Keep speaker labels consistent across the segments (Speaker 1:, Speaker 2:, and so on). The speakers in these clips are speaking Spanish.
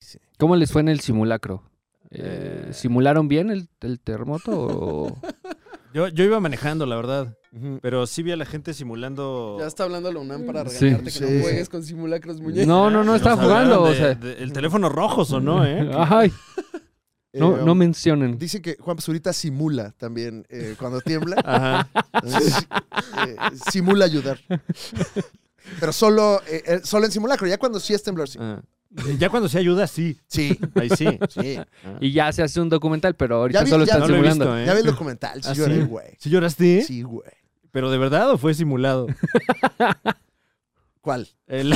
Speaker 1: sí.
Speaker 2: ¿Cómo les fue en el simulacro? Eh, ¿Simularon bien el, el terremoto? o-
Speaker 3: Yo, yo iba manejando, la verdad.
Speaker 1: Ujú.
Speaker 3: Pero sí vi a la gente simulando.
Speaker 4: Ya está hablando la UNAM para
Speaker 2: Sí.
Speaker 4: regañarte que
Speaker 1: Sí.
Speaker 4: no juegues con simulacros, muñeca.
Speaker 2: No, no, no
Speaker 3: Nos
Speaker 2: estaba
Speaker 3: hablaron
Speaker 2: jugando.
Speaker 3: de-
Speaker 2: o sea.
Speaker 3: de- el teléfono rojo sonó, ¿eh?
Speaker 2: Ay, no,
Speaker 1: Eh,
Speaker 2: no mencionen.
Speaker 1: Dicen que Juan Pazurita simula también eh, cuando tiembla.
Speaker 3: Ajá.
Speaker 1: Entonces, eh, simula ayudar. Pero solo, eh, eh, solo en simulacro, ya cuando sí es temblor, sí.
Speaker 3: Ah. Ya cuando se ayuda, sí.
Speaker 1: Sí,
Speaker 3: Ahí sí.
Speaker 1: sí.
Speaker 2: Y ya se hace un documental, pero ahorita
Speaker 1: Ya vi-
Speaker 2: solo
Speaker 1: ya
Speaker 2: están
Speaker 3: No lo he
Speaker 2: simulando.
Speaker 3: visto, ¿eh?
Speaker 1: Ya vi el documental, sí
Speaker 3: ¿Ah,
Speaker 1: lloré,
Speaker 3: sí?
Speaker 1: güey.
Speaker 3: ¿Sí lloraste?
Speaker 1: Sí, güey.
Speaker 3: ¿Pero de verdad o fue simulado?
Speaker 1: ¿Cuál?
Speaker 3: El-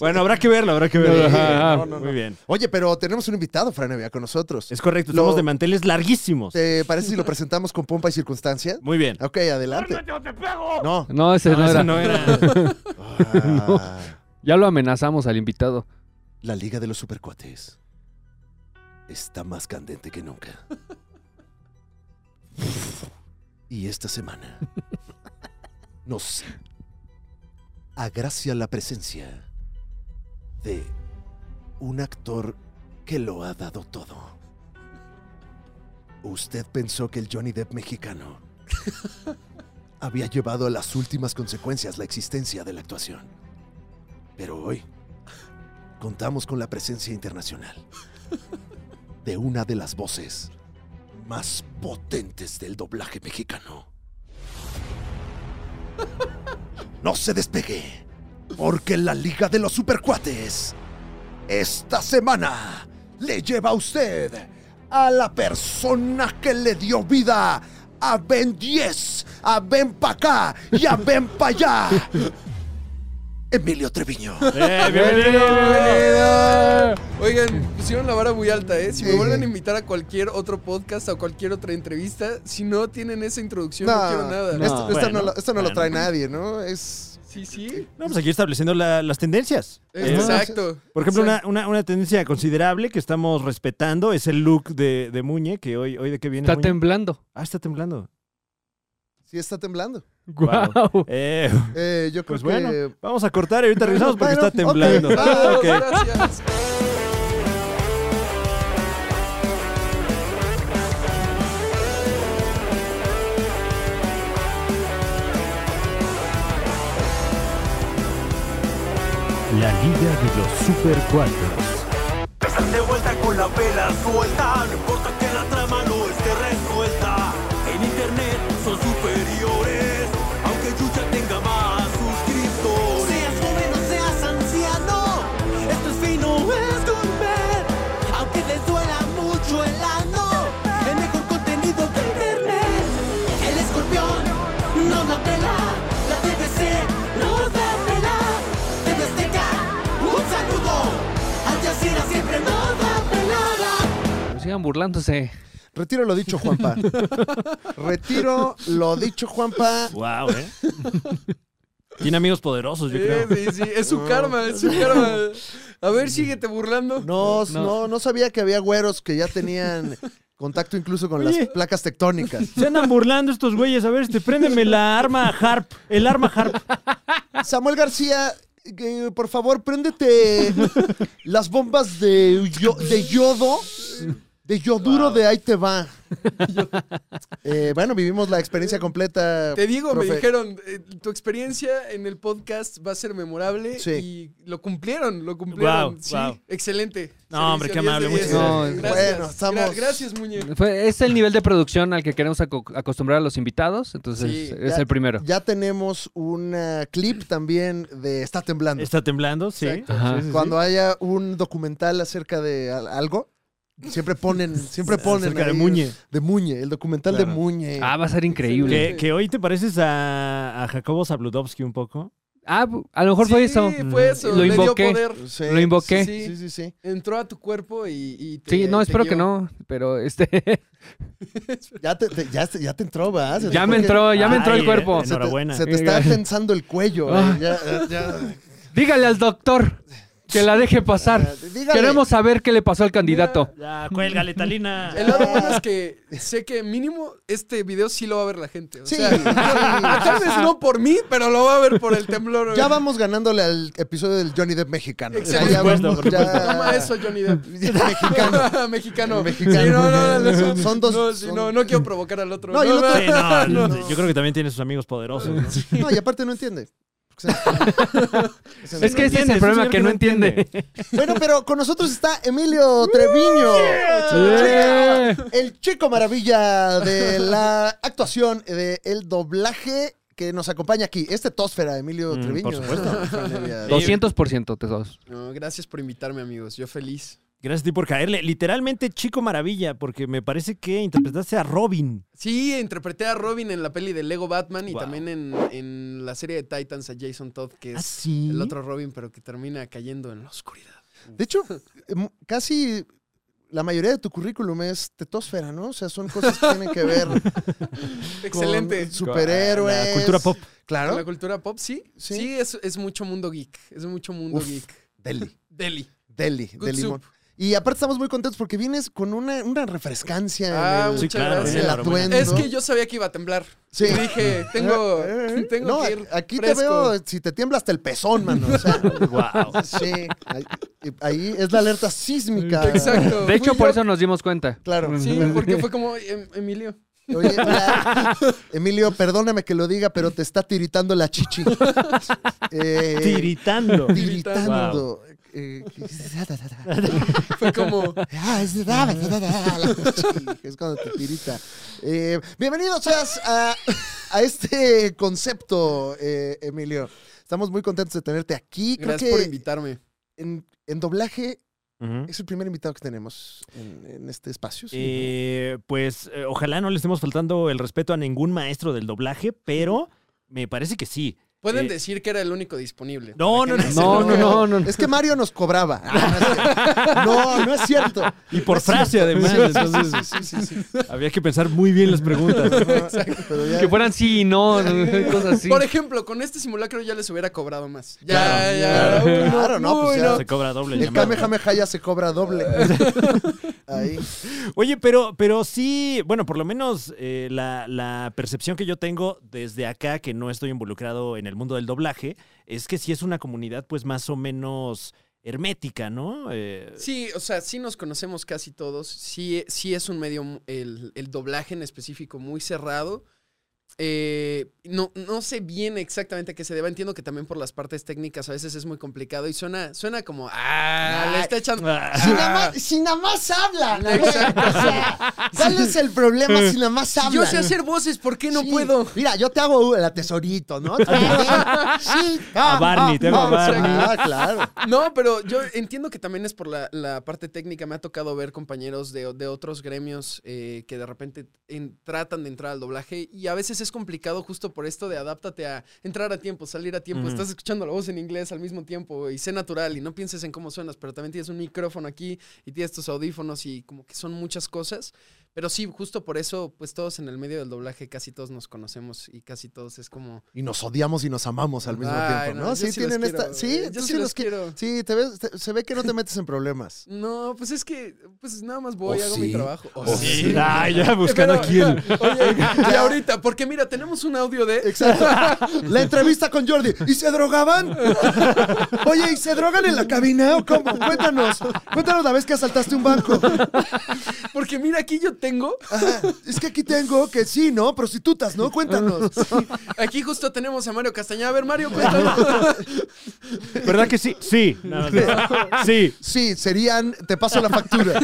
Speaker 3: bueno, habrá que verlo, habrá que verlo.
Speaker 2: Ajá, ajá.
Speaker 3: Muy bien.
Speaker 1: Oye, pero tenemos un invitado, Fran Evia, con nosotros.
Speaker 3: Es correcto,
Speaker 1: Lo-
Speaker 3: estamos de manteles larguísimos.
Speaker 1: ¿Te parece si lo presentamos con pompa y circunstancia?
Speaker 3: Muy bien.
Speaker 1: Ok, adelante. Ah, ¿eh? No.
Speaker 2: No, ese no,
Speaker 3: No,
Speaker 2: era.
Speaker 3: esa no era.
Speaker 1: Ah,
Speaker 2: Ya lo amenazamos al invitado.
Speaker 1: La Liga de los Supercuates está más candente que nunca. Y esta semana nos agracia la presencia de un actor que lo ha dado todo. Usted pensó que el Johnny Depp mexicano había llevado a las últimas consecuencias la existencia de la actuación. Pero hoy contamos con la presencia internacional de una de las voces más potentes del doblaje mexicano. No se despegue, porque la Liga de los Supercuates esta semana le lleva a usted a la persona que le dio vida a Ben 10, a Ben pa' acá y a Ben pa' allá. Emilio Treviño.
Speaker 3: Eh, bienvenido.
Speaker 4: Oigan, pusieron la vara muy alta, ¿eh? Si me
Speaker 1: Sí.
Speaker 4: vuelven a invitar a cualquier otro podcast o cualquier otra entrevista, si no tienen esa introducción, no, quiero nada.
Speaker 1: No, esta, esta
Speaker 3: Bueno,
Speaker 1: no la- esta no
Speaker 3: bueno.
Speaker 1: lo trae nadie, ¿no? Es.
Speaker 4: Sí, sí.
Speaker 3: No, pues aquí estableciendo la- las tendencias. Eh,
Speaker 4: Exacto.
Speaker 3: por ejemplo, una,
Speaker 4: Exacto.
Speaker 3: una- una tendencia considerable que estamos respetando es el look de, de Muñe, que hoy, hoy de qué viene.
Speaker 2: Está
Speaker 3: Muñe?
Speaker 2: temblando.
Speaker 3: Ah, está temblando.
Speaker 1: Sí, está temblando.
Speaker 2: Guau.
Speaker 3: Eh,
Speaker 1: Eh, yo creo
Speaker 3: pues
Speaker 1: que.
Speaker 3: bueno, vamos a cortar y ahorita regresamos porque
Speaker 1: Bueno,
Speaker 3: está temblando.
Speaker 1: ok.
Speaker 4: Ah,
Speaker 3: Ok.
Speaker 4: Gracias.
Speaker 3: La Liga de los Super
Speaker 5: Están de vuelta con la vela suelta, no importa que la trama no esté resuelta. En internet son superiores, aunque Yuya tenga más suscriptores. Seas joven o seas anciano, esto es fino, es gourmet. Aunque les duela mucho el ano, el mejor contenido de internet. El escorpión no la pela, la TVC nos da pela. TV Azteca, un saludo. Al Jazeera siempre nos da pelada.
Speaker 2: Sigan burlándose.
Speaker 1: Retiro lo dicho, Juanpa. Retiro lo dicho, Juanpa.
Speaker 3: Wow, ¿eh? Tiene amigos poderosos, yo creo.
Speaker 4: Sí, sí, sí. Es su karma, es su karma. A ver, síguete burlando.
Speaker 1: No,
Speaker 2: No.
Speaker 1: no, no sabía que había güeros que ya tenían contacto incluso con
Speaker 3: Oye.
Speaker 1: las placas tectónicas.
Speaker 3: Se andan burlando estos güeyes. A ver, este, préndeme la arma Harp. El arma Harp.
Speaker 1: Samuel García, eh, por favor, préndete las bombas de, yo- de yodo. De yoduro de ahí te va. Eh, bueno, vivimos la experiencia completa.
Speaker 4: Te digo,
Speaker 1: profe.
Speaker 4: me dijeron, eh, tu experiencia en el podcast va a ser memorable
Speaker 1: Sí.
Speaker 4: y lo cumplieron, lo cumplieron.
Speaker 3: Guau,
Speaker 4: sí,
Speaker 3: guau.
Speaker 4: excelente.
Speaker 3: No, hombre, qué
Speaker 4: 10 de
Speaker 3: amable,
Speaker 4: 10.
Speaker 2: muchas gracias.
Speaker 4: gracias.
Speaker 1: Bueno, estamos-
Speaker 4: Gra- gracias, Muñe.
Speaker 2: Fue- es el nivel de producción al que queremos aco- acostumbrar a los invitados. Entonces
Speaker 4: Sí,
Speaker 2: es
Speaker 1: ya-
Speaker 2: el primero.
Speaker 1: Ya tenemos un eh, clip también de Está temblando.
Speaker 3: Está temblando, sí.
Speaker 4: Exacto.
Speaker 2: Ajá.
Speaker 3: Sí, sí, sí.
Speaker 1: Cuando haya un documental acerca de al- algo, siempre ponen, siempre ponen
Speaker 3: Acerca de
Speaker 1: ahí-
Speaker 3: Muñe.
Speaker 6: este,
Speaker 1: de Muñe, el documental de
Speaker 3: Claro.
Speaker 1: Muñe.
Speaker 2: Ah, va a ser increíble.
Speaker 3: Que, que hoy te pareces a, a Jacobo Zabludovsky un poco.
Speaker 2: Ah, bu- a lo mejor fue
Speaker 4: Sí,
Speaker 2: eso.
Speaker 4: fue eso,
Speaker 2: Lo
Speaker 4: le dio
Speaker 2: invoqué.
Speaker 4: poder.
Speaker 1: Sí,
Speaker 2: Lo invoqué.
Speaker 4: Sí,
Speaker 1: Sí, sí, sí.
Speaker 4: Entró a tu cuerpo y, y te-
Speaker 2: Sí, no,
Speaker 4: te
Speaker 2: espero que
Speaker 4: guió.
Speaker 2: no. Pero este.
Speaker 1: Ya te, te- ya, te- ya te entró, ¿verdad? Se te
Speaker 2: ya me
Speaker 1: fue que-
Speaker 2: entró, ya me entró
Speaker 3: Ay,
Speaker 2: el cuerpo.
Speaker 3: eh,
Speaker 1: Se te,
Speaker 3: Enhorabuena.
Speaker 6: eh.
Speaker 1: se te está tensando el cuello.
Speaker 2: Ah.
Speaker 1: eh, ya- ya-
Speaker 2: Dígale al doctor. Que la deje pasar.
Speaker 1: Dígale.
Speaker 2: Queremos saber qué le pasó al candidato.
Speaker 3: Ya, cuélgale, Talina.
Speaker 4: El lado bueno es que sé que mínimo este video sí lo va a ver la gente. O
Speaker 6: Sí.
Speaker 4: sea, tal vez no por mí, pero lo va a ver por el temblor.
Speaker 6: Ya
Speaker 4: güey.
Speaker 6: vamos ganándole al episodio del Johnny Depp mexicano.
Speaker 4: Excelente.
Speaker 6: Ya, ya
Speaker 3: Por supuesto,
Speaker 6: vamos,
Speaker 3: por
Speaker 6: ya-
Speaker 4: Toma eso, Johnny Depp.
Speaker 6: Ah. Mexicano.
Speaker 4: Mexicano.
Speaker 6: Mexicano.
Speaker 4: Sí, no, no, no,
Speaker 6: Son-
Speaker 4: no,
Speaker 6: son dos-
Speaker 4: No, sí,
Speaker 6: son-
Speaker 4: no, no quiero provocar al otro.
Speaker 6: No, y el
Speaker 3: Sí,
Speaker 6: otro-
Speaker 3: no,
Speaker 4: Ah, no.
Speaker 3: yo creo que también tiene sus amigos poderosos. ¿no?
Speaker 6: No, y aparte no entiende. O sea, o
Speaker 2: Es
Speaker 6: sea,
Speaker 2: que ese es
Speaker 3: entiende,
Speaker 2: el
Speaker 3: es un
Speaker 2: problema
Speaker 3: señor
Speaker 2: que
Speaker 3: que
Speaker 2: no
Speaker 3: no
Speaker 2: entiende.
Speaker 6: Bueno, pero con nosotros está Emilio Treviño.
Speaker 2: Yeah.
Speaker 6: El chico maravilla de la actuación, del el doblaje que nos acompaña aquí. Este tosfera, Emilio
Speaker 3: Mm,
Speaker 6: Treviño.
Speaker 3: por supuesto.
Speaker 6: Familia.
Speaker 2: 200% tesos.
Speaker 4: No, gracias por invitarme, amigos. Yo feliz.
Speaker 3: Gracias a ti por caerle. Literalmente, chico maravilla, porque me parece que interpretaste a Robin.
Speaker 4: Sí, interpreté a Robin en la peli de Lego Batman y
Speaker 3: Wow.
Speaker 4: también en, en la serie de Titans a Jason Todd, que es
Speaker 3: ¿Ah, sí?
Speaker 4: el otro Robin, pero que termina cayendo en la oscuridad.
Speaker 6: De hecho, em, casi la mayoría de tu currículum es tetósfera, ¿no? O sea, son cosas que tienen que ver
Speaker 4: Excelente.
Speaker 6: con superhéroes.
Speaker 3: Ah, La cultura pop.
Speaker 6: Claro.
Speaker 4: La cultura pop, sí.
Speaker 6: Sí.
Speaker 4: Sí, es, es mucho mundo geek. Es mucho mundo
Speaker 6: Uf.
Speaker 4: geek.
Speaker 6: Delhi,
Speaker 4: Deli.
Speaker 6: Delhi,
Speaker 4: Good
Speaker 6: de limón.
Speaker 4: soup.
Speaker 6: Y aparte estamos muy contentos porque vienes con una, una refrescancia
Speaker 4: Ah,
Speaker 6: en el,
Speaker 4: Sí, claro,
Speaker 6: en
Speaker 4: sí,
Speaker 6: el
Speaker 4: claro,
Speaker 6: atuendo.
Speaker 4: Es que yo sabía que iba a temblar.
Speaker 6: Sí.
Speaker 4: Y dije, tengo,
Speaker 6: Eh, eh,
Speaker 4: tengo
Speaker 6: no,
Speaker 4: que ir.
Speaker 6: aquí
Speaker 4: fresco.
Speaker 6: te veo, si te tiembla hasta el pezón, mano. O sea,
Speaker 3: Wow.
Speaker 6: sí, ahí, ahí es la alerta sísmica.
Speaker 4: Exacto.
Speaker 2: De hecho,
Speaker 4: Fui
Speaker 2: por
Speaker 4: yo.
Speaker 2: eso nos dimos cuenta. Mm.
Speaker 6: Claro.
Speaker 4: Sí, porque fue como "Em- Emilio.
Speaker 6: Oye, la- Emilio, perdóname que lo diga, pero te está tiritando la chichi. Eh,
Speaker 3: Tiritando.
Speaker 6: tiritando. Eh,
Speaker 4: Fue como.
Speaker 6: Ah, es- es cuando te tirita. Eh, bienvenidos seas a, a este concepto, eh, Emilio. Estamos muy contentos de tenerte aquí. Creo
Speaker 4: Gracias por
Speaker 6: que
Speaker 4: invitarme.
Speaker 6: en, en doblaje
Speaker 3: Ujú.
Speaker 6: es el primer invitado que tenemos en, en este espacio. sí.
Speaker 3: Eh, pues eh, ojalá no le estemos faltando el respeto a ningún maestro del doblaje, pero me parece que sí.
Speaker 4: Pueden
Speaker 3: Eh,
Speaker 4: decir que era el único disponible.
Speaker 3: No, no, no.
Speaker 2: No, no, no, no.
Speaker 6: Es que Mario nos cobraba. Ah, no, es cierto. no, no es cierto.
Speaker 3: Y por frase, además. Entonces,
Speaker 6: Sí, sí, sí.
Speaker 3: había que pensar muy bien las preguntas.
Speaker 6: Pero ya-
Speaker 2: Que fueran sí y no, cosas así.
Speaker 4: Por ejemplo, con este simulacro ya les hubiera cobrado más. Ya,
Speaker 3: Claro,
Speaker 4: ya.
Speaker 6: claro,
Speaker 4: uy,
Speaker 6: claro, no, pues
Speaker 4: uy,
Speaker 6: ya
Speaker 3: Se cobra doble.
Speaker 6: el
Speaker 3: llamada.
Speaker 6: Kamehameha ya se cobra doble. Ahí.
Speaker 3: Oye, pero, pero sí, bueno, por lo menos eh, la, la percepción que yo tengo desde acá, que no estoy involucrado en el mundo del doblaje, es que sí es una comunidad, pues, más o menos hermética, ¿no? Eh,
Speaker 4: Sí, o sea, sí nos conocemos casi todos. Sí, sí es un medio, mu- el, el doblaje en específico, muy cerrado. Eh, no, no sé bien exactamente a qué se deba. Entiendo que también por las partes técnicas a veces es muy complicado y suena, suena como, ah, le está echando.
Speaker 3: ah,
Speaker 6: Si nada más, si nada más habla. ¿no? O sea, ¿Cuál es el problema si nada más habla?
Speaker 4: Yo sé hacer voces, ¿por qué no
Speaker 6: Sí.
Speaker 4: puedo?
Speaker 6: Mira, yo te hago el atesorito, ¿no? sí.
Speaker 3: A Barney, te hago a Barney.
Speaker 6: Ah, claro.
Speaker 4: No, pero yo entiendo que también es por la, la parte técnica. Me ha tocado ver compañeros de, de otros gremios eh, que de repente en- tratan de entrar al doblaje y a veces es complicado justo por esto de adáptate a entrar a tiempo, salir a tiempo.
Speaker 3: Ujú.
Speaker 4: Estás escuchando la voz en inglés al mismo tiempo y sé natural y no pienses en cómo suenas, pero también tienes un micrófono aquí y tienes tus audífonos y como que son muchas cosas. Pero sí, justo por eso, pues todos en el medio del doblaje casi todos nos conocemos y casi todos es como...
Speaker 6: Y nos odiamos y nos amamos al mismo
Speaker 4: "Ay,
Speaker 6: tiempo, ¿no?
Speaker 4: yo
Speaker 6: sí,
Speaker 4: los
Speaker 6: tienen esta.
Speaker 4: quiero,
Speaker 6: Sí,
Speaker 4: güey.
Speaker 6: tú
Speaker 4: yo
Speaker 6: sí los qui-
Speaker 4: quiero.
Speaker 6: Sí, te ves, te- se ve que no te metes en problemas.
Speaker 4: No, pues es que, pues nada más voy,
Speaker 1: ¿O
Speaker 4: hago
Speaker 1: sí?
Speaker 4: mi trabajo.
Speaker 1: ¿O sí?
Speaker 3: ah, ya buscando
Speaker 4: Pero,
Speaker 3: a quién.
Speaker 4: Oye, y ahorita, porque mira, tenemos un audio de.
Speaker 6: Exacto. La entrevista con Jordi. ¿Y se drogaban? Oye, ¿y se drogan en la cabina o cómo? Cuéntanos. Cuéntanos la vez que asaltaste un banco.
Speaker 4: Porque mira, aquí yo tengo.
Speaker 6: Ajá. Es que aquí tengo que sí, ¿no? Prostitutas, ¿no? Cuéntanos.
Speaker 4: Aquí justo tenemos a Mario Castañeda. A ver, Mario, cuéntanos.
Speaker 3: ¿Verdad que sí? Sí. Nada más. Sí.
Speaker 6: Sí, serían. Te paso la factura.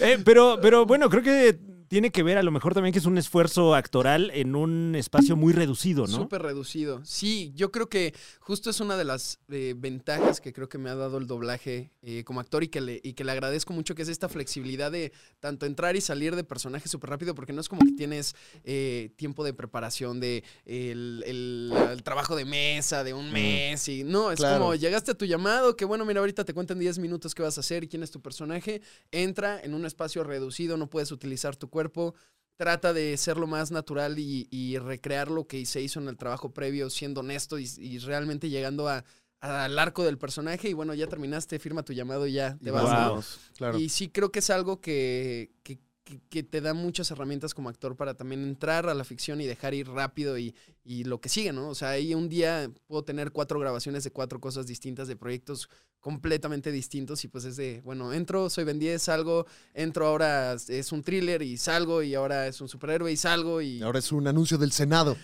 Speaker 3: Eh, pero, pero bueno, creo que tiene que ver a lo mejor también que es un esfuerzo actoral en un espacio muy reducido, ¿no?
Speaker 4: Súper reducido. Sí, yo creo que justo es una de las eh, ventajas que creo que me ha dado el doblaje eh, como actor y que, le, y que le agradezco mucho, que es esta flexibilidad de tanto entrar y salir de personaje súper rápido, porque no es como que tienes eh, tiempo de preparación de el, el- el trabajo de mesa, de un mes, y no, es
Speaker 6: Claro.
Speaker 4: como llegaste a tu llamado, que bueno, mira, ahorita te cuentan 10 minutos qué vas a hacer y quién es tu personaje, entra en un espacio reducido, no puedes utilizar tu cuerpo, trata de ser lo más natural y, y recrear lo que se hizo en el trabajo previo, siendo honesto y, y realmente llegando a, al arco del personaje y bueno, ya terminaste, firma tu llamado y ya te
Speaker 6: Y
Speaker 4: vas.
Speaker 6: vámonos.
Speaker 4: ¿no?
Speaker 6: Claro.
Speaker 4: Y sí creo que es algo que, que- que- que te da muchas herramientas como actor para también entrar a la ficción y dejar ir rápido y, y lo que sigue, ¿no? O sea, ahí un día puedo tener cuatro grabaciones de cuatro cosas distintas, de proyectos completamente distintos y pues es de, bueno, entro, soy Ben 10, salgo, entro ahora es un thriller y salgo y ahora es un superhéroe y salgo y...
Speaker 6: Ahora es un anuncio del Senado.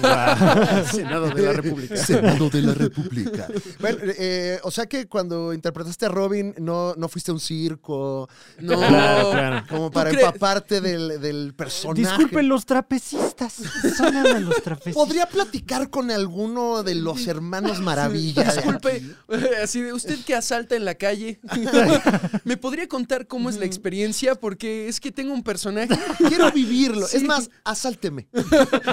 Speaker 4: Senado de la República.
Speaker 6: Senado de la República. Bueno, eh, o sea que cuando interpretaste a Robin, no, no fuiste a un circo,
Speaker 4: No,
Speaker 3: Claro, claro.
Speaker 6: como para
Speaker 4: ¿Tú crees?
Speaker 6: empaparte del, del personaje.
Speaker 3: Disculpen los trapecistas. Sonan a los trapecistas.
Speaker 6: ¿Podría platicar con alguno de los hermanos Maravilla? de
Speaker 4: Disculpe,
Speaker 6: aquí?
Speaker 4: así de usted que asalta en la calle, ¿me podría contar cómo es la experiencia? Porque es que tengo un personaje,
Speaker 6: Quiero vivirlo.
Speaker 4: Sí.
Speaker 6: Es más, asálteme.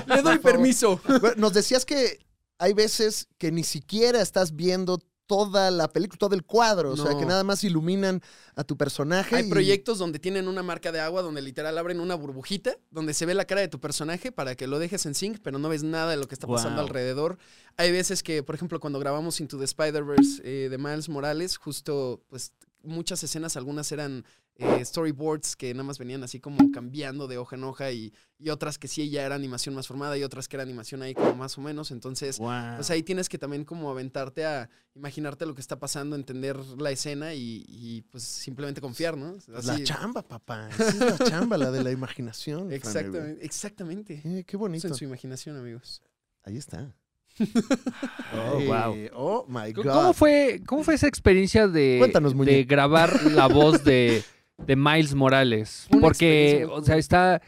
Speaker 4: le doy permiso.
Speaker 6: Bueno, Nos decías que hay veces que ni siquiera estás viendo toda la película, todo el cuadro. O sea,
Speaker 4: No.
Speaker 6: que nada más iluminan a tu personaje.
Speaker 4: Hay
Speaker 6: y-
Speaker 4: proyectos donde tienen una marca de agua, donde literal abren una burbujita, donde se ve la cara de tu personaje para que lo dejes en sync, pero no ves nada de lo que está pasando
Speaker 3: Wow.
Speaker 4: alrededor. Hay veces que, por ejemplo, cuando grabamos Into the Spider-Verse eh, de Miles Morales, justo, pues, muchas escenas, algunas eran eh, storyboards que nada más venían así como cambiando de hoja en hoja y, y otras que sí ya era animación más formada y otras que era animación ahí como más o menos. Entonces,
Speaker 3: Wow.
Speaker 4: pues ahí tienes que también como aventarte a imaginarte lo que está pasando, entender la escena y, y, pues simplemente confiar, ¿no?
Speaker 6: La
Speaker 4: Así-
Speaker 6: chamba, papá. Esa es la chamba, la de la imaginación. Fran,
Speaker 4: Exactamente, exactamente.
Speaker 6: güey. Eh, qué
Speaker 4: Es
Speaker 6: bonito.
Speaker 4: en su imaginación, amigos.
Speaker 6: Ahí está.
Speaker 3: Oh,
Speaker 6: Ay,
Speaker 3: wow.
Speaker 6: Oh, my
Speaker 2: C-
Speaker 6: God.
Speaker 2: ¿Cómo fue, cómo fue esa experiencia de,
Speaker 6: Cuéntanos, Muñe.
Speaker 2: de grabar la voz de, de Miles Morales?
Speaker 4: Una
Speaker 2: Porque,
Speaker 4: experiencia muy
Speaker 2: o sea,
Speaker 4: cool.
Speaker 2: está,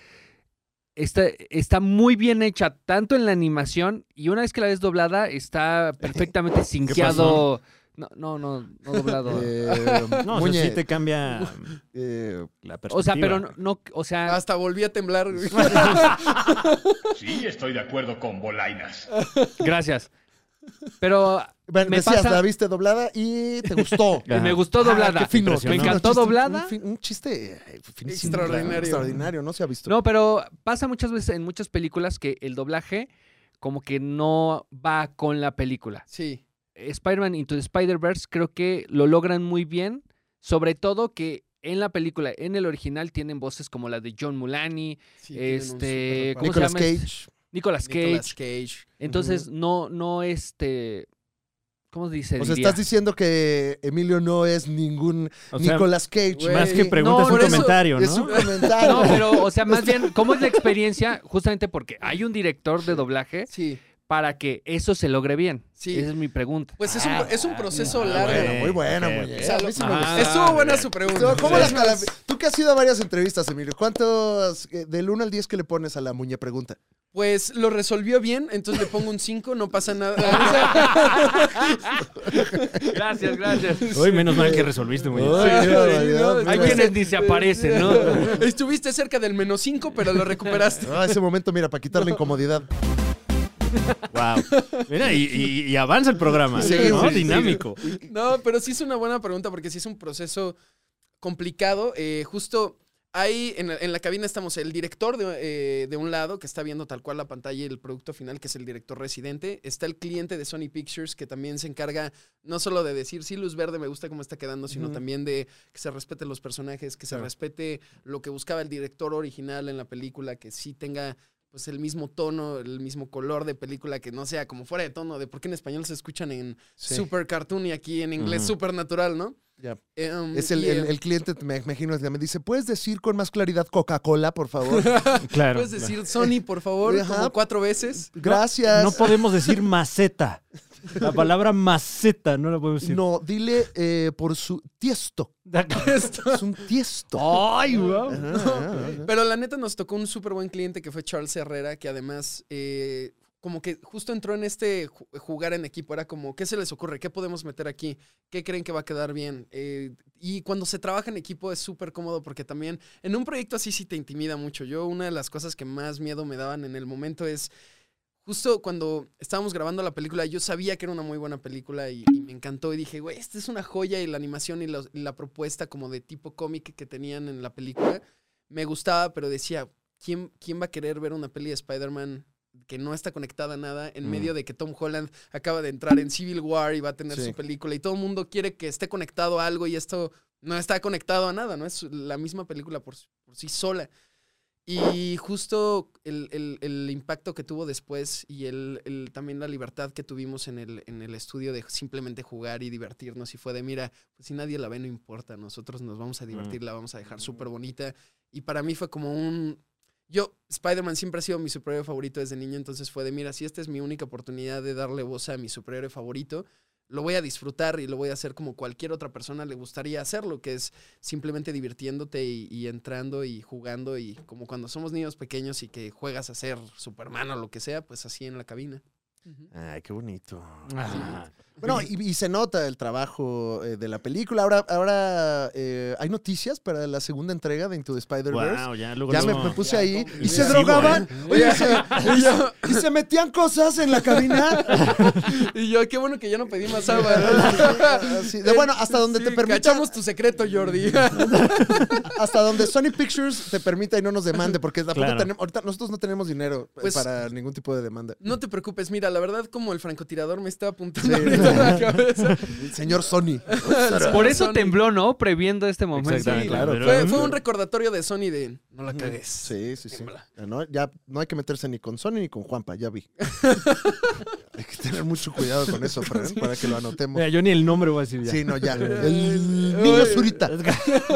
Speaker 2: está, está muy bien hecha, tanto en la animación, y una vez que la ves doblada, está perfectamente sinqueado. No, no, no, no doblado.
Speaker 6: Eh,
Speaker 3: No, o sea,
Speaker 6: Muñe,
Speaker 3: sí te cambia
Speaker 6: eh,
Speaker 3: la
Speaker 2: o sea,
Speaker 3: perspectiva.
Speaker 2: pero no, no, o sea,
Speaker 4: Hasta volví a temblar. güey.
Speaker 7: Sí, estoy de acuerdo con Bolainas.
Speaker 2: gracias. Pero
Speaker 6: bueno,
Speaker 2: Me
Speaker 6: decías,
Speaker 2: pasa-
Speaker 6: la viste doblada y te gustó.
Speaker 3: Ajá.
Speaker 2: me gustó doblada.
Speaker 6: Ah, qué fino,
Speaker 2: me
Speaker 3: impresionante.
Speaker 2: encantó
Speaker 6: Un chiste-
Speaker 2: doblada.
Speaker 6: Un, fin- un chiste eh, finísimo,
Speaker 4: Extraordinario.
Speaker 6: claro, Extraordinario, no se ha visto.
Speaker 2: No, pero pasa muchas veces en muchas películas que el doblaje como que no va con la película.
Speaker 4: Sí.
Speaker 2: Spider-Man Into the Spider-Verse creo que lo logran muy bien, sobre todo que en la película, en el original, tienen voces como la de John Mulaney,
Speaker 4: sí, tienen un
Speaker 2: Este,
Speaker 4: superpoder.
Speaker 2: ¿cómo se
Speaker 6: Nicolas
Speaker 2: llama este?
Speaker 6: Cage.
Speaker 2: Nicolas Cage.
Speaker 4: Nicolas Cage.
Speaker 2: Entonces, no, no, este, ¿cómo se dice?
Speaker 6: O sea,
Speaker 2: Diría.
Speaker 6: estás diciendo que Emilio no es ningún
Speaker 3: O sea,
Speaker 6: Nicolas Cage.
Speaker 4: güey,
Speaker 3: más que
Speaker 4: No,
Speaker 3: preguntas
Speaker 2: por
Speaker 3: un
Speaker 2: eso
Speaker 3: comentario, eh, ¿no?
Speaker 6: Es un comentario.
Speaker 2: No, pues, pero, o sea, más bien, ¿cómo es la experiencia? Justamente porque hay un director de doblaje
Speaker 4: Sí.
Speaker 2: para que eso se logre bien.
Speaker 4: Sí.
Speaker 2: Esa es mi pregunta.
Speaker 4: Pues es un, es un proceso
Speaker 3: ah,
Speaker 4: largo.
Speaker 6: Bueno, muy buena,
Speaker 3: Ok,
Speaker 6: Muñe.
Speaker 4: O sea,
Speaker 6: A mí sí me
Speaker 2: ah,
Speaker 6: gustó.
Speaker 4: Estuvo buena su pregunta.
Speaker 6: ¿Cómo las
Speaker 4: Es
Speaker 6: cala-
Speaker 4: más,
Speaker 6: Tú que has ido a varias entrevistas, Emilio, ¿cuántos eh, del 1 al 10 que le pones a la muñe pregunta?
Speaker 4: Pues lo resolvió bien, entonces le pongo un 5, no pasa nada. O sea,
Speaker 2: Gracias, gracias.
Speaker 3: Uy, menos mal que resolviste, muy bien.
Speaker 6: Ay,
Speaker 4: sí,
Speaker 6: no,
Speaker 4: sí,
Speaker 6: Dios,
Speaker 4: no,
Speaker 6: mira.
Speaker 2: Hay
Speaker 4: Pues,
Speaker 2: quienes ni se aparecen, ¿no?
Speaker 4: estuviste cerca del menos 5, pero lo recuperaste.
Speaker 6: Ah, ese momento, mira, para quitar la incomodidad.
Speaker 3: Wow. Mira, y, y- y avanza el programa.
Speaker 6: Sí,
Speaker 3: ¿no?
Speaker 6: sí, sí.
Speaker 3: Dinámico.
Speaker 4: No, pero sí es una buena pregunta porque sí es un proceso complicado. Eh, justo ahí en la, en la cabina estamos el director de, eh, de un lado que está viendo tal cual la pantalla y el producto final, que es el director residente. Está el cliente de Sony Pictures que también se encarga no solo de decir, sí, luz verde, me gusta cómo está quedando, sino también de que se respeten los personajes, que se respete lo que buscaba el director original en la película, que sí tenga pues el mismo tono, el mismo color de película, que no sea como fuera de tono, de por qué en español se escuchan en
Speaker 6: Sí.
Speaker 4: super cartoon y aquí en inglés
Speaker 3: Ujú.
Speaker 4: super natural, ¿no?
Speaker 6: Ya.
Speaker 4: Eh, um,
Speaker 6: Es el,
Speaker 4: y, eh,
Speaker 6: el- el cliente, me imagino, que me dice, ¿puedes decir con más claridad Coca-Cola, por favor?
Speaker 3: Claro.
Speaker 4: Puedes decir Sony, por favor,
Speaker 6: Ajá.
Speaker 4: como cuatro veces.
Speaker 6: Gracias.
Speaker 3: No podemos decir maceta. La palabra maceta no la podemos decir.
Speaker 6: No, dile eh, por su tiesto. Es un tiesto.
Speaker 3: Ay, wow.
Speaker 6: Ajá, ajá, ajá.
Speaker 4: Pero la neta nos tocó un súper buen cliente que fue Charles Herrera, que además eh, como que justo entró en este ju- jugar en equipo. Era como, ¿qué se les ocurre? ¿Qué podemos meter aquí? ¿Qué creen que va a quedar bien? Eh, y cuando se trabaja en equipo es súper cómodo porque también en un proyecto así sí te intimida mucho. Yo una de las cosas que más miedo me daban en el momento es justo cuando estábamos grabando la película, yo sabía que era una muy buena película y, y me encantó y dije, güey, esta es una joya y la animación y los- la propuesta como de tipo cómic que tenían en la película me gustaba, pero decía, ¿quién, quién va a querer ver una peli de Spider-Man que no está conectada a nada en
Speaker 6: Mm.
Speaker 4: medio de que Tom Holland acaba de entrar en Civil War y va a tener
Speaker 6: Sí.
Speaker 4: su película y todo el mundo quiere que esté conectado a algo y esto no está conectado a nada, no es la misma película por, por sí sola. Y justo el, el- el impacto que tuvo después y el, el- también la libertad que tuvimos en el, en el estudio de simplemente jugar y divertirnos y fue de, mira, pues si nadie la ve no importa, nosotros nos vamos a
Speaker 6: Mm.
Speaker 4: divertir, la vamos a dejar súper bonita. Y para mí fue como un... Yo, Spider-Man siempre ha sido mi superhéroe favorito desde niño, entonces fue de, mira, si esta es mi única oportunidad de darle voz a mi superhéroe favorito, lo voy a disfrutar y lo voy a hacer como cualquier otra persona le gustaría hacerlo, que es simplemente divirtiéndote y, y entrando y jugando y como cuando somos niños pequeños y que juegas a ser Superman o lo que sea, pues así en la cabina.
Speaker 3: Ay, qué bonito.
Speaker 2: Ah.
Speaker 6: Bueno, y, y se nota el trabajo eh, de la película. Ahora, ahora eh, hay noticias para la segunda entrega de Into the Spider-Verse.
Speaker 3: Wow, ya luego
Speaker 6: Ya me,
Speaker 3: luego-
Speaker 6: me puse ahí y se
Speaker 3: Intensivo,
Speaker 6: drogaban.
Speaker 3: ¿eh?
Speaker 6: Oye, se- y se- y se metían cosas en la cabina.
Speaker 4: Y yo, qué bueno que yo no pedí más agua.
Speaker 6: Así, de, bueno, hasta donde te permita,
Speaker 4: Cachamos tu secreto, Jordi.
Speaker 6: hasta donde Sony Pictures te permita y no nos demande, porque aparte
Speaker 3: Claro.
Speaker 6: tenemos- ahorita nosotros no tenemos dinero eh,
Speaker 4: Pues-
Speaker 6: para ningún tipo de demanda.
Speaker 4: No te preocupes, mira, la verdad, como el francotirador me está apuntando ahorita a la cabeza.
Speaker 6: El señor Sony.
Speaker 2: Por eso
Speaker 4: Sony.
Speaker 2: tembló, ¿no? Previendo este momento.
Speaker 3: Exactamente,
Speaker 4: Sí,
Speaker 3: claro.
Speaker 6: claro.
Speaker 4: Fue, fue un recordatorio de Sony de no la cagues.
Speaker 6: Sí, sí, sí. Ya no, ya no hay que meterse ni con Sony ni con Juanpa, ya vi. hay que tener mucho cuidado con eso, Fran, para que lo anotemos.
Speaker 3: Mira, yo ni el nombre voy a decir ya.
Speaker 6: Sí, no, ya. El niño Zurita.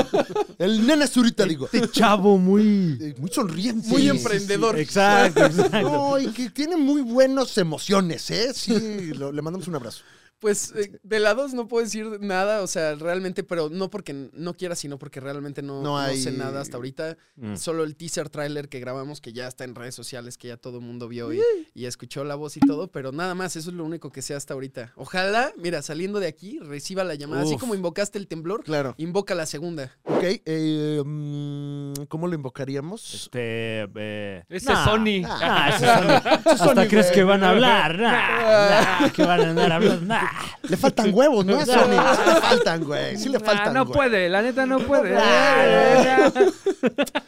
Speaker 6: El nene Zurita, digo.
Speaker 3: Este chavo muy...
Speaker 6: Eh, Muy sonriente.
Speaker 4: Muy
Speaker 6: Sí,
Speaker 4: emprendedor.
Speaker 3: Exacto, exacto.
Speaker 6: No, y que tiene muy buenas emociones, ¿eh? Sí, lo- le mandamos un abrazo.
Speaker 4: Pues eh, de la 2 no puedo decir nada, o sea, realmente, pero no porque no quiera, sino porque realmente no,
Speaker 6: No
Speaker 4: no
Speaker 6: hay-
Speaker 4: sé nada hasta ahorita.
Speaker 3: Mm.
Speaker 4: Solo el teaser trailer que grabamos, que ya está en redes sociales, que ya todo el mundo vio y, y escuchó la voz y todo, pero nada más, eso es lo único que sé hasta ahorita. Ojalá, mira, saliendo de aquí, reciba la llamada. Así
Speaker 3: Uf.
Speaker 4: como invocaste el temblor,
Speaker 6: Claro.
Speaker 4: invoca la segunda.
Speaker 6: Ok, eh, mm, ¿cómo lo invocaríamos?
Speaker 3: Este... eh,
Speaker 2: Ese es Sony.
Speaker 3: Ah, ese Sony. Hasta crees que van a hablar. Nah, nah, que van a andar hablando. nah.
Speaker 6: Le faltan huevos, ¿no? A Sony. Sí le faltan, güey. Sí le
Speaker 2: Ah,
Speaker 6: faltan.
Speaker 2: no
Speaker 6: güey.
Speaker 2: puede, la neta no puede.
Speaker 6: Ah,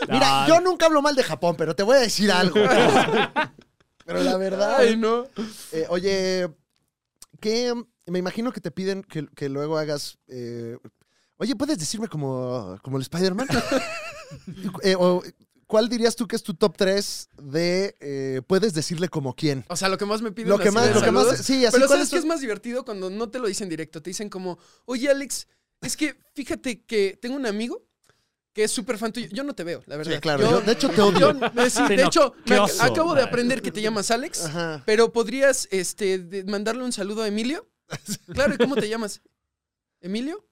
Speaker 6: Mira,
Speaker 3: Ah,
Speaker 6: yo nunca hablo mal de Japón, pero te voy a decir algo. pero la verdad.
Speaker 4: no.
Speaker 6: eh, oye, que me imagino que te piden que, que luego hagas. eh, oye, ¿puedes decirme como, como el Spider-Man? Eh, o, ¿Cuál dirías tú que es tu top 3 de eh, puedes decirle como quién?
Speaker 4: O sea, lo que más me piden
Speaker 6: Lo que
Speaker 4: así
Speaker 6: más,
Speaker 4: de
Speaker 6: lo que más.
Speaker 4: saludos.
Speaker 6: Sí, así
Speaker 4: Pero
Speaker 6: ¿cuál
Speaker 4: ¿sabes
Speaker 6: es
Speaker 4: qué
Speaker 6: tu-
Speaker 4: es más divertido cuando no te lo dicen directo? Te dicen como, oye, Alex, es que fíjate que tengo un amigo que es súper fan tuyo. Yo no te veo, la verdad.
Speaker 6: Sí, claro.
Speaker 4: Yo-
Speaker 6: yo, de hecho, te odio.
Speaker 4: yo- eh, sí,
Speaker 3: Sí,
Speaker 4: de
Speaker 3: no,
Speaker 4: hecho,
Speaker 3: qué
Speaker 4: me ac-
Speaker 3: oso.
Speaker 4: acabo de aprender que te llamas Alex,
Speaker 6: Ajá.
Speaker 4: pero ¿podrías este, de- mandarle un saludo a Emilio? Claro, ¿y cómo te llamas? ¿Emilio?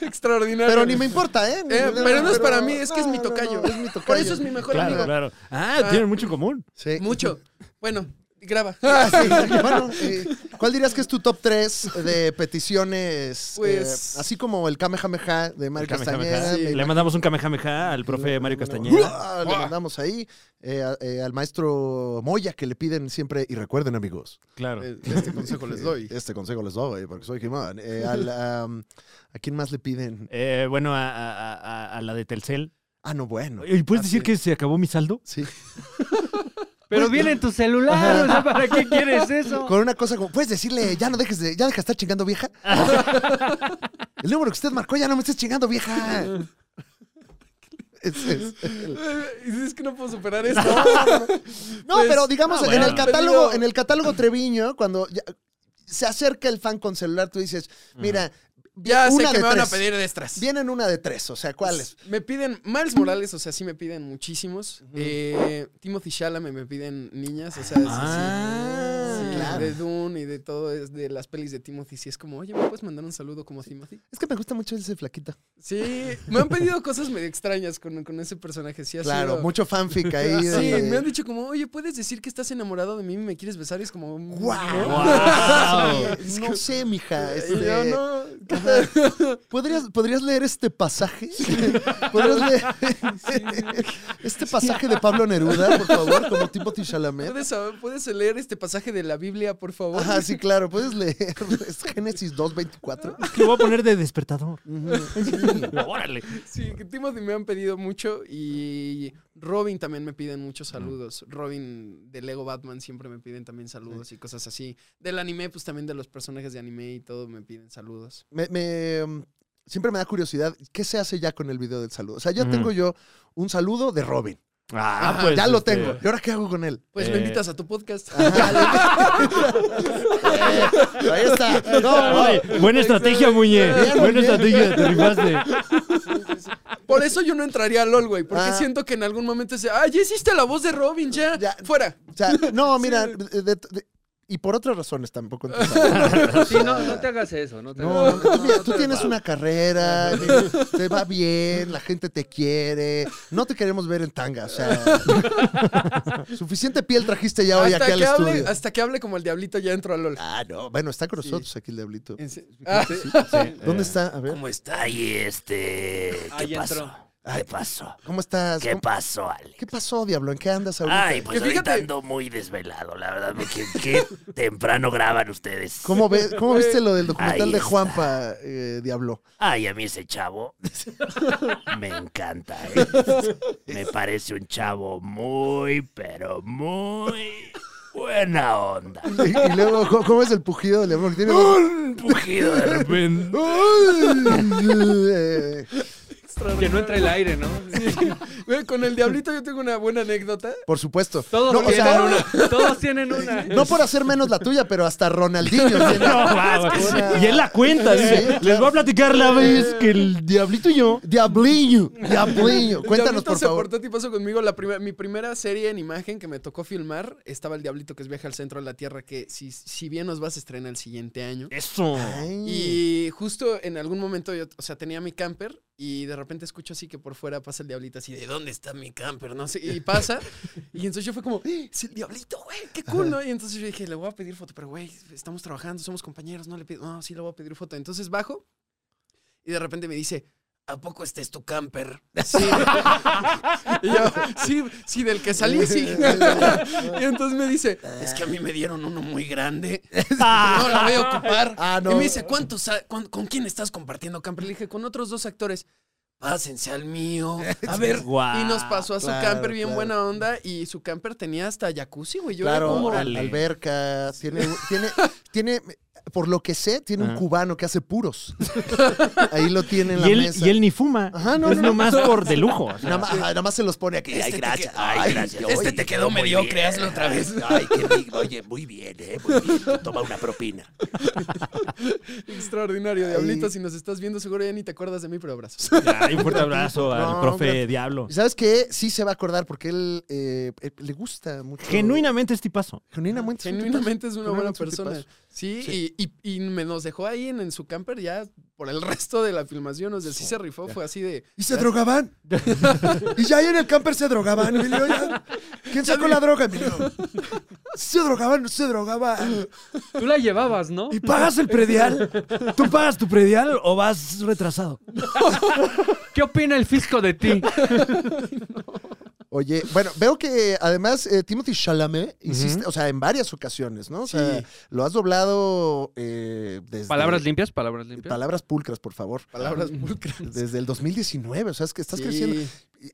Speaker 4: Extraordinario.
Speaker 6: Pero ni me importa, ¿eh?
Speaker 4: Eh, pero no es para mí, es que es mi tocayo.
Speaker 6: es mi tocayo.
Speaker 4: Por eso es mi mejor
Speaker 3: Claro,
Speaker 4: amigo.
Speaker 3: claro. Ah, tienen mucho en común.
Speaker 6: Sí.
Speaker 4: Mucho. Bueno, graba.
Speaker 6: Ah, sí, bueno, eh, ¿Cuál dirías que es tu top 3 de peticiones? eh,
Speaker 4: Pues-
Speaker 6: así como el Kamehameha de Mario
Speaker 3: Kamehameha.
Speaker 6: Castañeda.
Speaker 4: Sí,
Speaker 6: me
Speaker 3: Le mandamos un kamehameha al profe Mario Castañeda.
Speaker 6: Ah, Le mandamos ahí eh, a- eh, al maestro Moya que le piden siempre, y recuerden amigos,
Speaker 3: Claro.
Speaker 4: Este consejo les doy.
Speaker 6: este consejo les doy porque soy Jimán. Eh, al, am, ¿A quién más le piden?
Speaker 3: Eh, bueno, a, a- a- a la de Telcel.
Speaker 6: Ah, no, bueno.
Speaker 3: ¿Y puedes
Speaker 4: Ah,
Speaker 3: decir
Speaker 4: sí.
Speaker 3: que se acabó mi saldo?
Speaker 6: Sí.
Speaker 2: Pero viene en tu celular, o sea, ¿para qué quieres eso?
Speaker 6: Con una cosa como, puedes decirle, ya no dejes de, ya deja de estar chingando vieja. El número que usted marcó, ya no me estés chingando vieja. Ese es.
Speaker 4: Eh, Es que no puedo superar esto.
Speaker 6: No,
Speaker 4: Pues,
Speaker 6: pero digamos,
Speaker 3: ah,
Speaker 6: en
Speaker 3: bueno.
Speaker 6: el catálogo,
Speaker 4: Bienvenido.
Speaker 6: en el catálogo Treviño, cuando ya- se acerca el fan con celular, tú dices, mira,
Speaker 4: Ya sé
Speaker 6: una
Speaker 4: que
Speaker 6: de
Speaker 4: me van a
Speaker 6: tres.
Speaker 4: pedir destras.
Speaker 6: vienen una de tres, o sea, ¿cuáles?
Speaker 4: Me piden Miles Morales, o sea, sí me piden muchísimos. Eh, Timothy Chalamet me piden niñas, o sea, es así. Sí,
Speaker 6: Ah, claro.
Speaker 4: De Dune y de todo, es de las pelis de Timothy. Sí, es como, oye, ¿me puedes mandar un saludo como Timothy?
Speaker 6: Es que me gusta mucho ese flaquito.
Speaker 4: Sí, me han pedido cosas medio extrañas con, con ese personaje. Sí, ha
Speaker 6: Claro,
Speaker 4: sido-
Speaker 6: mucho fanfic ahí.
Speaker 4: Sí,
Speaker 6: de-
Speaker 4: me han dicho como, oye, ¿puedes decir que estás enamorado de mí y me quieres besar? Y es como, "Mm,
Speaker 6: ¡Guau!
Speaker 4: ¿no?
Speaker 6: Sí, No sé, mija.
Speaker 4: Y
Speaker 6: este,
Speaker 4: yo, no, ¿qué tal?
Speaker 6: ¿podrías, ¿Podrías leer este pasaje? ¿Podrías leer este pasaje de Pablo Neruda, por favor, como Timothy Chalamet?
Speaker 4: ¿Puedes, saber- puedes ah, leer este pasaje de la, Bi- Biblia, por favor.
Speaker 6: Ah, sí, claro, puedes leer. Es Génesis 2.24.
Speaker 3: Lo voy a poner de despertador.
Speaker 6: Ujú.
Speaker 3: Órale.
Speaker 4: Sí, que Timothy me han pedido mucho y Robin también me piden muchos saludos. Robin de Lego Batman siempre me piden también saludos y cosas así. Del anime, pues también de los personajes de anime y todo me piden saludos.
Speaker 6: Me- me, mm, siempre me da curiosidad, ¿qué se hace ya con el video del saludo? O sea, ya
Speaker 3: Ujú.
Speaker 6: tengo yo un saludo de Robin.
Speaker 3: Ah,
Speaker 4: Ajá,
Speaker 3: pues.
Speaker 6: ya lo
Speaker 3: este,
Speaker 6: tengo. ¿Y ahora qué hago con él?
Speaker 4: Pues
Speaker 3: Eh.
Speaker 4: me invitas a tu podcast.
Speaker 6: ah, Eh, ahí está. No, no.
Speaker 3: Ay, buena estrategia, Muñe.
Speaker 6: Bien,
Speaker 3: Buena
Speaker 6: Muñe.
Speaker 3: estrategia, te rifaste.
Speaker 4: Por eso yo no entraría a LOL, güey, porque
Speaker 6: Ah.
Speaker 4: siento que en algún momento se, ah, ya hiciste la voz de Robin, ya,
Speaker 6: Ya.
Speaker 4: fuera.
Speaker 6: O sea, no, mira, de- de- de- y por otras razones tampoco. entonces.
Speaker 2: Sí, no, no te hagas eso. No, te
Speaker 6: No,
Speaker 2: hagas-
Speaker 6: tú, mira,
Speaker 2: no
Speaker 6: tú
Speaker 2: te-
Speaker 6: tienes una carrera, mira, te va bien, la gente te quiere, no te queremos ver en tanga, o sea, suficiente piel trajiste ya hoy
Speaker 4: Hasta
Speaker 6: aquí al
Speaker 4: que, hable,
Speaker 6: estudio.
Speaker 4: hasta que hable como el diablito ya entro a LOL.
Speaker 6: Ah, no, bueno, está con
Speaker 4: Sí.
Speaker 6: nosotros aquí el diablito.
Speaker 4: En se- Ah,
Speaker 6: ¿Dónde está? A ver,
Speaker 8: ¿Cómo está ahí este?
Speaker 2: Ah,
Speaker 8: ¿Qué
Speaker 2: ya
Speaker 8: pasó?
Speaker 2: entró.
Speaker 8: ¿Qué pasó?
Speaker 6: ¿cómo estás?
Speaker 8: ¿Qué
Speaker 6: ¿Cómo-
Speaker 8: pasó, Ale?
Speaker 6: ¿Qué pasó, diablo? ¿En qué andas ahorita?
Speaker 8: Ay, pues
Speaker 4: Que fíjate-
Speaker 8: ahorita ando muy desvelado, la verdad, porque qué temprano graban ustedes.
Speaker 6: ¿Cómo, ve- cómo viste lo del documental
Speaker 8: Ahí
Speaker 6: de
Speaker 8: está.
Speaker 6: Juanpa, eh, diablo?
Speaker 8: Ay, a mí ese chavo me encanta, ¿eh? Me parece un chavo muy, pero muy buena onda.
Speaker 6: Y, y luego, ¿cómo, cómo es el pujido del diablo? Que tiene-
Speaker 8: Un pujido de repente.
Speaker 6: Ay, eh,
Speaker 2: Que no entre el aire, ¿no?
Speaker 4: güey, con el diablito yo tengo una buena anécdota.
Speaker 6: por supuesto.
Speaker 2: Todos,
Speaker 6: No, o
Speaker 2: tienen
Speaker 6: sea,
Speaker 2: una, todos tienen una.
Speaker 6: No por hacer menos la tuya, pero hasta Ronaldinho. tiene-
Speaker 3: No, va,
Speaker 6: Una-
Speaker 3: va. Y él la cuenta. dice,
Speaker 6: Sí, claro.
Speaker 3: Les voy a platicar la vez que el diablito y yo.
Speaker 6: Diabliño, Diabliño.
Speaker 4: El
Speaker 6: Cuéntanos,
Speaker 4: diablito
Speaker 6: por
Speaker 4: se
Speaker 6: favor.
Speaker 4: portó tipazo conmigo. La prima- mi primera serie en imagen que me tocó filmar estaba El Diablito que es Viaje al Centro de la Tierra, que si, si bien nos vas a estrenar el siguiente año.
Speaker 3: Eso.
Speaker 6: Ay.
Speaker 4: Y justo en algún momento yo, o sea, tenía mi camper y de repente escucho así que por fuera pasa el diablito así de ¿dónde está mi camper? No sé, y pasa. y entonces yo fue como, "¡Ah! es el diablito, güey, qué cool, ¿no? Y entonces yo dije, le voy a pedir foto, pero güey, estamos trabajando, somos compañeros, no le pido, no, sí le voy a pedir foto. Entonces bajo y de repente me dice, ¿a poco este es tu camper? Sí. y yo, sí, sí, del que salí, sí. y entonces me dice, es que a mí me dieron uno muy grande, no la voy a ocupar.
Speaker 6: Ah, no.
Speaker 4: Y me dice, ¿cuántos, ha- cuán- ¿con quién estás compartiendo camper? Le dije, con otros dos actores. Pásense al mío. A ver.
Speaker 3: Guau.
Speaker 4: y nos pasó a su
Speaker 6: claro,
Speaker 4: camper bien
Speaker 6: claro.
Speaker 4: buena onda. Y su camper tenía hasta jacuzzi, güey. Yo era
Speaker 6: Claro,
Speaker 4: como...
Speaker 6: al- alberca. Tiene, tiene, tiene, por lo que sé, tiene un
Speaker 3: Ajá.
Speaker 6: cubano que hace puros. Ahí lo tiene en la
Speaker 3: Ah. Y él,
Speaker 6: mesa.
Speaker 3: y él ni fuma.
Speaker 6: Ajá, no,
Speaker 3: es
Speaker 6: no, no.
Speaker 3: nomás por de lujo. o sea.
Speaker 6: Nada, más, nada más se los pone aquí.
Speaker 8: Ay,
Speaker 6: Ay,
Speaker 8: gracias. Ay, gracias.
Speaker 4: Este te quedó
Speaker 8: Muy
Speaker 4: mediocre,
Speaker 8: bien.
Speaker 4: hazlo otra vez.
Speaker 8: Ay, qué bien. Oye, muy bien, ¿eh? Muy bien. Toma una propina.
Speaker 4: Extraordinario,
Speaker 6: Ay.
Speaker 4: Diablito. Si nos estás viendo, seguro ya ni te acuerdas de mí, pero abrazos.
Speaker 3: Ay, un fuerte abrazo al
Speaker 6: No,
Speaker 3: profe
Speaker 6: hombre.
Speaker 3: Diablo.
Speaker 6: ¿Y sabes qué? Sí se va a acordar porque él eh, eh, le gusta mucho.
Speaker 3: Genuinamente es tipazo.
Speaker 6: Genuinamente. es un
Speaker 4: Genuinamente es una buena
Speaker 6: Genuinamente es un
Speaker 4: persona.
Speaker 6: tipazo.
Speaker 4: Sí, Y, y- y me nos dejó ahí en, en su camper ya por el resto de la filmación. O sea, sí se rifó, fue así de...
Speaker 1: Y se drogaban. y ya ahí en el camper se drogaban, Emilio. ya. ¿Quién sacó la droga, Emilio? Se drogaban, no se drogaban.
Speaker 2: Tú la llevabas, ¿no?
Speaker 3: ¿Y pagas el predial? ¿Tú pagas tu predial o vas retrasado?
Speaker 2: ¿Qué opina el fisco de ti?
Speaker 6: Oye, bueno, veo que además eh, Timothy Chalamet hiciste, o sea, en varias ocasiones, ¿no? O sea,
Speaker 4: Sí.
Speaker 6: lo has doblado eh, desde...
Speaker 2: Palabras limpias, palabras limpias.
Speaker 6: Palabras pulcras, por favor.
Speaker 4: Palabras pulcras.
Speaker 6: Desde el 2019, o sea, es que mm, estás
Speaker 4: Sí.
Speaker 6: creciendo,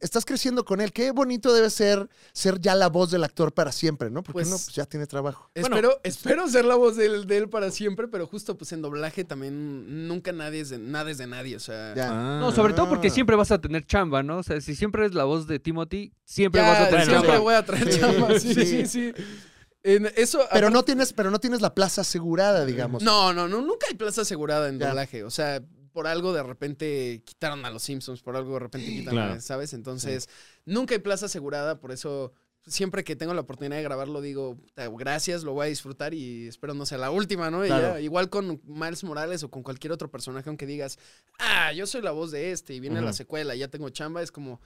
Speaker 6: estás creciendo con él. Qué bonito debe ser ser ya la voz del actor para siempre, ¿no? Porque
Speaker 4: Pues-
Speaker 6: uno pues, ya tiene trabajo.
Speaker 4: espero, espero ser la voz de él, de él para siempre, pero justo pues en doblaje también nunca nadie es de, nada es de nadie. O sea,
Speaker 6: Ya.
Speaker 2: No, sobre todo porque siempre vas a tener chamba, ¿no? O sea, si siempre es la voz de Timothy, siempre
Speaker 4: Ya,
Speaker 2: vas a tener
Speaker 3: bueno,
Speaker 4: siempre
Speaker 2: chamba.
Speaker 4: voy a traer
Speaker 6: Sí,
Speaker 4: chamba. Sí,
Speaker 6: sí.
Speaker 4: sí, sí. En eso,
Speaker 6: Pero no tienes, pero no tienes la plaza asegurada, digamos.
Speaker 4: Eh, No, no, no, nunca hay plaza asegurada en
Speaker 6: Ya.
Speaker 4: doblaje. O sea, por algo de repente quitaron a los Simpsons, por algo de repente quitan,
Speaker 3: Claro.
Speaker 4: a- ¿sabes? Entonces, nunca hay plaza asegurada, por eso siempre que tengo la oportunidad de grabarlo digo, "Puta, gracias, lo voy a disfrutar y espero no sea la última, ¿no? Y ya,
Speaker 6: Claro.
Speaker 4: igual con Miles Morales o con cualquier otro personaje, aunque digas, ah, yo soy la voz de este y viene la
Speaker 3: Ujú.
Speaker 4: secuela, y ya tengo chamba, es como,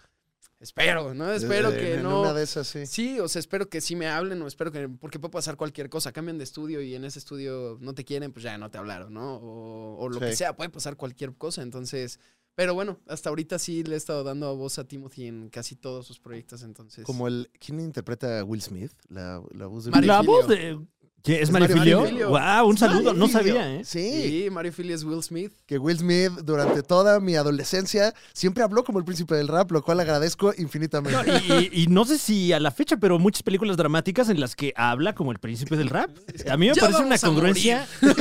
Speaker 4: espero, ¿no?
Speaker 6: Eh,
Speaker 4: Espero que
Speaker 6: en
Speaker 4: no...
Speaker 6: Una de esas, sí.
Speaker 4: Sí, o sea, espero que sí me hablen o espero que... Porque puede pasar cualquier cosa. Cambian de estudio y en ese estudio no te quieren, pues ya no te hablaron, ¿no? O, o lo
Speaker 6: Sí.
Speaker 4: que sea, puede pasar cualquier cosa. Entonces, pero bueno, hasta ahorita sí le he estado dando voz a Timothy en casi todos sus proyectos, entonces...
Speaker 6: Como el. ¿Quién interpreta a Will Smith? La, la voz de
Speaker 4: Mario.
Speaker 3: La
Speaker 4: Filio.
Speaker 3: voz de. ¿Qué, ¿Es,
Speaker 6: Es
Speaker 3: Mario
Speaker 6: Mario
Speaker 3: Filio?
Speaker 4: Filio.
Speaker 3: ¡Wow! Un saludo. No
Speaker 6: Mario Filio.
Speaker 3: sabía, ¿eh?
Speaker 6: Sí,
Speaker 4: Sí, Mario Philly es Will Smith.
Speaker 6: que Will Smith durante toda mi adolescencia siempre habló como el príncipe del rap, lo cual agradezco infinitamente.
Speaker 3: Y, y- y no sé si a la fecha, pero muchas películas dramáticas en las que habla como el príncipe del rap. A mí me
Speaker 4: Ya
Speaker 3: parece una
Speaker 4: vamos a
Speaker 3: congruencia.
Speaker 6: No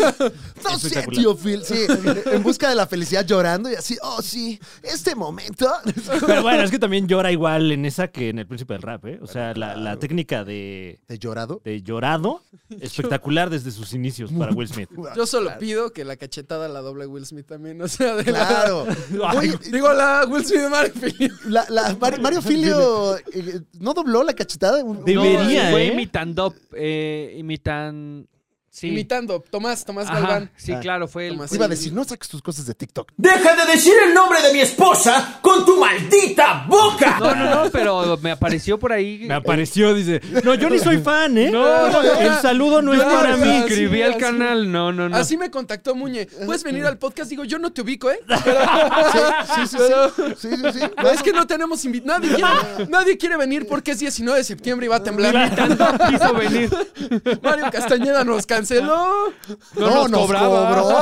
Speaker 6: sé,
Speaker 3: Espectacular.
Speaker 6: tío Phil. Sí, en busca de la felicidad llorando y así, oh sí, este momento.
Speaker 3: Pero bueno, es que también llora igual en esa que en el príncipe del rap, ¿eh? O sea, la, la técnica de,
Speaker 6: ¿De llorado?
Speaker 3: de llorado espectacular desde sus inicios para Will Smith.
Speaker 6: Ah,
Speaker 4: Yo solo pido que la cachetada la doble Will Smith también, o sea, de la-
Speaker 6: Claro. Oye,
Speaker 4: Digo, la Will Smith de Mario Philly.
Speaker 6: la- la- Mar- Mario Filio eh, no dobló la cachetada. Un-
Speaker 3: De- Debería,
Speaker 2: no, fue
Speaker 3: ¿eh?
Speaker 2: imitando, eh, imitan... Sí.
Speaker 4: Imitando, Tomás, Tomás
Speaker 2: Ajá,
Speaker 4: Galván.
Speaker 2: Sí, claro, fue el...
Speaker 4: Tomás.
Speaker 6: Iba a decir, no saques tus cosas de TikTok.
Speaker 5: Deja de decir el nombre de mi esposa con tu maldita boca.
Speaker 2: No, no, no, pero me apareció por ahí...
Speaker 3: Me apareció, dice. No, yo ni soy fan, ¿eh?
Speaker 2: No, no, no.
Speaker 3: El saludo no es
Speaker 2: Yo
Speaker 3: para
Speaker 2: me
Speaker 3: mí.
Speaker 4: así,
Speaker 2: Suscribí al
Speaker 4: así.
Speaker 2: canal, no, no, no.
Speaker 4: Así me contactó Muñe. ¿Puedes venir al podcast? Digo, yo no te ubico, ¿eh?
Speaker 6: Sí, sí, sí. Sí, sí, sí. sí.
Speaker 4: No, es que no tenemos invitados. Nadie, quiere- nadie quiere venir porque es 19 de septiembre y va a temblar.
Speaker 2: quiso venir.
Speaker 4: Mario Castañeda nos canceló.
Speaker 2: No, nos cobraba.
Speaker 6: cobró.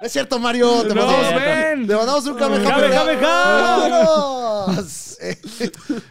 Speaker 6: No es cierto, Mario. Te
Speaker 2: No,
Speaker 6: mandamos,
Speaker 2: ven.
Speaker 6: te mandamos un cable.
Speaker 3: Cabe, cabe, cabe.
Speaker 6: ¡Vámonos! Eh,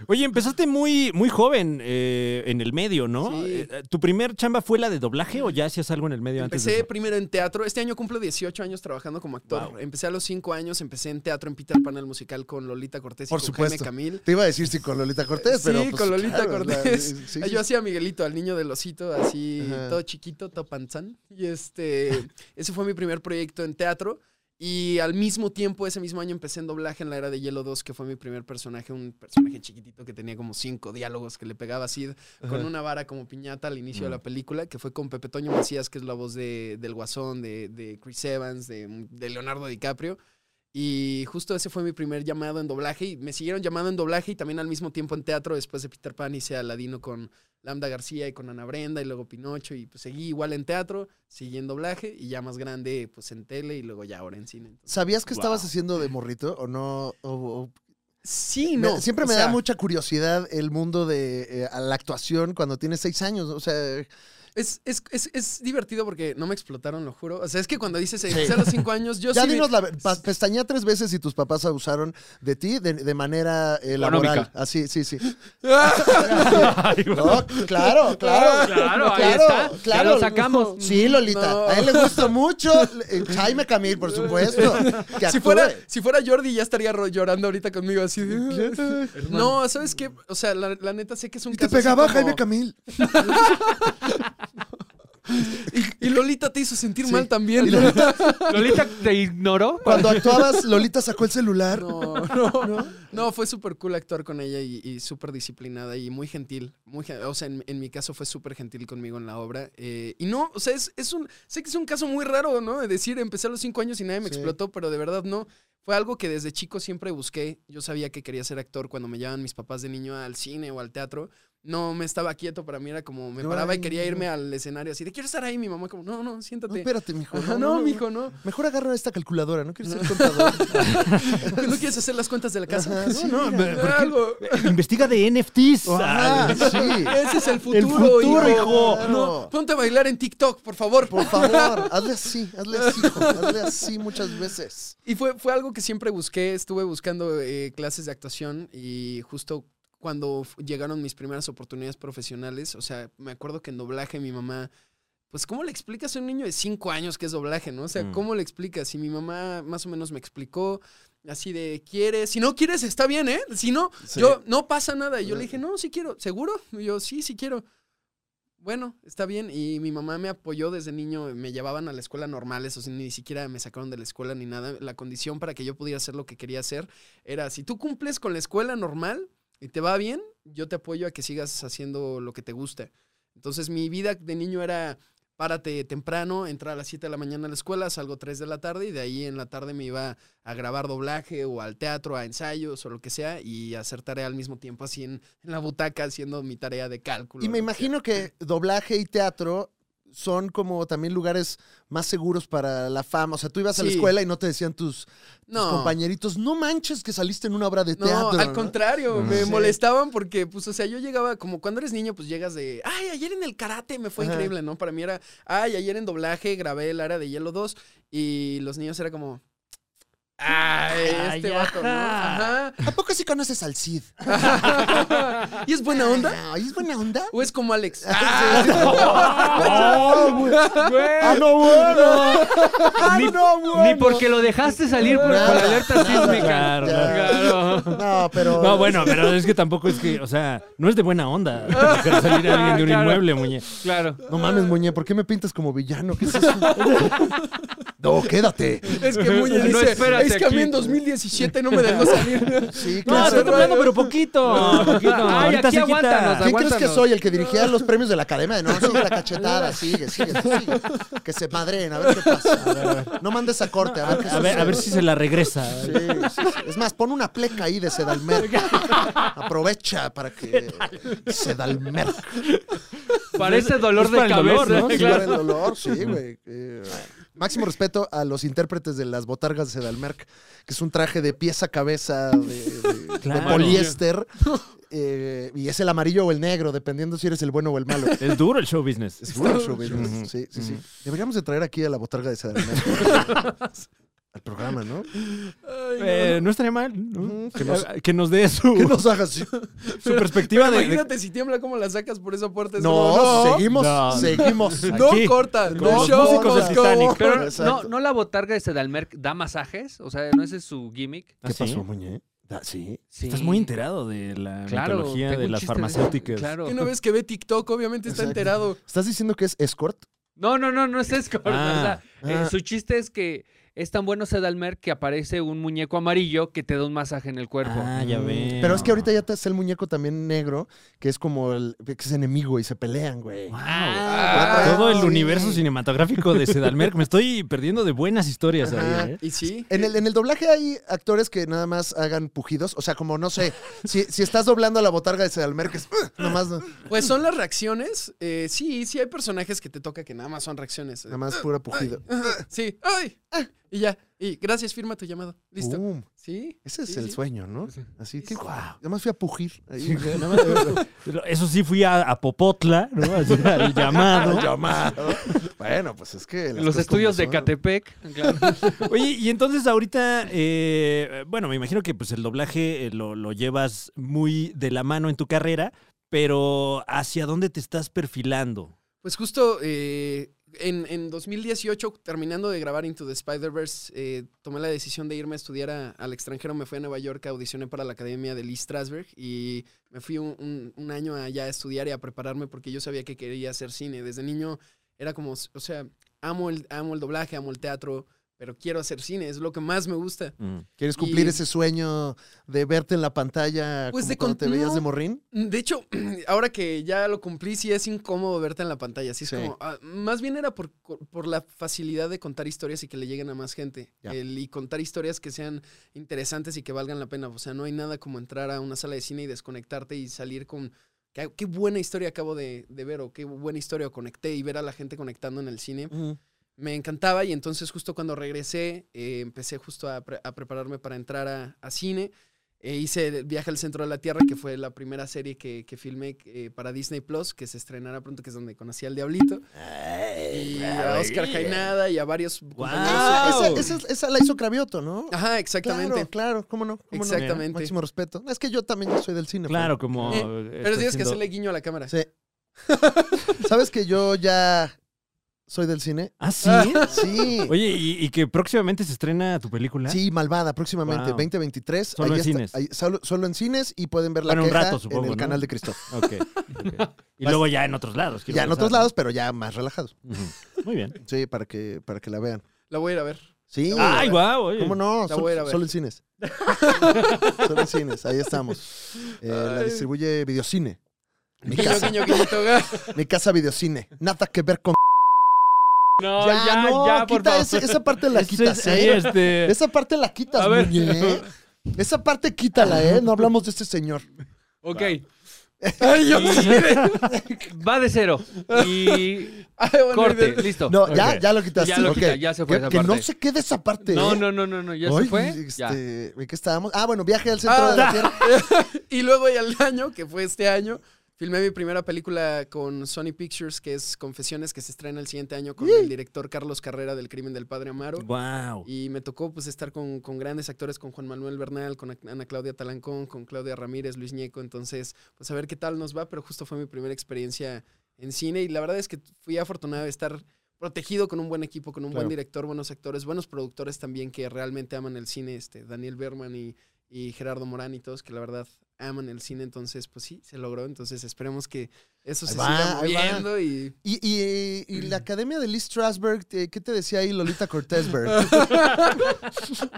Speaker 3: Oye, empezaste muy, muy joven eh, en el medio, ¿no?
Speaker 4: Sí.
Speaker 3: Eh, ¿Tu primer chamba fue la de doblaje o ya hacías algo en el medio antes de
Speaker 4: Empecé
Speaker 3: eso?
Speaker 4: primero en teatro. Este año cumplo 18 años trabajando como actor. Empecé a los 5 años, empecé en teatro en Peter Pan el musical con Lolita Cortés y
Speaker 6: Por
Speaker 4: con
Speaker 6: supuesto.
Speaker 4: Jaime Camil.
Speaker 6: Te iba a decir sí con Lolita Cortés, pero.
Speaker 4: sí,
Speaker 6: pues,
Speaker 4: con Lolita
Speaker 6: claro, la-
Speaker 4: Cortés.
Speaker 6: sí.
Speaker 4: Yo hacía a Miguelito, al niño del osito, así
Speaker 6: Ajá.
Speaker 4: todo chiquito, todo panzán. Y este, ese fue mi primer proyecto en teatro. Y al mismo tiempo, ese mismo año empecé en doblaje en la era de Hielo 2, que fue mi primer personaje, un personaje chiquitito que tenía como cinco diálogos que le pegaba así con una vara como piñata al inicio de la película, que fue con Pepe Toño Macías, que es la voz de, del Guasón, de, de Chris Evans, de, de Leonardo DiCaprio. Y justo ese fue mi primer llamado en doblaje y me siguieron llamando en doblaje y también al mismo tiempo en teatro después de Peter Pan hice a Ladino con Lambda García y con Ana Brenda y luego Pinocho y pues seguí igual en teatro, seguí en doblaje y ya más grande pues en tele y luego ya ahora en cine.
Speaker 6: ¿Sabías que estabas haciendo de morrito o no? O- o-
Speaker 4: Sí,
Speaker 6: me-
Speaker 4: Eh, no.
Speaker 6: siempre
Speaker 4: o
Speaker 6: me da
Speaker 4: sea,
Speaker 6: mucha curiosidad el mundo de eh, a la actuación cuando tienes seis años. O sea,
Speaker 4: Es, es, es, es divertido porque no me explotaron, lo juro. O sea, es que cuando dices "Eh, "Empecé a los cinco años, yo
Speaker 6: ya
Speaker 4: sí... vi-
Speaker 6: dinos la ver- pa- pestañea tres veces si tus papás abusaron de ti de, de manera eh, laboral.
Speaker 2: Económica.
Speaker 6: Así, sí, sí.
Speaker 3: Ay, güey.
Speaker 6: No,
Speaker 4: Ah,
Speaker 6: claro, claro.
Speaker 2: Claro, ahí está. Ya lo sacamos.
Speaker 6: Sí, Lolita.
Speaker 4: No.
Speaker 6: A él le gusta mucho. eh, Jaime Camil, por supuesto. Que
Speaker 4: Si
Speaker 6: actúe.
Speaker 4: fuera, si fuera Jordi, ya estaría ro- llorando ahorita conmigo así. de- "Ah". No, ¿sabes qué? O sea, la, la neta sé que es un
Speaker 6: Y te
Speaker 4: caso así
Speaker 6: pegaba
Speaker 4: como-
Speaker 6: Jaime Camil.
Speaker 4: Y Lolita te hizo sentir
Speaker 6: Sí.
Speaker 4: mal también.
Speaker 6: Y Lolita,
Speaker 2: Lolita te ignoró.
Speaker 6: cuando actuabas, Lolita sacó el celular.
Speaker 4: No, no, no. fue súper cool actuar con ella y, y súper disciplinada y muy gentil. Muy, gen- o sea, en, en mi caso fue súper gentil conmigo en la obra. eh, y no, o sea, es, es un. Sé que es un caso muy raro, ¿no? De decir, empecé a los cinco años y nadie me
Speaker 6: Sí.
Speaker 4: explotó, pero de verdad no. Fue algo que desde chico siempre busqué. Yo sabía que quería ser actor cuando me llevaban mis papás de niño al cine o al teatro. No me estaba quieto, para mí era como me
Speaker 6: No,
Speaker 4: paraba y
Speaker 6: ay,
Speaker 4: quería
Speaker 6: no.
Speaker 4: irme al escenario así de quiero estar ahí. Mi mamá, como, no, no,
Speaker 6: No,
Speaker 4: siéntate.
Speaker 6: espérate, mijo.
Speaker 4: Ajá, no, mijo, no.
Speaker 6: Mejor agarra esta calculadora, no quieres ser contador.
Speaker 4: ¿No quieres hacer las cuentas de la casa?
Speaker 6: Ajá, sí,
Speaker 3: No,
Speaker 6: mira.
Speaker 3: me- ¿por qué?
Speaker 4: Algo.
Speaker 3: Investiga de NFTs.
Speaker 6: Ajá,
Speaker 3: Ay,
Speaker 6: Ah, sí.
Speaker 4: Ese es el futuro,
Speaker 3: El futuro, hijo.
Speaker 6: Claro.
Speaker 4: No, ponte a bailar en TikTok, por favor.
Speaker 6: Por favor, hazle así, hazle así, hijo, hazle así muchas veces.
Speaker 4: Y fue, fue algo que siempre busqué. Estuve buscando eh, clases de actuación y justo cuando f- llegaron mis primeras oportunidades profesionales, o sea, me acuerdo que en doblaje mi mamá, pues ¿cómo le explicas a un niño de 5 años que es doblaje, no? O sea,
Speaker 3: Mm.
Speaker 4: ¿cómo le explicas? Y mi mamá más o menos me explicó así de, ¿quieres? Si no quieres, está bien, ¿eh? Si no,
Speaker 6: Sí.
Speaker 4: yo, no pasa nada. Y yo le dije, no, sí quiero, ¿seguro? Y yo, sí, sí quiero. Bueno, está bien. Y mi mamá me apoyó desde niño. Me llevaban a la escuela normal, eso sí, ni siquiera me sacaron de la escuela ni nada. La condición para que yo pudiera hacer lo que quería hacer era, si tú cumples con la escuela normal y te va bien, yo te apoyo a que sigas haciendo lo que te gusta. Entonces mi vida de niño era, párate temprano, entrar a las 7 de la mañana a la escuela, salgo 3 de la tarde y de ahí en la tarde me iba a grabar doblaje o al teatro, a ensayos o lo que sea y hacer tarea al mismo tiempo así en, en la butaca haciendo mi tarea de cálculo.
Speaker 6: Y me
Speaker 4: lo que sea.
Speaker 6: imagino que doblaje y teatro son como también lugares más seguros para la fama. O sea, tú ibas a la
Speaker 4: Sí.
Speaker 6: escuela y no te decían tus, tus
Speaker 4: No.
Speaker 6: compañeritos, no manches que saliste en una obra de
Speaker 4: No,
Speaker 6: teatro.
Speaker 4: al
Speaker 6: ¿no?
Speaker 4: contrario, me
Speaker 6: Sí.
Speaker 4: molestaban porque, pues, o sea, yo llegaba, como cuando eres niño, pues llegas de, ay, ayer en el karate me fue
Speaker 6: Ajá.
Speaker 4: increíble, ¿no? Para mí era, ay, ayer en doblaje grabé el área de hielo 2 y los niños era como, ay, este vato, ¿no? Ajá.
Speaker 6: ¿A poco sí conoces al Cid?
Speaker 4: ¿Y es buena onda?
Speaker 6: Ay, ¿Es buena onda?
Speaker 4: ¿O es como Alex?
Speaker 6: Ah.
Speaker 4: Ah,
Speaker 2: ¡Ah, no, bueno! Ni, ni porque lo dejaste salir por, por
Speaker 6: Nada,
Speaker 2: alerta sísmica.
Speaker 3: Claro,
Speaker 2: Claro.
Speaker 6: No, pero.
Speaker 3: No, bueno, pero es que tampoco es que, o sea, no es de buena onda dejar salir a alguien de un
Speaker 2: Claro.
Speaker 3: inmueble, muñe.
Speaker 2: Claro.
Speaker 6: No mames, Muñe, ¿por qué me pintas como villano? ¿Qué es eso?
Speaker 1: No, quédate.
Speaker 4: es que Muñe
Speaker 2: No,
Speaker 4: dice,
Speaker 2: espérate
Speaker 4: es que a mí
Speaker 2: aquí".
Speaker 4: en 2017 no me dejó salir.
Speaker 6: Sí,
Speaker 3: No,
Speaker 6: claro.
Speaker 3: estoy temblando, pero poquito. poquito.
Speaker 2: Ay,
Speaker 3: Ahorita
Speaker 2: aquí
Speaker 3: se quita.
Speaker 2: aguántanos,
Speaker 6: ¿Quién crees que
Speaker 2: Aguántanos.
Speaker 6: soy? ¿El que dirigía los premios de la academia? No, sigue la cachetada, sigue, sigue, tú sigue. Que se madreen, a ver qué pasa. No mandes a corte, a ver qué
Speaker 3: A ver, a ver si
Speaker 6: sucede.
Speaker 3: se la regresa.
Speaker 6: Sí, sí, sí. Es más, pon una pleca ahí de Sedalmer. Aprovecha para que Sedalmer
Speaker 2: Parece dolor
Speaker 3: Es
Speaker 2: de
Speaker 3: para el
Speaker 2: cabeza.
Speaker 3: dolor, ¿no?
Speaker 6: Sí,
Speaker 2: claro.
Speaker 6: para el dolor, sí, güey. Eh, máximo respeto a los intérpretes de las botargas de Sedalmerc, que es un traje de pieza a cabeza de, de- de
Speaker 3: Claro.
Speaker 6: poliéster. eh, y es el amarillo o el negro, dependiendo si eres el bueno o el malo.
Speaker 3: Es duro el show business.
Speaker 6: Es duro el show business.
Speaker 3: Ujú,
Speaker 6: Sí, sí, sí.
Speaker 3: ujú.
Speaker 6: Deberíamos de traer aquí a la botarga de Sedalmerc. Al programa, ¿no?
Speaker 3: Eh, no estaría mal. ¿no?
Speaker 6: Ujú, que
Speaker 3: Que, nos,
Speaker 6: nos-
Speaker 3: dé su,
Speaker 6: Que nos hagas.
Speaker 3: su perspectiva de- de,
Speaker 4: Imagínate si tiembla, ¿cómo la sacas por esa puerta? Es como,
Speaker 6: No, seguimos,
Speaker 3: No.
Speaker 6: seguimos.
Speaker 4: no,
Speaker 3: aquí.
Speaker 4: corta,
Speaker 6: Como
Speaker 4: no
Speaker 6: los
Speaker 4: show,
Speaker 6: músicos del
Speaker 4: must go
Speaker 3: Titanic.
Speaker 4: on.
Speaker 2: Pero no,
Speaker 6: Exacto.
Speaker 2: no la botarga de Sedalmerc da masajes, o sea, no ese es su gimmick.
Speaker 3: ¿Ah, sí?
Speaker 6: Muñe? Ah, Sí.
Speaker 2: Sí.
Speaker 3: Estás muy enterado de la
Speaker 2: Claro,
Speaker 3: mitología
Speaker 2: tengo
Speaker 3: de
Speaker 2: un
Speaker 3: las
Speaker 2: chiste
Speaker 3: farmacéuticas.
Speaker 2: Claro.
Speaker 4: Y una vez que ve TikTok, obviamente está
Speaker 6: Exacto.
Speaker 4: enterado.
Speaker 6: ¿Estás diciendo que es escort?
Speaker 2: No, no, no, no es escort.
Speaker 3: Ah,
Speaker 2: o sea, eh,
Speaker 6: ah.
Speaker 2: su chiste es que es tan bueno Sedalmer que aparece un muñeco amarillo que te da un masaje en el cuerpo.
Speaker 3: Ah, ya veo.
Speaker 6: Mm. Pero es que ahorita ya te hace el muñeco también negro, que es como el que es enemigo y se pelean, güey.
Speaker 3: Wow.
Speaker 2: Ah,
Speaker 3: Todo el
Speaker 6: sí.
Speaker 3: universo cinematográfico de Sedalmerc. Me estoy perdiendo de buenas historias ahí, ¿eh?
Speaker 4: Ah, Y sí.
Speaker 6: En el, en el doblaje hay actores que nada más hagan pujidos. O sea, como no sé, si, si estás doblando a la botarga de Sedalmer, que es "Ugh", nomás,
Speaker 4: Pues son las reacciones. eh, sí, sí hay personajes que te toca que nada más son reacciones.
Speaker 6: nada más puro pujido.
Speaker 4: Sí, ay, ah, y ya. Y gracias, firma tu llamado. Listo.
Speaker 6: Boom.
Speaker 4: Sí.
Speaker 6: Uh, Ese es
Speaker 4: sí,
Speaker 6: el
Speaker 4: sí.
Speaker 6: sueño, ¿no? Así que,
Speaker 4: Sí.
Speaker 6: nada más fui a pugir. ahí.
Speaker 3: Pero Eso sí, fui a, a Popotla, ¿no? Así, al llamado.
Speaker 6: Llamado. Bueno, pues es que. las
Speaker 2: Los
Speaker 6: cosas
Speaker 2: estudios de
Speaker 6: como son.
Speaker 2: Catepec. Claro.
Speaker 3: Oye, y entonces ahorita, eh, bueno, me imagino que pues el doblaje eh, lo, lo llevas muy de la mano en tu carrera, pero ¿hacia dónde te estás perfilando?
Speaker 4: Pues justo eh, en, en 2018, terminando de grabar Into the Spider-Verse, eh, tomé la decisión de irme a estudiar a- al extranjero. Me fui a Nueva York, audicioné para la Academia de Lee Strasberg y me fui un, un- un año allá a estudiar y a prepararme porque yo sabía que quería hacer cine. Desde niño era como, o sea, amo el, amo el doblaje, amo el teatro, pero quiero hacer cine, es lo que más me gusta.
Speaker 6: ¿Quieres cumplir
Speaker 4: Y-
Speaker 6: ese sueño de verte en la pantalla
Speaker 4: Pues
Speaker 6: como
Speaker 4: de con-
Speaker 6: cuando te veías
Speaker 4: no.
Speaker 6: de morrín?
Speaker 4: Mm, De hecho, ahora que ya lo cumplí, sí es incómodo verte en la pantalla. Sí es
Speaker 6: Sí.
Speaker 4: como, ah, más bien era por, por la facilidad de contar historias y que le lleguen a más gente.
Speaker 6: Ya.
Speaker 4: El- y contar historias que sean interesantes y que valgan la pena. O sea, no hay nada como entrar a una sala de cine y desconectarte y salir con... "Qué- Qué buena historia acabo de, de ver o qué buena historia conecté y ver a la gente conectando en el cine. Me encantaba y entonces justo cuando regresé eh, empecé justo a, pre- a prepararme para entrar a, a cine. E hice el Viaje al Centro de la Tierra, que fue la primera serie que, que filmé eh, para Disney Plus, que se estrenará pronto, que es donde conocí al Diablito. Y
Speaker 3: Eh,
Speaker 4: a Oscar Jainada y a varios compañeros.
Speaker 6: Esa, esa- esa- esa la hizo Cravioto, ¿no?
Speaker 4: Ajá, exactamente.
Speaker 6: Claro, claro, cómo no. cómo no.
Speaker 4: Exactamente.
Speaker 6: Máximo respeto. Es que yo también yo soy del cine.
Speaker 3: Claro, como...
Speaker 4: Eh,
Speaker 3: estás
Speaker 4: Pero tienes que
Speaker 3: siendo-
Speaker 4: hacerle guiño a la cámara.
Speaker 6: pero- Sí. ¿Sabes que yo ya soy del cine?
Speaker 3: ¿Ah, sí?
Speaker 6: Sí.
Speaker 3: Oye, ¿y, y que próximamente se estrena tu película?
Speaker 6: Sí, Malvada, próximamente,
Speaker 3: Wow.
Speaker 6: 2023.
Speaker 3: Solo en cines.
Speaker 6: ahí- solo, solo en cines y pueden ver la
Speaker 3: Bueno, un
Speaker 6: queja
Speaker 3: rato, supongo,
Speaker 6: en el
Speaker 3: ¿no?
Speaker 6: canal de Cristo.
Speaker 3: Ok. ok. Y luego ya en otros lados. quiero
Speaker 6: Ya en
Speaker 3: pensar,
Speaker 6: otros
Speaker 3: ¿no?
Speaker 6: lados, pero ya más relajados.
Speaker 3: Ujú. Muy bien.
Speaker 6: Sí, para que, para que la vean.
Speaker 4: La voy a ir a ver.
Speaker 6: Sí.
Speaker 3: ¡Ay, guau! oye.
Speaker 6: ¿Cómo no?
Speaker 4: La
Speaker 6: Sol-
Speaker 4: voy a ir a ver.
Speaker 6: solo en cines. solo en cines, ahí estamos. Eh, la
Speaker 4: Ay.
Speaker 6: distribuye Videocine. Mi
Speaker 4: Guiño,
Speaker 6: casa,
Speaker 4: guiño, guiñito. ga.
Speaker 6: mi casa Videocine. Nada que ver con.
Speaker 2: No, ya, ya, por
Speaker 6: quita
Speaker 2: favor.
Speaker 6: ese- esa parte
Speaker 3: Eso
Speaker 6: la
Speaker 3: es-
Speaker 6: quitas,
Speaker 3: ahí,
Speaker 6: ¿eh?
Speaker 3: este,
Speaker 6: Esa parte la quitas,
Speaker 2: A ver.
Speaker 6: Muñe, ¿eh? Esa parte quítala, ¿eh? No hablamos de este señor.
Speaker 2: Ok.
Speaker 4: Ay, yo sí.
Speaker 2: Va de cero. Y
Speaker 4: Ay, Ah, bueno,
Speaker 2: corte,
Speaker 4: bien.
Speaker 2: listo.
Speaker 6: No,
Speaker 2: No,
Speaker 6: ya,
Speaker 3: Ok.
Speaker 6: ya lo quitaste.
Speaker 2: Ya lo
Speaker 6: ok.
Speaker 2: quité, ya se fue
Speaker 6: Que,
Speaker 2: esa
Speaker 6: que no
Speaker 2: parte.
Speaker 6: se quede esa parte.
Speaker 2: no,
Speaker 6: ¿eh?
Speaker 2: no, no, no, ya
Speaker 6: Ay,
Speaker 2: se fue. Ya.
Speaker 3: pues
Speaker 6: Este, ¿En qué estábamos? Ah, bueno, viaje al centro
Speaker 4: Ah,
Speaker 6: de la Tierra.
Speaker 4: y luego ya al año, que fue este año, filmé mi primera película con Sony Pictures, que es Confesiones, que se estrena el siguiente año con el director Carlos Carrera del Crimen del Padre Amaro.
Speaker 3: Wow.
Speaker 4: Y me tocó pues estar con, con grandes actores, con Juan Manuel Bernal, con Ana Claudia Talancón, con Claudia Ramírez, Luis Ñeco. Entonces, pues a ver qué tal nos va, pero justo fue mi primera experiencia en cine y la verdad es que fui afortunado de estar protegido con un buen equipo, con un buen
Speaker 3: Claro.
Speaker 4: director, buenos actores, buenos productores también que realmente aman el cine, este Daniel Berman y, y Gerardo Morán y todos que la verdad aman el cine, entonces pues sí, se logró, entonces esperemos que eso
Speaker 6: Ahí
Speaker 4: se
Speaker 6: va,
Speaker 4: siga
Speaker 6: ahí va.
Speaker 4: moviendo y
Speaker 6: Y, y- y la academia de Lee Strasberg, eh, ¿qué te decía ahí Lolita Cortésberg?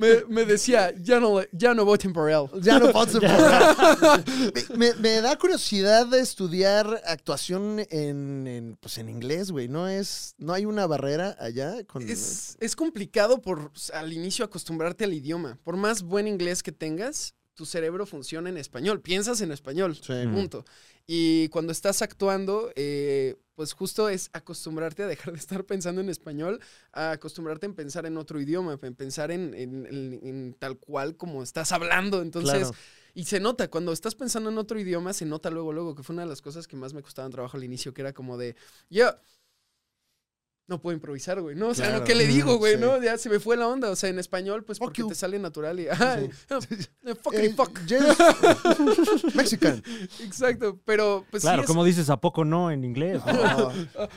Speaker 4: me, me decía, ya no, le- ya no voten por él.
Speaker 6: Ya no puedo soportar. me, me- me da curiosidad de estudiar actuación en, en, pues en inglés, güey. No es, no hay una barrera allá con.
Speaker 4: Es, es complicado por s- al inicio acostumbrarte al idioma. Por más buen inglés que tengas, tu cerebro funciona en español. Piensas en español.
Speaker 6: Sí.
Speaker 4: Punto. Y cuando estás actuando, eh, pues justo es acostumbrarte a dejar de estar pensando en español, a acostumbrarte en pensar en otro idioma, en pensar en, en- en- en tal cual como estás hablando. Entonces,
Speaker 6: Claro.
Speaker 4: y se nota, cuando estás pensando en otro idioma, se nota luego, luego, que fue una de las cosas que más me costaban trabajo al inicio, que era como de, yo no puedo improvisar, güey, ¿no? O sea,
Speaker 6: Claro.
Speaker 4: ¿no? ¿qué le digo, güey,
Speaker 6: Sí.
Speaker 4: no? Ya se me fue la onda, o sea, en español, pues
Speaker 6: Fuck
Speaker 4: porque
Speaker 6: you.
Speaker 4: te sale natural y, ajá, eh, fuckity
Speaker 6: Eh,
Speaker 4: fuck,
Speaker 6: yes. Mexican.
Speaker 4: exacto, pero pues
Speaker 3: Claro,
Speaker 4: sí es
Speaker 3: ¿cómo dices a poco no en inglés?
Speaker 6: Oh.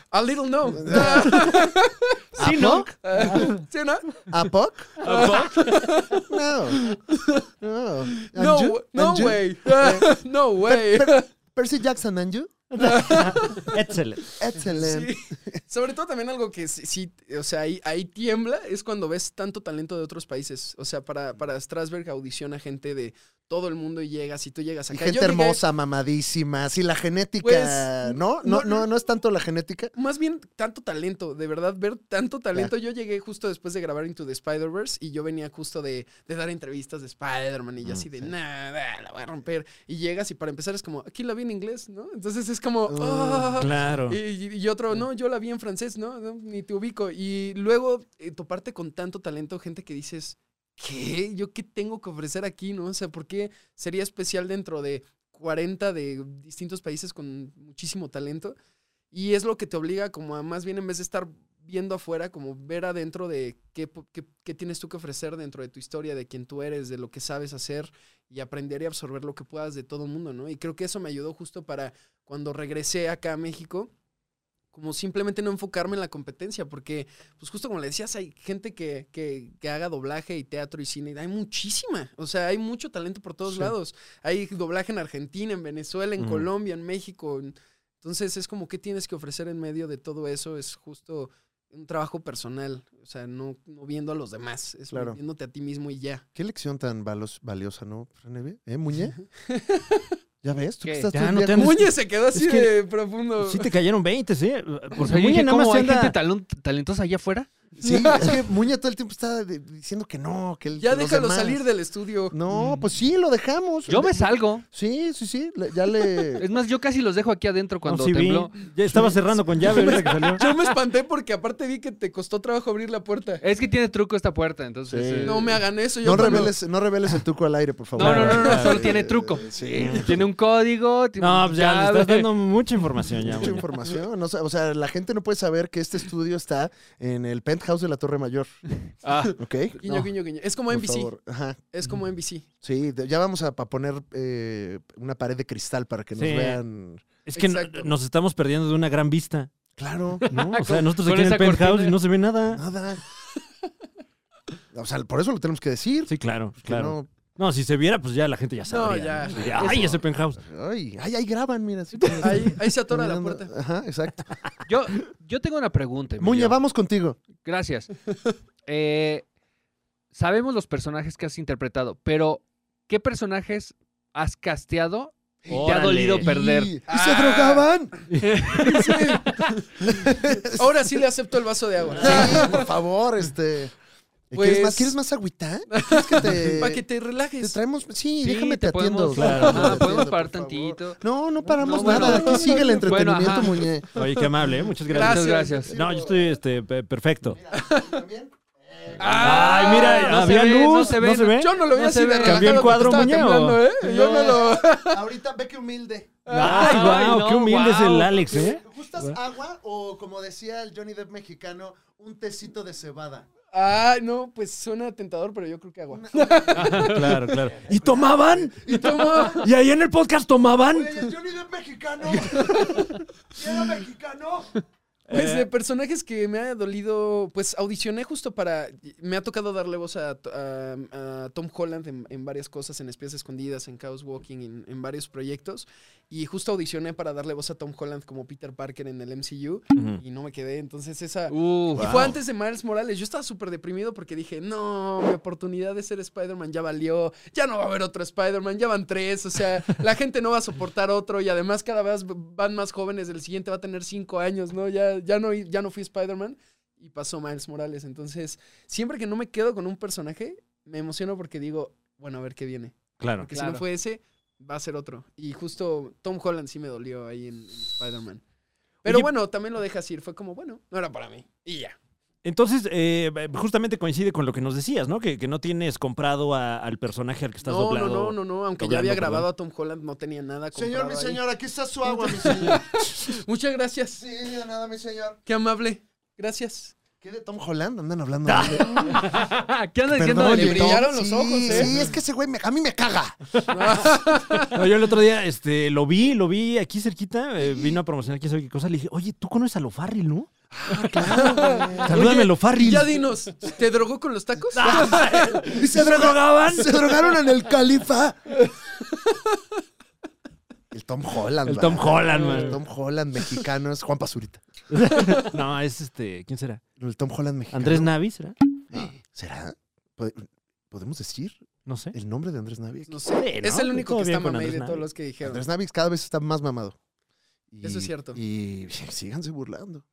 Speaker 4: a little no.
Speaker 6: ¿A poc?
Speaker 4: ¿Sí, no?
Speaker 6: ¿A poc? No. No. And
Speaker 4: No,
Speaker 6: you?
Speaker 4: güey, no,
Speaker 6: And you?
Speaker 4: güey, no, güey.
Speaker 6: Percy Jackson and you?
Speaker 3: Excelente.
Speaker 6: Excellent.
Speaker 4: Sí. Sobre todo también algo que sí, sí, o sea, ahí, ahí tiembla es cuando ves tanto talento de otros países. O sea, para, para Strasberg audiciona gente de todo el mundo y llegas y tú llegas acá.
Speaker 6: Y gente
Speaker 4: Yo llegué-
Speaker 6: hermosa, mamadísima. Sí, la genética.
Speaker 4: Pues,
Speaker 6: ¿no? No,
Speaker 4: no-
Speaker 6: no, no es tanto la genética.
Speaker 4: Más bien tanto talento, de verdad, ver tanto talento. Yo llegué justo después de grabar Into the Spider-Verse y yo venía justo de, de dar entrevistas de Spider-Man y
Speaker 6: Mm,
Speaker 4: yo así de, nada, la voy a romper. Y llegas y para empezar es como, aquí la vi en inglés, ¿no? Entonces es como,
Speaker 6: Uh.
Speaker 4: "Ah".
Speaker 3: Claro.
Speaker 4: Y, y otro, no, yo la vi en francés, ¿no? No, Ni te ubico. Y luego eh, toparte con tanto talento, gente que dices, ¿qué? ¿Yo qué tengo que ofrecer aquí, no? O sea, ¿por qué sería especial dentro de 40 de distintos países con muchísimo talento? Y es lo que te obliga como a más bien en vez de estar viendo afuera, como ver adentro de qué, po- qué- qué tienes tú que ofrecer dentro de tu historia, de quién tú eres, de lo que sabes hacer y aprender y absorber lo que puedas de todo el mundo, ¿no? Y creo que eso me ayudó justo para cuando regresé acá a México, como simplemente no enfocarme en la competencia, porque pues justo como le decías, hay gente que, que- que haga doblaje y teatro y cine, y hay muchísima, o sea, hay mucho talento por todos lados, hay doblaje en Argentina, en Venezuela, en
Speaker 3: Ujú.
Speaker 4: Colombia, en México, en- entonces es como qué tienes que ofrecer en medio de todo eso, es justo un trabajo personal, o sea, no, no viendo a los demás, es
Speaker 6: Claro.
Speaker 4: viéndote a ti mismo y ya.
Speaker 6: Qué lección tan valos- valiosa, ¿no, Franeve? ¿Eh, Muñe? ¿Ya ves? ¿Tú que
Speaker 2: ¿Qué?
Speaker 6: estás
Speaker 3: Ya,
Speaker 6: todo el
Speaker 3: no
Speaker 6: día
Speaker 3: te
Speaker 6: con-
Speaker 3: andes-
Speaker 4: Muñe se quedó así
Speaker 3: es que-
Speaker 4: de profundo.
Speaker 3: Sí te cayeron 20, ¿sí? Porque
Speaker 2: O sea, yo
Speaker 3: Muñe
Speaker 2: dije,
Speaker 3: nada más
Speaker 2: ¿cómo
Speaker 3: se
Speaker 2: hay
Speaker 3: anda-
Speaker 2: gente talon- talentosa allá afuera?
Speaker 6: Sí, es que Muñe todo el tiempo está de- diciendo que no, que el-
Speaker 4: Ya
Speaker 6: que los
Speaker 4: déjalo
Speaker 6: demás.
Speaker 4: salir del estudio.
Speaker 6: No, pues sí, lo dejamos.
Speaker 2: Mm. Yo me
Speaker 6: De-
Speaker 2: salgo.
Speaker 6: Sí, sí, sí, le- ya le...
Speaker 2: Es más, yo casi los dejo aquí adentro cuando
Speaker 3: No, sí vi.
Speaker 2: tembló.
Speaker 3: Ya estaba cerrando con llave ahorita que salió.
Speaker 4: Yo me espanté porque aparte vi que te costó trabajo abrir la puerta.
Speaker 2: Es que tiene truco esta puerta, entonces.
Speaker 6: Sí.
Speaker 2: eh,
Speaker 4: No me hagan eso. Yo
Speaker 6: No
Speaker 4: cuando-
Speaker 6: reveles, no reveles el truco al aire, por favor. Este,
Speaker 2: No,
Speaker 6: eh,
Speaker 2: no, no, no,
Speaker 3: Claro.
Speaker 2: solo tiene truco. eh, Tiene un código. tiene
Speaker 3: No,
Speaker 2: un
Speaker 3: pues ya le estás
Speaker 2: llave.
Speaker 3: dando mucha información ya.
Speaker 6: Mucha
Speaker 3: Muñe.
Speaker 6: información. no sé, o sea, la gente no puede saber que este estudio está en el penthouse de la Torre Mayor,
Speaker 2: Ah,
Speaker 6: ¿ok?
Speaker 4: Guiño,
Speaker 2: No.
Speaker 4: guiño, guiño. Es como
Speaker 6: Por
Speaker 4: NBC.
Speaker 6: favor. Ajá.
Speaker 4: Es como NBC.
Speaker 6: Sí, de- ya vamos a, pa- poner eh, una pared de cristal para que nos
Speaker 3: Sí.
Speaker 6: vean.
Speaker 3: Es que no-
Speaker 4: Exacto.
Speaker 3: nos estamos perdiendo de una gran vista,
Speaker 6: Claro,
Speaker 3: ¿no? O sea, nosotros
Speaker 2: Con
Speaker 3: aquí en el
Speaker 2: esa
Speaker 3: penthouse
Speaker 2: cortina.
Speaker 3: y no se ve nada.
Speaker 6: nada. O sea, por eso lo tenemos que decir.
Speaker 3: Sí, claro,
Speaker 6: que
Speaker 3: claro. No... si se viera, pues ya la gente ya sabría.
Speaker 4: ya.
Speaker 3: ¿no? Diría, Ay, ese penthouse.
Speaker 6: no- ay, ay, ahí graban, mira. así.
Speaker 4: Ahí, ahí se atora la
Speaker 6: Caminando.
Speaker 4: puerta.
Speaker 6: Ajá, exacto.
Speaker 2: yo, yo tengo una pregunta. Emilio.
Speaker 6: Muñe, vamos contigo.
Speaker 2: Gracias. Eh, sabemos los personajes que has interpretado, pero ¿qué personajes has casteado? y Te ha
Speaker 3: Órale.
Speaker 2: dolido perder.
Speaker 6: Y, y se
Speaker 4: Ah.
Speaker 6: drogaban.
Speaker 4: Ahora sí le acepto el vaso de agua.
Speaker 6: Sí, por favor, este. ¿Quieres,
Speaker 4: Pues-
Speaker 6: más, ¿Quieres más agüita? ¿Quieres que te,
Speaker 4: Para que te
Speaker 6: Eh, te
Speaker 4: relajes.
Speaker 6: traemos? Sí,
Speaker 2: Sí,
Speaker 6: déjame te,
Speaker 2: te podemos-
Speaker 6: atiendo.
Speaker 3: Claro.
Speaker 6: déjame te
Speaker 2: Ah, podemos
Speaker 6: atiendo,
Speaker 2: parar
Speaker 6: por favor.
Speaker 2: tantito.
Speaker 6: No, no paramos
Speaker 2: No, bueno.
Speaker 6: nada. Aquí sigue el
Speaker 2: Bueno,
Speaker 6: entretenimiento,
Speaker 2: ajá.
Speaker 6: muñe.
Speaker 3: Oye, qué amable, ¿eh? muchas gracias.
Speaker 2: Muchas gracias.
Speaker 3: No, yo estoy este, pe- perfecto.
Speaker 2: Ah,
Speaker 3: Ay, mira,
Speaker 2: no se
Speaker 3: había
Speaker 2: ve,
Speaker 3: luz,
Speaker 2: no se ve,
Speaker 3: no se ve.
Speaker 4: Yo no lo vi
Speaker 2: No se
Speaker 4: así de
Speaker 2: ve.
Speaker 4: relajado
Speaker 3: ¿Cambió el
Speaker 4: que
Speaker 3: cuadro,
Speaker 4: estaba
Speaker 3: Muñe, o-
Speaker 4: temblando, ¿eh? Yo no lo...
Speaker 6: Ahorita ve que humilde.
Speaker 3: Ay,
Speaker 2: Ay,
Speaker 3: wow,
Speaker 2: no,
Speaker 3: qué humilde es el
Speaker 2: guau.
Speaker 3: Alex, ¿eh?
Speaker 6: ¿Gustas agua o, como decía el Johnny Depp mexicano, un tecito de cebada?
Speaker 4: Ay, no, pues suena tentador, pero yo creo que agua.
Speaker 3: Claro, claro. ¿Y tomaban?
Speaker 4: Y toma...
Speaker 3: ¿Y ahí en el podcast tomaban?
Speaker 1: el Johnny Depp mexicano! ¿Y era mexicano?
Speaker 4: Pues de personajes que me ha dolido, pues audicioné justo para, me ha tocado darle voz a, a- a Tom Holland en, en varias cosas, en Espías Escondidas, en Chaos Walking, en, en varios proyectos, y justo audicioné para darle voz a Tom Holland como Peter Parker en el MCU, y no me quedé, entonces esa...
Speaker 2: Uf.
Speaker 4: Y fue antes de Miles Morales. Yo estaba súper deprimido porque dije, no, mi oportunidad de ser Spider-Man ya valió. Ya no va a haber otro Spider-Man, ya van tres. O sea, la gente no va a soportar otro. Y además cada vez van más jóvenes. El siguiente va a tener cinco años, ¿no? Ya, ya, no, ya no fui Spider-Man. Y pasó Miles Morales. Entonces, siempre que no me quedo con un personaje, me emociono porque digo, bueno, a ver qué viene.
Speaker 3: Claro.
Speaker 4: Porque si
Speaker 2: Claro.
Speaker 4: no fue ese, va a ser otro. Y justo Tom Holland sí me dolió ahí en, en Spider-Man. Pero
Speaker 3: Oye-
Speaker 4: bueno, también lo dejas ir. Fue como, bueno, no era para mí. Y ya.
Speaker 3: Entonces, eh, justamente coincide con lo que nos decías, ¿no? Que, que no tienes comprado a- al personaje al que estás
Speaker 4: no,
Speaker 3: doblado.
Speaker 4: No, no, no, no. Aunque
Speaker 3: doblando,
Speaker 4: ya había grabado a Tom Holland, no tenía nada
Speaker 6: Señor, mi
Speaker 4: comprado ahí.
Speaker 6: señor, aquí está su agua, mi señor.
Speaker 4: Muchas gracias.
Speaker 6: Sí, de nada, mi señor.
Speaker 4: Qué amable. Gracias.
Speaker 6: ¿Qué de Tom Holland? Andan hablando. de-
Speaker 2: ¿Qué andas diciendo
Speaker 6: Perdón,
Speaker 2: de
Speaker 4: le
Speaker 6: Tom.
Speaker 4: brillaron los
Speaker 6: Sí,
Speaker 4: ojos, ¿eh?
Speaker 6: Sí, es que ese güey me- a mí me caga.
Speaker 3: No, yo el otro día este, lo vi, lo vi aquí cerquita, eh, vino a promocionar quién sabe qué cosa. Le dije, oye, tú conoces a Lofarril, ¿no? Salúdame,
Speaker 4: Ah, Oye,
Speaker 3: Lofarril.
Speaker 4: Y ya dinos, ¿te drogó con los tacos?
Speaker 6: ¿Y se, drogaban? Se drogaron en el califa. El Tom Holland.
Speaker 3: El
Speaker 4: Ah,
Speaker 3: Tom
Speaker 6: va.
Speaker 3: Holland,
Speaker 6: El
Speaker 3: man.
Speaker 6: Tom Holland mexicano es Juan Pazurita.
Speaker 3: No, es este, ¿quién será?
Speaker 6: El Tom Holland mexicano.
Speaker 3: ¿Andrés Navi será?
Speaker 6: ¿Será? ¿Pod- ¿Podemos decir
Speaker 3: No sé.
Speaker 6: el nombre de Andrés Navi? aquí?
Speaker 4: No sé.
Speaker 3: Sí, ¿no?
Speaker 4: Eh, Es el único
Speaker 3: Todo
Speaker 4: que
Speaker 3: bien
Speaker 4: está
Speaker 3: con
Speaker 4: mamey
Speaker 3: Andrés
Speaker 4: de
Speaker 3: Navi.
Speaker 4: todos los que dijeron.
Speaker 6: Andrés Navi cada vez está más mamado. Y-
Speaker 4: Eso es cierto.
Speaker 6: Y síganse burlando.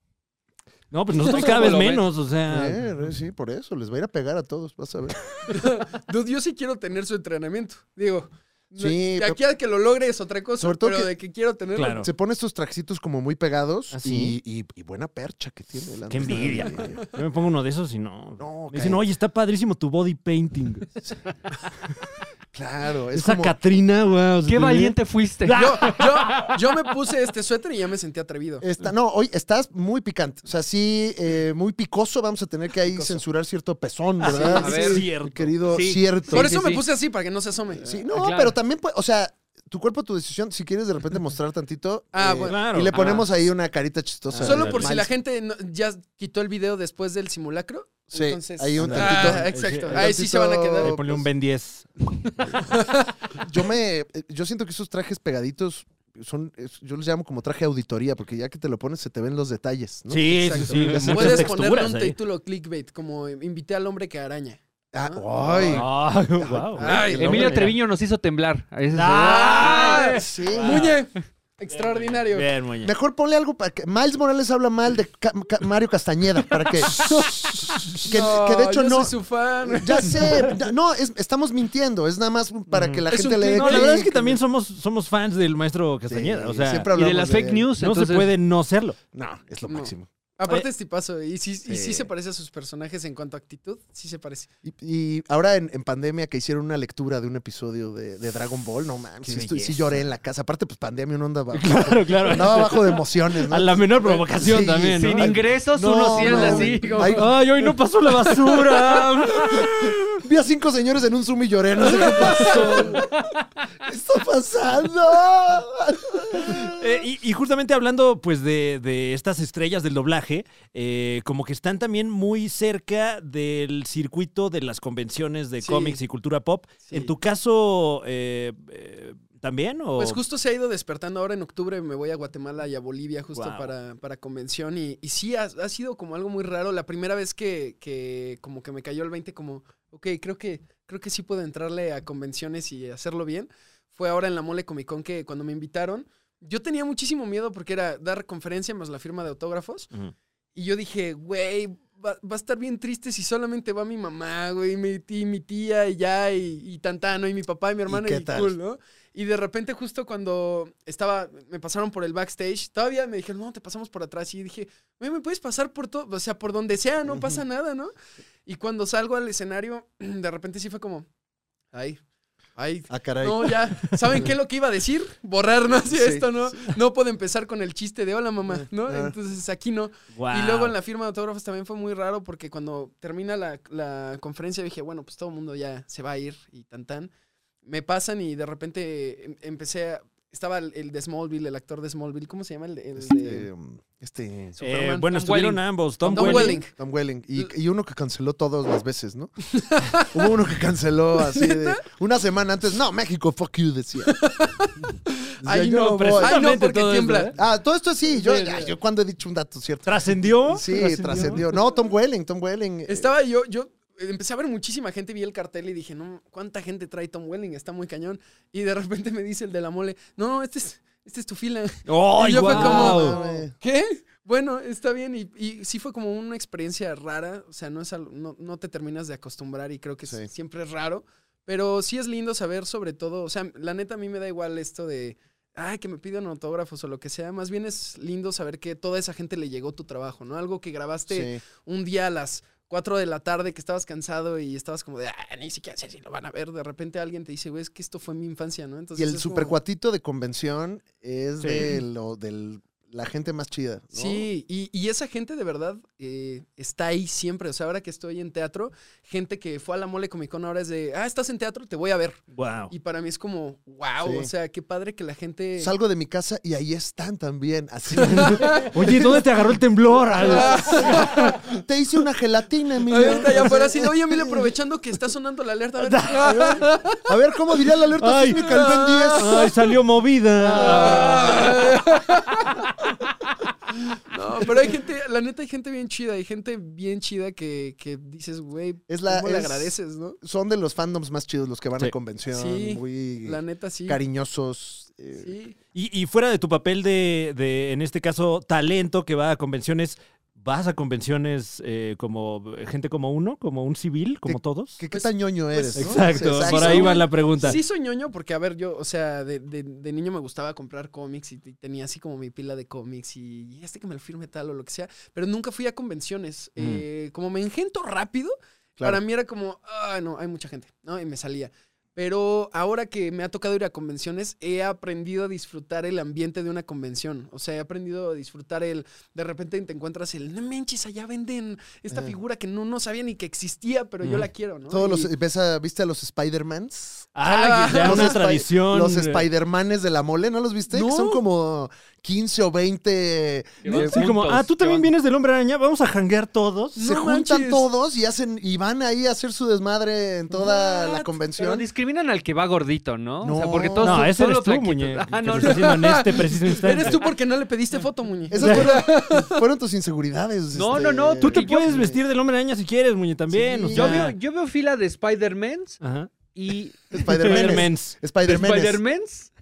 Speaker 3: No, pues nosotros cada
Speaker 2: ¿Cómo
Speaker 3: vez
Speaker 2: lo ves?
Speaker 3: menos, o sea.
Speaker 6: Eh, sí, por eso. Les va a ir a pegar a todos, vas a ver.
Speaker 4: Dude, yo sí quiero tener su entrenamiento. Digo, no-
Speaker 6: Sí,
Speaker 4: de aquí a que lo logre es otra cosa,
Speaker 6: Sobre todo
Speaker 4: pero
Speaker 6: que-
Speaker 4: de que quiero tenerlo.
Speaker 3: Claro.
Speaker 6: Se pone estos trajecitos como muy pegados
Speaker 3: ¿Ah, sí?
Speaker 6: y, y- y buena percha que tiene. el
Speaker 3: Qué
Speaker 6: Andrés Navi.
Speaker 3: envidia. Yo me pongo uno de esos y no.
Speaker 6: No,
Speaker 3: Me dicen,
Speaker 6: cae.
Speaker 3: oye, está padrísimo tu body painting.
Speaker 6: Claro, es
Speaker 3: Esa
Speaker 6: como...
Speaker 3: Catrina, güey. o sea,
Speaker 2: Qué
Speaker 3: te-
Speaker 2: valiente fuiste.
Speaker 6: Ah,
Speaker 4: Yo, yo, yo me puse este suéter y ya me sentí atrevido.
Speaker 6: Está- no, hoy estás muy picante. O sea, sí, eh, muy picoso. Vamos a tener que ahí censurar cierto pezón, ¿verdad?
Speaker 2: a ver.
Speaker 6: Cierto. Querido,
Speaker 2: Sí.
Speaker 6: cierto.
Speaker 4: Por
Speaker 2: sí,
Speaker 4: eso me
Speaker 2: sí.
Speaker 4: puse así, para que no se asome.
Speaker 6: Sí, no,
Speaker 2: Ah, claro.
Speaker 6: pero también, puede- o sea, tu cuerpo, tu decisión, si quieres de repente mostrar tantito. eh,
Speaker 4: Ah, bueno. Ah.
Speaker 3: Claro.
Speaker 6: Y le ponemos ahí una carita chistosa.
Speaker 4: Solo
Speaker 3: Ándale.
Speaker 4: por si
Speaker 6: Mal-
Speaker 4: la gente no- ya quitó el video después del simulacro.
Speaker 6: Sí,
Speaker 4: entonces-
Speaker 6: ahí un
Speaker 3: Ah,
Speaker 6: tantito.
Speaker 4: Ah, exacto.
Speaker 3: Sí,
Speaker 4: Ahí sí se van a
Speaker 3: Ah,
Speaker 4: quedar.
Speaker 3: ahí ponle un Ben 10.
Speaker 4: Ah.
Speaker 6: Yo me, eh, yo siento que esos trajes pegaditos son, es- yo los llamo como traje auditoría, porque ya que te lo pones se te ven los detalles, ¿no?
Speaker 3: Sí, sí,
Speaker 4: Exacto.
Speaker 3: sí.
Speaker 6: Puedes
Speaker 3: Muchas
Speaker 4: Puedes ponerle
Speaker 3: texturas
Speaker 4: un
Speaker 6: ¿eh?
Speaker 3: ahí.
Speaker 4: título clickbait, como eh, invité al hombre que araña.
Speaker 6: Ah,
Speaker 4: Ah.
Speaker 6: ¡Ay!
Speaker 3: Ah, wow.
Speaker 4: Ay,
Speaker 2: Emilio Treviño nos hizo temblar. Ahí se-
Speaker 3: Ah,
Speaker 6: Sí.
Speaker 4: Muñe, extraordinario.
Speaker 3: Bien, muñe.
Speaker 6: Mejor ponle algo para que. Miles Morales habla mal de Ca- Ca- Mario Castañeda, para que. que,
Speaker 4: No,
Speaker 6: que de hecho
Speaker 4: yo
Speaker 6: no.
Speaker 4: soy su fan.
Speaker 6: Ya sé, ya- no, es- estamos mintiendo, es nada más para que la
Speaker 4: Mm. Es
Speaker 6: gente
Speaker 4: un
Speaker 6: le dé
Speaker 4: click.
Speaker 3: No, la
Speaker 6: clic.
Speaker 3: verdad es que también somos, somos fans del maestro
Speaker 6: Sí,
Speaker 3: Castañeda. o sea,
Speaker 6: siempre
Speaker 2: Y de
Speaker 6: hablamos
Speaker 2: las fake
Speaker 6: él.
Speaker 2: news.
Speaker 3: no se
Speaker 2: entonces-
Speaker 3: puede no serlo.
Speaker 6: No, es lo
Speaker 4: No.
Speaker 6: máximo.
Speaker 4: Aparte es tipazo. Y sí, y sí se parece a sus personajes en cuanto a actitud. Sí se parece.
Speaker 6: Y, y ahora en, en pandemia que hicieron una lectura de un episodio de, de Dragon Ball, no mames, sí, estoy- sí
Speaker 3: belleza.
Speaker 6: lloré en la casa. Aparte, pues pandemia, uno andaba,
Speaker 3: Claro, claro.
Speaker 6: andaba bajo de emociones, ¿no?
Speaker 3: A la menor provocación
Speaker 6: Sí,
Speaker 3: también, ¿no?
Speaker 2: Sin ingresos,
Speaker 6: No,
Speaker 2: uno sí anda
Speaker 6: no.
Speaker 2: así. como-
Speaker 6: Ay,
Speaker 3: Ay, hoy no pasó la basura.
Speaker 6: Vi a cinco señores en un Zoom y lloré, no sé qué pasó. ¿Qué está pasando?
Speaker 3: Eh, y, y justamente hablando pues de, de estas estrellas del doblaje, eh, como que están también muy cerca del circuito de las convenciones de
Speaker 4: Sí.
Speaker 3: cómics y cultura pop.
Speaker 4: Sí.
Speaker 3: En tu caso, eh, eh, ¿también? O...
Speaker 4: Pues justo se ha ido despertando. Ahora en octubre me voy a Guatemala y a Bolivia justo
Speaker 3: Guau.
Speaker 4: para, para convención. Y, y sí, ha, ha sido como algo muy raro. La primera vez que, que como que me cayó el 20 como, ok, creo que, creo que sí puedo entrarle a convenciones y hacerlo bien. Fue ahora en la Mole Comic Con que cuando me invitaron, yo tenía muchísimo miedo porque era dar conferencia más la firma de autógrafos.
Speaker 3: Ujú.
Speaker 4: Y yo dije, güey, va, va a estar bien triste si solamente va mi mamá, güey, y mi, y mi tía y ya, y, y Tantano, y mi papá y mi hermana,
Speaker 6: qué
Speaker 4: y,
Speaker 6: tal?
Speaker 4: cool, ¿no? Y de repente, justo cuando estaba, me pasaron por el backstage, todavía me dijeron, no, te pasamos por atrás. Y dije, güey, me puedes pasar por todo, o sea, por donde sea, no pasa nada, ¿no? Y cuando salgo al escenario, de repente sí fue como, ay, ay,
Speaker 6: Ah, caray.
Speaker 4: no, ya. ¿Saben qué es lo que iba a decir? Borrar, ¿no? Así
Speaker 6: Sí,
Speaker 4: esto, ¿no? No puedo empezar con el chiste de hola, mamá, ¿no?
Speaker 6: Ah.
Speaker 4: Entonces aquí no.
Speaker 3: Guau.
Speaker 4: Y luego en la firma de autógrafos también fue muy raro porque cuando termina la, la conferencia dije, bueno, pues todo el mundo ya se va a ir y tan tan. Me pasan y de repente em- empecé a... Estaba el, el de Smallville, el actor de Smallville, ¿cómo se llama? El, de- el de
Speaker 6: Este, um, este,
Speaker 3: Eh,
Speaker 4: Superman.
Speaker 3: bueno,
Speaker 2: Tom
Speaker 3: estuvieron
Speaker 2: Welling.
Speaker 3: ambos. Tom,
Speaker 4: Tom
Speaker 3: Welling.
Speaker 4: Welling.
Speaker 6: Tom Welling. Y, y uno que canceló todas las veces, ¿no? Hubo uno que canceló así de una semana antes. No, México, fuck you, decía. Decía,
Speaker 4: Ay,
Speaker 6: "Yo
Speaker 4: no,
Speaker 6: voy".
Speaker 4: pero- Ay, no,
Speaker 3: Exactamente,
Speaker 4: porque
Speaker 3: todo eso,
Speaker 4: tiembla.
Speaker 3: ¿eh?
Speaker 6: Ah, todo esto es sí. Yo,
Speaker 4: Sí,
Speaker 6: ah,
Speaker 4: sí.
Speaker 6: yo cuando he dicho un dato cierto.
Speaker 3: ¿Trascendió?
Speaker 6: Sí, trascendió. No, Tom Welling, Tom Welling. eh,
Speaker 4: Estaba yo, yo eh, empecé a ver muchísima gente, vi el cartel y dije, no, ¿cuánta gente trae Tom Welling? Está muy cañón. Y de repente me dice el de la mole, no, no, este es, este es tu fila.
Speaker 3: ¡Ay,
Speaker 4: Y yo fue
Speaker 3: guau!
Speaker 4: como-
Speaker 6: mames.
Speaker 4: ¿Qué? Bueno, está bien. Y, y sí fue como una experiencia rara. O sea, no, es al- no, no te terminas de acostumbrar y creo que es-
Speaker 6: Sí.
Speaker 4: siempre es raro. Pero sí es lindo saber sobre todo. O sea, la neta a mí me da igual esto de, ay, que me pidan autógrafos o lo que sea. Más bien es lindo saber que toda esa gente le llegó tu trabajo, ¿no? Algo que grabaste
Speaker 6: Sí.
Speaker 4: un día a las 4 de la tarde que estabas cansado y estabas como de, ah, ni siquiera sé si lo van a ver. De repente alguien te dice, güey, es que esto fue mi infancia, ¿no? Entonces
Speaker 6: Y el
Speaker 4: es como-
Speaker 6: supercuatito de convención es de lo, del, la gente más chida. ¿no?
Speaker 4: Sí, y, y esa gente de verdad eh, está ahí siempre. O sea, ahora que estoy en teatro, gente que fue a la mole Comic Con ahora es de, ah, estás en teatro, te voy a ver.
Speaker 3: Guau.
Speaker 4: Y para mí es como, wow,
Speaker 6: Sí.
Speaker 4: o sea, qué padre que la gente...
Speaker 6: Salgo de mi casa y ahí están también. Así.
Speaker 3: Oye, ¿dónde te agarró el temblor? Al-
Speaker 6: Te hice una gelatina, Emilio.
Speaker 4: Ahorita allá afuera así, oye, Emilio, aprovechando que está sonando la alerta. a ver".
Speaker 6: A ver, ¿cómo diría la alerta
Speaker 3: Ay.
Speaker 6: sísmica el Ben 10?
Speaker 4: Ah,
Speaker 3: Ay, salió movida.
Speaker 4: No, pero hay gente, la neta hay gente bien chida, hay gente bien chida que, que dices, güey,
Speaker 6: Es la-
Speaker 4: ¿cómo le
Speaker 6: es-
Speaker 4: agradeces, no?
Speaker 6: Son de los fandoms más chidos los que van
Speaker 3: Sí.
Speaker 6: a convención.
Speaker 4: Sí,
Speaker 6: muy
Speaker 4: La neta sí.
Speaker 6: cariñosos. eh,
Speaker 4: Sí.
Speaker 3: Y, y fuera de tu papel de, de, en este caso, talento que va a convenciones, ¿vas a convenciones eh, como gente como uno, como un civil, como
Speaker 6: Que-
Speaker 3: todos?
Speaker 6: Que qué
Speaker 4: Pues-
Speaker 6: tan ñoño eres. ¿no?
Speaker 3: Exacto,
Speaker 6: Sí,
Speaker 3: por ahí va la pregunta.
Speaker 4: Sí soy ñoño porque, a ver, yo, o sea, de, de- de niño me gustaba comprar cómics y, y tenía así como mi pila de cómics y, y este que me lo firme tal o lo que sea, pero nunca fui a convenciones.
Speaker 3: Mm.
Speaker 4: Eh, como me engento rápido,
Speaker 6: Claro.
Speaker 4: para mí era como, ah, no, hay mucha gente, ¿no? Y me salía. Pero ahora que me ha tocado ir a convenciones, he aprendido a disfrutar el ambiente de una convención. O sea, he aprendido a disfrutar el. De repente te encuentras el. No manches, allá venden esta
Speaker 6: Ajá.
Speaker 4: figura que no, no sabía ni que existía, pero yo
Speaker 3: Ujú.
Speaker 4: la quiero, ¿no?
Speaker 6: Eh. Todos
Speaker 4: Y-
Speaker 6: los, ves a- ¿Viste a los Spider-Mans?
Speaker 3: Ah, que ya
Speaker 6: Los
Speaker 3: una
Speaker 6: Spi-
Speaker 3: tradición. eh.
Speaker 6: Los Spider-Manes de la mole, ¿no los viste? Que
Speaker 3: No.
Speaker 6: son como 15 o 20.
Speaker 3: Sí, como, ah, tú también vienes del hombre araña, vamos a janguear todos.
Speaker 6: se
Speaker 4: No
Speaker 6: juntan
Speaker 4: manches.
Speaker 6: todos y hacen y van ahí a hacer su desmadre en toda la
Speaker 2: What? Pero
Speaker 6: convención.
Speaker 2: discriminan al que va gordito, ¿no? o sea,
Speaker 6: No.
Speaker 2: porque todos
Speaker 3: No,
Speaker 2: son-
Speaker 3: ese
Speaker 2: todos
Speaker 3: eres
Speaker 2: los
Speaker 3: tú,
Speaker 2: flaquitos.
Speaker 3: muñe.
Speaker 2: Ah,
Speaker 3: que
Speaker 2: no,
Speaker 3: te
Speaker 2: no.
Speaker 3: estoy diciendo en este preciso instante.
Speaker 4: Eres tú porque no le pediste foto, Muñe.
Speaker 6: Esas fueron, fueron tus inseguridades. este,
Speaker 2: No, no, no,
Speaker 3: Tú te
Speaker 2: Porque yo-
Speaker 3: puedes vestir del hombre araña si quieres, Muñe, también.
Speaker 6: Sí.
Speaker 3: o
Speaker 2: Yo
Speaker 3: sea.
Speaker 2: veo, yo veo fila de Spider-Mans
Speaker 3: Ajá.
Speaker 2: y
Speaker 6: Spider-Man.
Speaker 3: Spider-Mans.
Speaker 6: Spider-Man.
Speaker 2: Spider-Mans,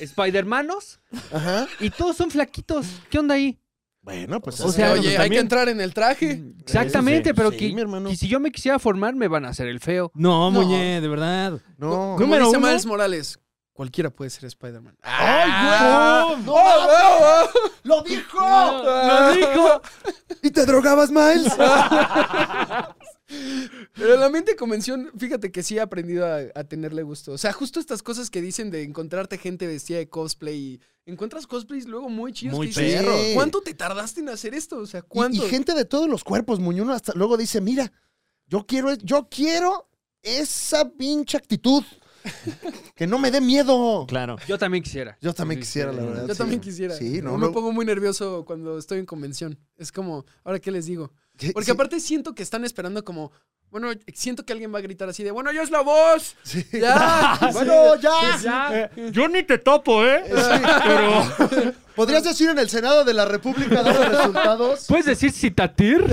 Speaker 2: Spider-Manos
Speaker 6: Ajá.
Speaker 2: y todos son flaquitos. ¿Qué onda ahí?
Speaker 6: Bueno, pues
Speaker 3: O
Speaker 6: así
Speaker 3: sea,
Speaker 6: va.
Speaker 4: Oye,
Speaker 3: pues,
Speaker 4: hay que
Speaker 3: también.
Speaker 4: entrar en el traje.
Speaker 2: Exactamente,
Speaker 3: sí.
Speaker 2: pero
Speaker 6: Sí,
Speaker 2: que,
Speaker 6: mi hermano.
Speaker 2: que si yo me quisiera formar me van a hacer el feo.
Speaker 3: No,
Speaker 4: No.
Speaker 3: Muñe, de verdad.
Speaker 6: no.
Speaker 4: Como
Speaker 3: Número
Speaker 4: dice
Speaker 3: uno.
Speaker 4: Miles Morales, cualquiera puede ser Spider-Man.
Speaker 3: ¡Ay, güey!
Speaker 6: Oh, ¡Lo dijo!
Speaker 2: ¡Lo dijo!
Speaker 6: ¿Y te drogabas, Miles?
Speaker 4: Pero la mente de convención, fíjate que sí he aprendido a, a tenerle gusto. O sea, justo estas cosas que dicen de encontrarte gente vestida de cosplay y encuentras cosplays luego muy chidos.
Speaker 3: Muy
Speaker 4: que dices,
Speaker 6: perro.
Speaker 4: ¿Cuánto te tardaste en hacer esto? O sea,
Speaker 6: Y-
Speaker 4: ¿cuánto?
Speaker 6: Y, gente de todos los cuerpos, Muñuno hasta luego dice, mira, yo quiero, yo quiero esa pinche actitud. que no me dé miedo.
Speaker 3: Claro.
Speaker 2: Yo también quisiera.
Speaker 6: Yo también quisiera, la verdad.
Speaker 4: Yo
Speaker 6: sí.
Speaker 4: también quisiera.
Speaker 6: Sí, no,
Speaker 4: Yo
Speaker 6: no.
Speaker 4: me pongo muy nervioso cuando estoy en convención. Es como, ¿ahora qué les digo?
Speaker 6: Sí,
Speaker 4: Porque
Speaker 6: sí,
Speaker 4: aparte siento que están esperando como, bueno, siento que alguien va a gritar así de, bueno, yo es la voz.
Speaker 6: sí.
Speaker 4: Ya.
Speaker 6: Bueno, ya.
Speaker 3: Eh, yo ni te topo, ¿eh?
Speaker 6: ¿Podrías decir en el Senado de la República dar los resultados?
Speaker 2: ¿Puedes decir citatir?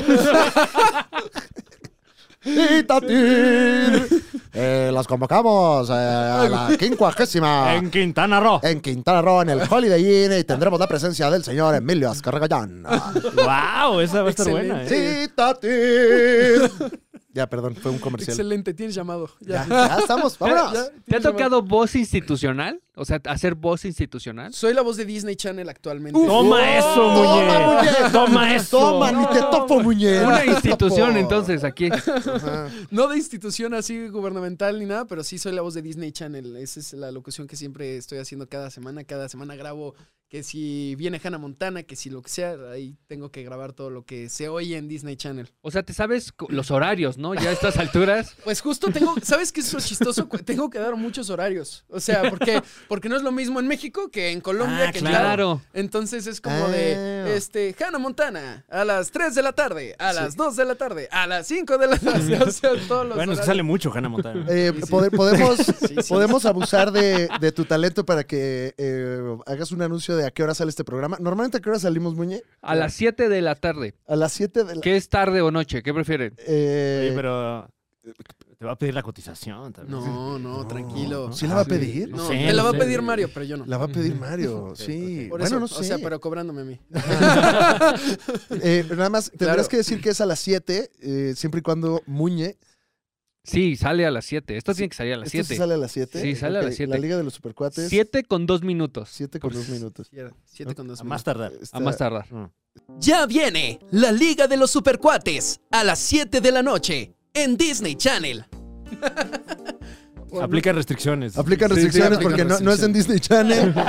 Speaker 6: Sí, Tatir. Eh, las convocamos eh, a la quincuagésima
Speaker 3: En Quintana Roo.
Speaker 6: en Quintana Roo, en el Holiday Inn, y tendremos la presencia del señor Emilio Azcarragallán.
Speaker 3: ¡Wow! Esa va a estar
Speaker 4: Excelente.
Speaker 3: buena. ¿eh?
Speaker 6: Sí, Tati. Ya, perdón, fue un comercial.
Speaker 4: Excelente, tienes llamado.
Speaker 6: Ya,
Speaker 4: Ya.
Speaker 6: ya estamos, vámonos.
Speaker 4: Ya,
Speaker 2: ¿Te ha
Speaker 4: tienes llamado.
Speaker 2: tocado voz institucional? O sea, hacer voz institucional.
Speaker 4: Soy la voz de Disney Channel actualmente.
Speaker 3: Toma eso, muñe.
Speaker 6: Toma, muñe.
Speaker 3: Toma eso.
Speaker 6: Toma, ni te topo, muñeca.
Speaker 2: Una institución, entonces, aquí.
Speaker 4: No de institución así gubernamental ni nada, pero sí soy la voz de Disney Channel. Esa es la locución que siempre estoy haciendo cada semana. Cada semana grabo que si viene Hannah Montana, que si lo que sea, ahí tengo que grabar todo lo que se oye en Disney Channel.
Speaker 2: O sea, te sabes co- los horarios, ¿no? Ya a estas alturas.
Speaker 4: Pues justo tengo, ¿sabes qué es lo chistoso? Cu- Tengo que dar muchos horarios. O sea, porque, porque no es lo mismo en México que en Colombia,
Speaker 3: Ah,
Speaker 4: que en
Speaker 3: claro.
Speaker 4: Chile.
Speaker 2: Claro.
Speaker 4: Entonces es como
Speaker 6: Ah.
Speaker 4: de, este, Hannah Montana, a las 3 de la tarde, a las 2 de la tarde, a las 5 de la tarde, o sea, todos los
Speaker 3: Bueno, es que
Speaker 4: horarios.
Speaker 3: sale mucho Hannah Montana.
Speaker 6: Eh,
Speaker 4: Sí, sí.
Speaker 6: pode- podemos,
Speaker 4: Sí, sí.
Speaker 6: podemos abusar de, de tu talento para que eh, hagas un anuncio de a qué hora sale este programa. Normalmente a qué hora salimos, Muñe?
Speaker 2: A las 7 de la tarde.
Speaker 6: A las 7 de la...
Speaker 2: ¿Qué es tarde o noche? ¿Qué prefieren?
Speaker 6: eh,
Speaker 3: Oye, pero eh, te va a pedir la cotización también.
Speaker 4: No, no, tranquilo.
Speaker 6: ¿Sí la va a pedir?
Speaker 4: No,
Speaker 3: sé,
Speaker 4: me la
Speaker 3: no
Speaker 4: va a
Speaker 3: sé.
Speaker 4: pedir Mario, pero yo no.
Speaker 6: La va a pedir Mario, sí.
Speaker 4: Por
Speaker 6: bueno,
Speaker 4: eso,
Speaker 6: no
Speaker 4: o
Speaker 6: sé.
Speaker 4: sea, pero cobrándome a mí.
Speaker 6: Eh, nada más, tendrás
Speaker 4: Claro.
Speaker 6: que decir que es a las 7, eh, siempre y cuando Muñe.
Speaker 2: Sí, sale a las 7. Esto tiene que salir a las
Speaker 6: ¿Esto sí
Speaker 2: 7.
Speaker 6: sale a las 7?
Speaker 2: Sí, sale a las
Speaker 6: La
Speaker 2: siete.
Speaker 6: Liga de los Supercuates.
Speaker 2: 7 con 2 minutos.
Speaker 6: 7 con
Speaker 2: Por-
Speaker 6: 2 minutos.
Speaker 4: Siete con dos
Speaker 3: A más tardar.
Speaker 2: A más
Speaker 6: Está-
Speaker 2: tardar.
Speaker 4: Ya viene la Liga de los Supercuates a las 7 de la noche en Disney Channel.
Speaker 3: Aplica restricciones.
Speaker 6: Aplican
Speaker 4: Sí, sí,
Speaker 6: restricciones
Speaker 4: aplican
Speaker 6: porque no, no es en Disney Channel.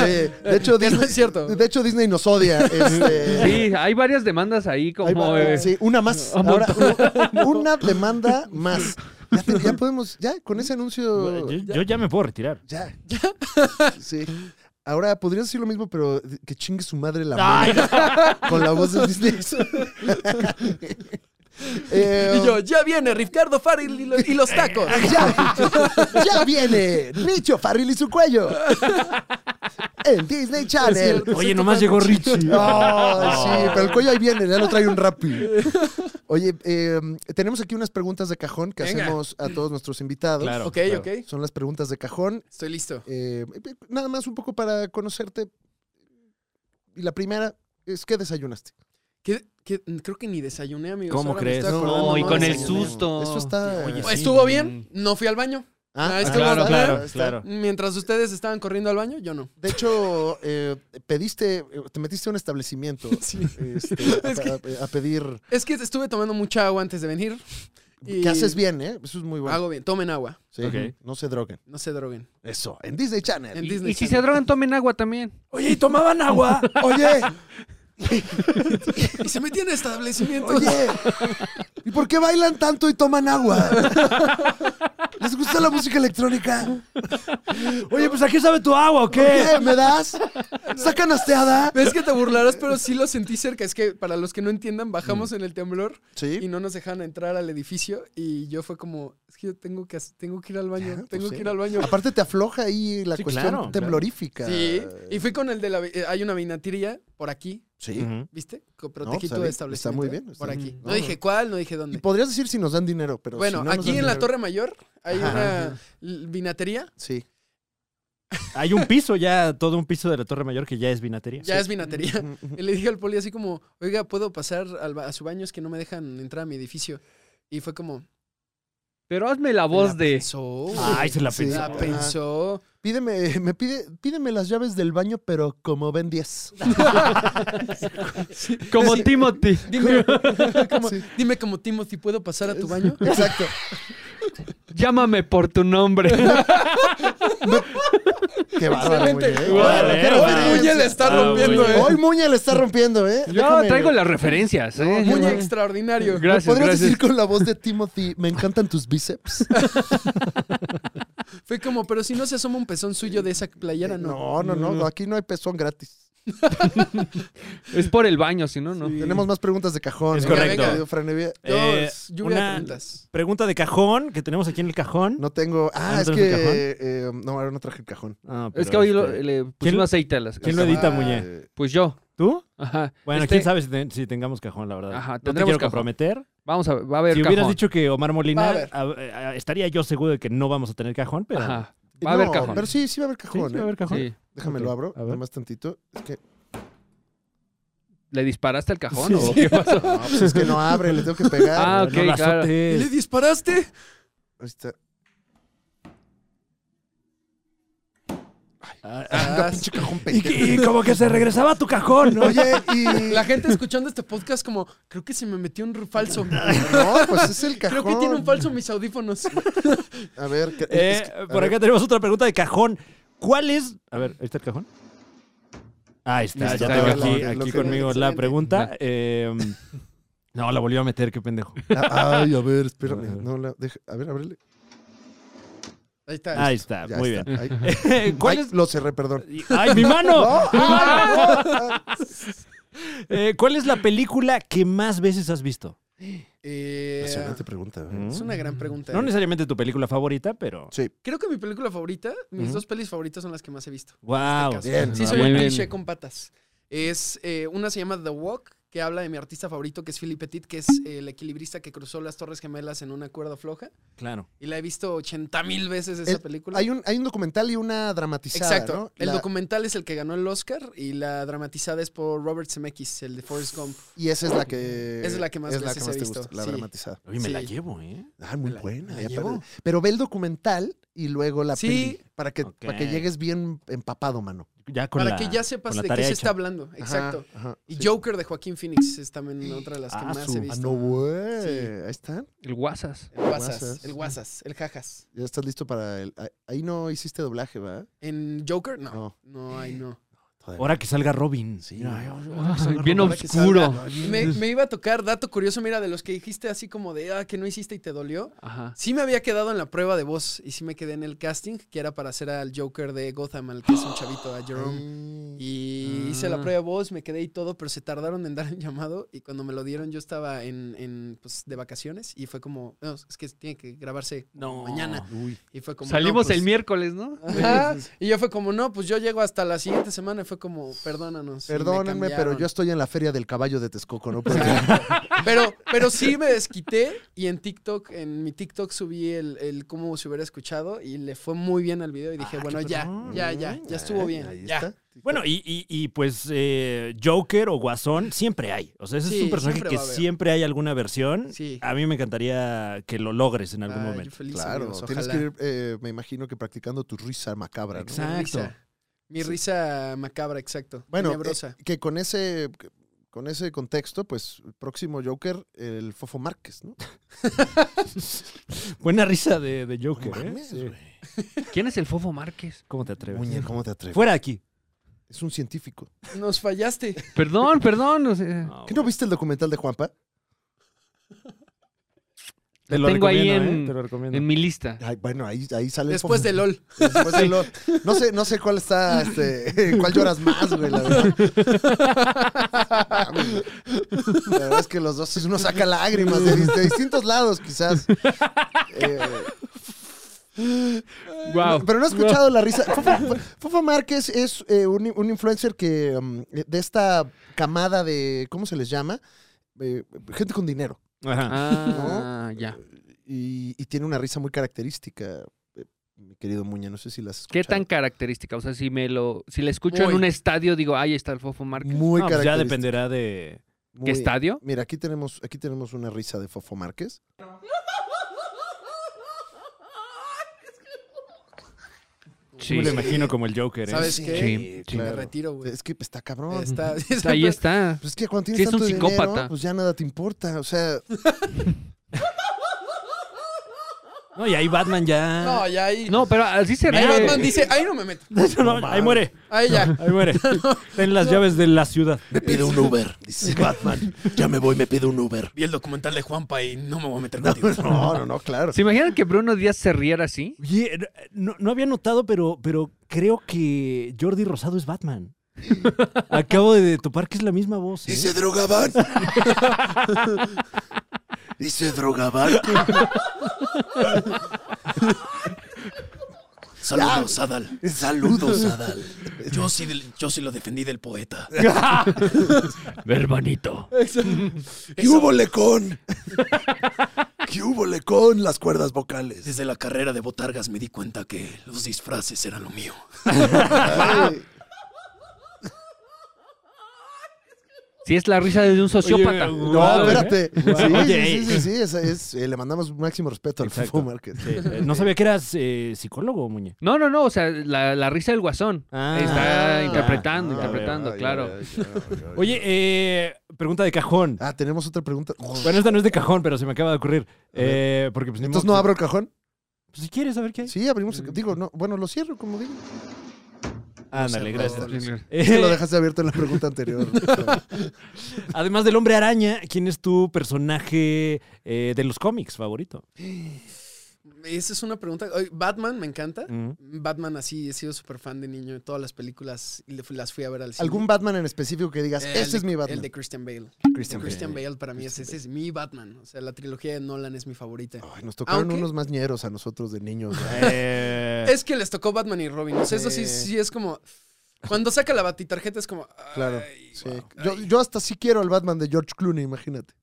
Speaker 6: Eh, de hecho,
Speaker 4: Que
Speaker 6: Disney,
Speaker 4: no es cierto.
Speaker 6: de hecho, Disney nos odia. Este,
Speaker 2: Sí, hay varias demandas ahí
Speaker 6: Ahí
Speaker 2: como...
Speaker 6: va,
Speaker 2: eh,
Speaker 6: sí, una más.
Speaker 2: un
Speaker 6: Ahora, una demanda más. Ya, te- ya podemos, ya, con ese anuncio.
Speaker 3: Yo, yo ya me puedo retirar.
Speaker 6: Ya. Sí. Ahora podrías decir lo mismo, pero que chingue su madre la
Speaker 3: Ay,
Speaker 6: mano con la voz de Disney. Eh,
Speaker 4: Y yo, ya viene Ricardo Farrell y, lo- y los tacos.
Speaker 6: ya, ya viene Richo Farrell y su cuello. En Disney Channel.
Speaker 3: Oye, nomás llegó Richie.
Speaker 6: Ay, sí, pero el cuello ahí viene, ya lo trae un rapi. Oye, eh, tenemos aquí unas preguntas de cajón que
Speaker 4: Venga.
Speaker 6: hacemos a todos nuestros invitados.
Speaker 3: Claro,
Speaker 4: ok,
Speaker 3: claro.
Speaker 4: ok.
Speaker 6: Son las preguntas de cajón.
Speaker 4: Estoy listo.
Speaker 6: Eh, nada más un poco para conocerte. Y la primera es, ¿qué desayunaste?
Speaker 4: ¿Qué- qué? Creo que ni desayuné, amigos.
Speaker 3: ¿Cómo
Speaker 4: Ahora me
Speaker 3: crees?
Speaker 4: estoy
Speaker 3: No,
Speaker 4: acordando,
Speaker 2: No, y
Speaker 4: no
Speaker 2: con el
Speaker 4: desayuné.
Speaker 2: susto.
Speaker 6: Eso está...
Speaker 3: Oye,
Speaker 4: Pues
Speaker 3: sí.
Speaker 4: Estuvo bien, no fui al baño. Ah, estuvo
Speaker 3: Claro,
Speaker 4: bastante.
Speaker 3: claro,
Speaker 6: está.
Speaker 3: claro.
Speaker 4: Mientras ustedes estaban corriendo al baño, yo no.
Speaker 6: De hecho, eh, pediste, eh, te metiste a un establecimiento
Speaker 4: Sí.
Speaker 6: este, a,
Speaker 4: Es
Speaker 6: a- a pedir...
Speaker 4: Es que estuve tomando mucha agua antes de venir. Y
Speaker 6: Que haces bien, ¿eh? Eso es muy bueno.
Speaker 4: Hago bien. Tomen agua,
Speaker 6: Sí,
Speaker 3: Ok.
Speaker 6: No se droguen.
Speaker 4: no se droguen.
Speaker 6: Eso, en Disney Channel.
Speaker 4: En
Speaker 2: y-
Speaker 4: Disney
Speaker 2: y si se
Speaker 4: Channel.
Speaker 2: drogan, tomen agua también.
Speaker 3: Oye, ¿y tomaban agua?
Speaker 6: Oye,
Speaker 4: Y se metían a establecimientos.
Speaker 6: oye. ¿Y por qué bailan tanto y toman agua? ¿Les gusta la música electrónica?
Speaker 3: Oye, pues aquí sabe tu agua, ¿o qué?
Speaker 6: ¿Qué? ¿Me das? ¿Sacan asteada?
Speaker 4: Ves que te burlarás, pero sí lo sentí cerca. Es que para los que no entiendan,
Speaker 3: Mm.
Speaker 4: bajamos en el temblor
Speaker 6: Sí.
Speaker 4: y no nos dejaban entrar al edificio. Y yo fue como, es que yo tengo que, hac- tengo que ir al baño,
Speaker 6: Claro,
Speaker 4: tengo
Speaker 6: pues
Speaker 4: que
Speaker 6: sí.
Speaker 4: ir al baño.
Speaker 6: Aparte te afloja ahí la
Speaker 3: Sí,
Speaker 6: cuestión
Speaker 3: claro, claro.
Speaker 6: temblorifica.
Speaker 4: Sí, y fui con el de la... vi- eh, Hay una vinatería por aquí,
Speaker 6: Sí.
Speaker 3: Ujú.
Speaker 4: ¿viste? Co- Protegí
Speaker 6: está
Speaker 4: tu
Speaker 6: bien,
Speaker 4: establecimiento.
Speaker 6: está muy bien, está
Speaker 4: por
Speaker 6: bien.
Speaker 4: aquí.
Speaker 6: Mm.
Speaker 4: No,
Speaker 6: No,
Speaker 4: dije cuál, no dije
Speaker 6: Y
Speaker 4: dónde.
Speaker 6: podrías decir si nos dan dinero, pero
Speaker 4: Bueno,
Speaker 6: si no nos
Speaker 4: aquí
Speaker 6: dan
Speaker 4: en la
Speaker 6: dinero-
Speaker 4: Torre Mayor hay
Speaker 6: Ajá.
Speaker 4: una l- vinatería.
Speaker 6: Sí.
Speaker 3: Hay un piso ya, todo un piso de la Torre Mayor que ya es vinatería.
Speaker 4: Ya es vinatería. Y le dije al poli así como, oiga, ¿puedo pasar al ba- a su baño? Es que no me dejan entrar a mi edificio. Y fue como,
Speaker 2: Pero hazme la voz de...
Speaker 4: pensó.
Speaker 3: Ay, se la
Speaker 6: Sí.
Speaker 3: pensó.
Speaker 4: La
Speaker 6: Ajá.
Speaker 4: pensó.
Speaker 6: Pídeme, me pide, pídeme las llaves del baño, pero como ven 10.
Speaker 2: Como Timothy.
Speaker 4: Dime, como,
Speaker 6: Sí.
Speaker 4: dime como Timothy, ¿puedo pasar a tu baño?
Speaker 6: Exacto.
Speaker 2: Llámame por tu nombre.
Speaker 6: Qué bárbaro, Muñe. ¿eh?
Speaker 3: Órale,
Speaker 6: Qué
Speaker 3: órale.
Speaker 6: referencia.
Speaker 4: Muñe le está
Speaker 3: Ah,
Speaker 4: rompiendo,
Speaker 3: Muñe.
Speaker 4: ¿eh?
Speaker 6: Hoy Muñe le está rompiendo, ¿eh?
Speaker 2: Yo
Speaker 6: Déjame-
Speaker 2: traigo las referencias, ¿eh?
Speaker 4: Muy extraordinario.
Speaker 6: ¿Me
Speaker 2: Gracias,
Speaker 6: podrías
Speaker 2: gracias.
Speaker 6: decir con la voz de Timothy, me encantan tus bíceps?
Speaker 4: Fue como, pero si no se asoma un pezón suyo de esa playera, no.
Speaker 6: No, no, no,
Speaker 3: Mm.
Speaker 6: aquí no hay pezón gratis.
Speaker 2: Es por el baño, si no, no.
Speaker 6: Tenemos más preguntas de cajón.
Speaker 3: Es
Speaker 6: ¿eh?
Speaker 3: correcto.
Speaker 6: querido Fran Evia.
Speaker 4: Yo,
Speaker 3: Eh,
Speaker 4: lluvia de
Speaker 3: una
Speaker 4: preguntas.
Speaker 3: Pregunta de cajón que tenemos aquí en el cajón.
Speaker 6: No tengo. Ah,
Speaker 3: ¿No
Speaker 6: es
Speaker 3: traes el
Speaker 6: que. eh, no, ahora no traje el cajón.
Speaker 3: Ah, pero
Speaker 2: Es que hoy lo-
Speaker 3: este,
Speaker 2: le pusimos aceite a las...
Speaker 3: ¿Quién lo edita,
Speaker 6: Ah,
Speaker 3: Muñe?
Speaker 6: eh,
Speaker 2: Pues yo.
Speaker 3: ¿Tú?
Speaker 2: Ajá.
Speaker 3: Bueno,
Speaker 2: Este-
Speaker 3: quién sabe si, te- si tengamos cajón, la verdad.
Speaker 2: Ajá,
Speaker 3: no te
Speaker 2: tendremos
Speaker 3: quiero
Speaker 2: cajón.
Speaker 3: comprometer.
Speaker 2: Vamos a ver, va a haber
Speaker 3: si hubieras
Speaker 2: cajón.
Speaker 3: dicho que Omar
Speaker 4: Va a
Speaker 3: Molina,
Speaker 4: haber.
Speaker 3: a- a- estaría yo seguro de que no vamos a tener cajón, pero.
Speaker 2: Ajá, va a haber
Speaker 6: No,
Speaker 2: cajón.
Speaker 6: Pero sí, sí va a haber
Speaker 3: Sí,
Speaker 6: cajón.
Speaker 3: sí, va a
Speaker 6: eh.
Speaker 3: haber cajón.
Speaker 2: Sí.
Speaker 6: Déjame lo
Speaker 3: Ok,
Speaker 6: abro,
Speaker 3: a ver.
Speaker 6: nada más tantito. Es que,
Speaker 2: ¿Le disparaste al cajón
Speaker 3: Sí,
Speaker 2: o
Speaker 3: sí.
Speaker 2: qué pasó?
Speaker 6: no, pues es que no abre, le tengo que pegar.
Speaker 2: Ah, ok,
Speaker 3: No la
Speaker 2: claro.
Speaker 4: ¿Y
Speaker 3: azotes.
Speaker 4: le disparaste?
Speaker 6: Ahí está.
Speaker 3: Ah,
Speaker 6: Ah, pinche cajón
Speaker 3: Y,
Speaker 6: pendejo.
Speaker 3: que- y como que se regresaba a tu cajón, ¿no?
Speaker 6: Oye, y.
Speaker 4: La gente escuchando este podcast como, creo que se me metió un falso.
Speaker 6: No, pues es el cajón.
Speaker 4: Creo que tiene un falso mis audífonos.
Speaker 6: A ver, que-
Speaker 3: Eh,
Speaker 6: es que- a
Speaker 3: por
Speaker 6: ver,
Speaker 3: acá tenemos otra pregunta de cajón. ¿Cuál es? A ver, ¿ahí está el cajón? Ahí está,
Speaker 2: Listo,
Speaker 3: ya tengo
Speaker 2: ya
Speaker 3: aquí,
Speaker 6: lo- lo
Speaker 3: aquí
Speaker 6: que-
Speaker 3: conmigo la
Speaker 4: excelente.
Speaker 3: pregunta. Eh, no, la volvió a meter, qué pendejo.
Speaker 6: ah, Ay, a ver,
Speaker 3: A
Speaker 6: espérame.
Speaker 3: ver.
Speaker 6: No, la, deja, a ver, ábrele.
Speaker 4: Ahí está.
Speaker 3: Ahí está,
Speaker 6: Ya
Speaker 3: muy
Speaker 6: está. Ahí.
Speaker 4: Eh,
Speaker 3: bien. ¿Cuál
Speaker 6: Ay,
Speaker 3: es?
Speaker 6: Lo cerré, perdón.
Speaker 3: ¡Ay, mi mano! ¡Mi mano!
Speaker 6: Ah, no.
Speaker 3: Eh, ¿Cuál es la película que más veces has visto?
Speaker 4: Eh,
Speaker 6: Impresionante pregunta. ¿eh?
Speaker 4: es una gran pregunta.
Speaker 3: No
Speaker 4: eh.
Speaker 3: necesariamente tu película favorita, pero.
Speaker 6: Sí,
Speaker 4: Creo que mi película favorita, mis
Speaker 3: Ujú.
Speaker 4: dos pelis favoritas son las que más he visto.
Speaker 3: ¡Wow!
Speaker 6: bien.
Speaker 4: Sí,
Speaker 2: Ah,
Speaker 4: soy
Speaker 2: muy
Speaker 4: un
Speaker 2: bien.
Speaker 4: cliché con patas. Es, eh, una se llama The Walk, que habla de mi artista favorito, que es Philippe Petit, que es eh, el equilibrista que cruzó las Torres Gemelas en una cuerda floja.
Speaker 3: Claro.
Speaker 4: Y la he visto 80 mil veces esa
Speaker 6: El-
Speaker 4: película.
Speaker 6: hay un, hay un documental y una dramatizada.
Speaker 4: Exacto.
Speaker 6: ¿no?
Speaker 4: El
Speaker 6: La-
Speaker 4: documental es el que ganó el Oscar y la dramatizada es por Robert Zemeckis, el de Forrest Gump.
Speaker 6: Y esa es la que.
Speaker 4: Es la que más veces he
Speaker 6: te
Speaker 4: visto,
Speaker 6: gusta, la
Speaker 4: sí.
Speaker 6: dramatizada.
Speaker 3: Oye, me
Speaker 4: Sí.
Speaker 3: la llevo, ¿eh?
Speaker 6: Ah, muy
Speaker 4: Me la-
Speaker 6: buena.
Speaker 4: me la
Speaker 6: ya,
Speaker 4: llevo.
Speaker 6: pero, pero ve el documental y luego la
Speaker 4: Sí.
Speaker 6: peli. Para que,
Speaker 3: Ok.
Speaker 6: para que llegues bien empapado, mano.
Speaker 3: Ya con
Speaker 4: Para
Speaker 3: la-
Speaker 4: que ya sepas
Speaker 3: con la
Speaker 4: de qué
Speaker 3: tarea
Speaker 4: se
Speaker 3: hecha.
Speaker 4: está hablando. Exacto.
Speaker 6: Ajá, ajá,
Speaker 4: Y
Speaker 6: sí.
Speaker 4: Joker de Joaquín Phoenix es también otra de las que
Speaker 3: Ah,
Speaker 4: más
Speaker 3: su-
Speaker 4: he
Speaker 3: ah,
Speaker 6: Ah,
Speaker 4: visto.
Speaker 6: no, güey.
Speaker 4: Sí.
Speaker 6: Ahí están.
Speaker 2: El guasas.
Speaker 4: El Guasas,
Speaker 6: Guasas.
Speaker 4: el Guasas, el Jajas.
Speaker 6: Ya estás listo para el. ah, Ahí no hiciste doblaje, ¿verdad?
Speaker 4: ¿En Joker?
Speaker 6: No.
Speaker 4: No. No, ay, no.
Speaker 6: Todavía.
Speaker 3: Ahora que salga Robin.
Speaker 6: Sí.
Speaker 3: Mira, ay,
Speaker 2: bien
Speaker 4: ahora que
Speaker 2: oscuro.
Speaker 4: salga. Me, me iba a tocar, dato curioso, mira, de los que dijiste así como de, ah, que no hiciste y te dolió.
Speaker 2: Ajá.
Speaker 4: Sí me había quedado en la prueba de voz y sí me quedé en el casting, que era para hacer al Joker de Gotham, al que es un chavito, a Jerome.
Speaker 6: Ay.
Speaker 4: Y
Speaker 2: Ah.
Speaker 4: hice la prueba de voz, me quedé y todo, pero se tardaron en dar el llamado y cuando me lo dieron yo estaba en, en, pues, de vacaciones y fue como, no, es que tiene que grabarse
Speaker 3: No.
Speaker 4: mañana.
Speaker 6: Uy.
Speaker 4: Y fue como,
Speaker 2: Salimos
Speaker 4: no, pues,
Speaker 2: el miércoles, ¿no?
Speaker 4: Ajá. Y yo fue como, no, pues yo llego hasta la siguiente semana. Y fue como, perdónanos. Y me
Speaker 6: Perdónenme, pero
Speaker 4: cambiaron.
Speaker 6: yo estoy en la feria del caballo de Texcoco, ¿no? Porque-
Speaker 4: Pero, pero sí me desquité y en TikTok, en mi TikTok subí el, el cómo se hubiera escuchado y le fue muy bien al video y dije,
Speaker 3: Ah,
Speaker 4: bueno,
Speaker 3: qué
Speaker 4: ya,
Speaker 3: perrón.
Speaker 4: ya, ya, ya estuvo bien.
Speaker 6: Ahí
Speaker 4: ya.
Speaker 6: está.
Speaker 3: Bueno, y, y- y, pues eh, Joker o Guasón siempre hay. O sea, ese es
Speaker 4: Sí,
Speaker 3: un personaje
Speaker 4: siempre
Speaker 3: que
Speaker 4: va a haber.
Speaker 3: siempre hay alguna versión.
Speaker 4: Sí.
Speaker 3: A mí me encantaría que lo logres en algún
Speaker 4: Ah, yo
Speaker 3: momento.
Speaker 4: feliz,
Speaker 6: Claro,
Speaker 4: amigos,
Speaker 6: tienes
Speaker 4: ojalá.
Speaker 6: que ir, eh, me imagino que practicando tu risa macabra, ¿no?
Speaker 4: Mi
Speaker 3: Exacto.
Speaker 4: risa. Mi risa macabra, exacto.
Speaker 6: Bueno,
Speaker 4: Tenebrosa.
Speaker 6: eh, que con ese con ese contexto, pues el próximo Joker, el Fofo Márquez, ¿no?
Speaker 3: Buena risa de, de Joker, ¿eh?
Speaker 6: Mames,
Speaker 3: Sí.
Speaker 6: güey.
Speaker 2: ¿Quién es el Fofo Márquez?
Speaker 3: ¿Cómo te atreves?
Speaker 6: Muñe, ¿cómo te atreves?
Speaker 3: Fuera de aquí.
Speaker 6: Es un científico.
Speaker 4: Nos fallaste.
Speaker 2: Perdón, perdón. o sea,
Speaker 6: ¿Qué no viste el documental de Juanpa?
Speaker 3: Te
Speaker 2: lo
Speaker 3: lo
Speaker 2: tengo ahí
Speaker 3: recomiendo,
Speaker 2: en-
Speaker 3: ¿eh? Te lo recomiendo.
Speaker 2: en mi lista.
Speaker 6: Ay, bueno, ahí, ahí sale el
Speaker 4: Después
Speaker 6: Fofo-
Speaker 4: de LOL.
Speaker 6: Después de LOL. No sé, no sé cuál está, este, cuál lloras más, güey, la verdad. La verdad es que los dos, uno saca lágrimas de, de distintos lados, quizás. Eh,
Speaker 3: Ah.
Speaker 2: Wow.
Speaker 6: pero no he escuchado la risa. Fofo- Fofo Márquez es eh, un, un influencer que, um, de esta camada de, ¿cómo se les llama? Eh, gente con dinero.
Speaker 3: Ajá.
Speaker 2: Ah, ya.
Speaker 6: Y, y tiene una risa muy característica, eh, mi querido Muña, no sé si la has
Speaker 2: ¿Qué
Speaker 6: escuchado.
Speaker 2: tan característica? O sea, si me lo, si la escucho
Speaker 4: Muy.
Speaker 2: en un estadio, digo, ahí está el Fofo Márquez.
Speaker 6: Muy
Speaker 3: No, pues ya
Speaker 6: característica.
Speaker 3: dependerá de.
Speaker 2: ¿Qué
Speaker 6: muy-
Speaker 2: estadio?
Speaker 6: Mira, aquí tenemos, aquí tenemos una risa de Fofo Márquez.
Speaker 2: Sí.
Speaker 3: Me lo imagino como el Joker, ¿eh?
Speaker 4: ¿Sabes
Speaker 6: Sí,
Speaker 4: qué?
Speaker 2: sí,
Speaker 6: sí.
Speaker 4: Me
Speaker 6: claro.
Speaker 4: retiro, güey.
Speaker 6: Es que está cabrón.
Speaker 4: Está-
Speaker 2: Ahí está.
Speaker 6: Pues es que cuando tienes
Speaker 2: Sí, es un
Speaker 6: tanto dinero,
Speaker 2: psicópata.
Speaker 6: pues ya nada te importa. O sea,
Speaker 3: No, y ahí Batman ya.
Speaker 4: No, ya ahí.
Speaker 2: No, eh, pero así se
Speaker 4: ahí
Speaker 2: ve.
Speaker 4: Batman dice, ahí no me meto.
Speaker 3: No, no, ahí muere.
Speaker 4: Ahí ya.
Speaker 3: Ahí muere. Ten las llaves de la ciudad.
Speaker 1: Me pide un Uber, dice Batman. Ya me voy, me pide un Uber.
Speaker 4: Vi el documental de Juanpa y no me voy a meter
Speaker 6: no, no, no, claro.
Speaker 2: ¿Se imaginan que Bruno Díaz se riera así?
Speaker 3: Oye, eh, no, no había notado, pero, pero creo que Jordi Rosado es Batman. Acabo de topar que es la misma voz. ¿eh?
Speaker 1: ¿Y se drogaban? ¿Y se drogaban? Saludos, Adal. Saludos, Adal.
Speaker 4: Yo sí, del- yo sí lo defendí del poeta.
Speaker 2: Hermanito.
Speaker 1: ¿Qué hubo lecón? ¿Qué hubo lecón las cuerdas vocales?
Speaker 4: Desde la carrera de botargas me di cuenta que los disfraces eran lo mío.
Speaker 6: Ay,
Speaker 2: Si es la risa de un sociópata.
Speaker 6: no, espérate. Sí,
Speaker 3: Oye,
Speaker 6: sí, sí, sí, sí, es- es- eh, le mandamos máximo respeto al
Speaker 3: Exacto.
Speaker 6: Fofo Márquez.
Speaker 3: Sí, eh, no sabía que eras eh, psicólogo, Muñe.
Speaker 2: No, no, no, o sea, la, la risa del guasón.
Speaker 3: Ah.
Speaker 2: Está
Speaker 3: Ah,
Speaker 2: interpretando,
Speaker 3: ya
Speaker 2: interpretando, claro.
Speaker 3: Oye, eh, pregunta de cajón.
Speaker 6: Ah, tenemos otra pregunta.
Speaker 3: Bueno, esta no es de cajón, pero se me acaba de ocurrir. Eh, porque pues, ni
Speaker 6: Entonces
Speaker 3: modo-
Speaker 6: no abro el cajón.
Speaker 3: Pues, si quieres, a ver qué hay.
Speaker 6: Sí, abrimos. el- Digo, no, bueno, lo cierro, como digo.
Speaker 3: Ándale, gracias.
Speaker 6: Es que lo
Speaker 3: Eh,
Speaker 6: dejaste abierto en la pregunta anterior.
Speaker 3: Además del hombre araña, ¿quién es tu personaje eh, de los cómics favorito?
Speaker 4: Esa es una pregunta. Ay, Batman me encanta.
Speaker 3: Mm.
Speaker 4: Batman así, he sido súper fan de niño de todas las películas y le fui- las fui a ver al cine.
Speaker 6: ¿Algún Batman en específico que digas,
Speaker 4: Eh, el
Speaker 6: este
Speaker 4: de-
Speaker 6: es mi Batman?
Speaker 4: El de Christian Bale.
Speaker 6: Christian
Speaker 4: Christian, Bale. para mí es, ese es mi Batman. O sea, la trilogía de Nolan es mi favorita.
Speaker 6: Ay, nos tocaron
Speaker 4: Aunque-
Speaker 6: unos más ñeros a nosotros de niños. güey.
Speaker 3: Eh,
Speaker 4: Es que les tocó Batman y Robin. O sea, eso sí,
Speaker 6: Sí.
Speaker 4: sí es como... Cuando saca la batitarjeta es como... ay,
Speaker 6: Claro, Sí.
Speaker 4: wow.
Speaker 6: Yo, yo hasta sí quiero al Batman de George Clooney, imagínate.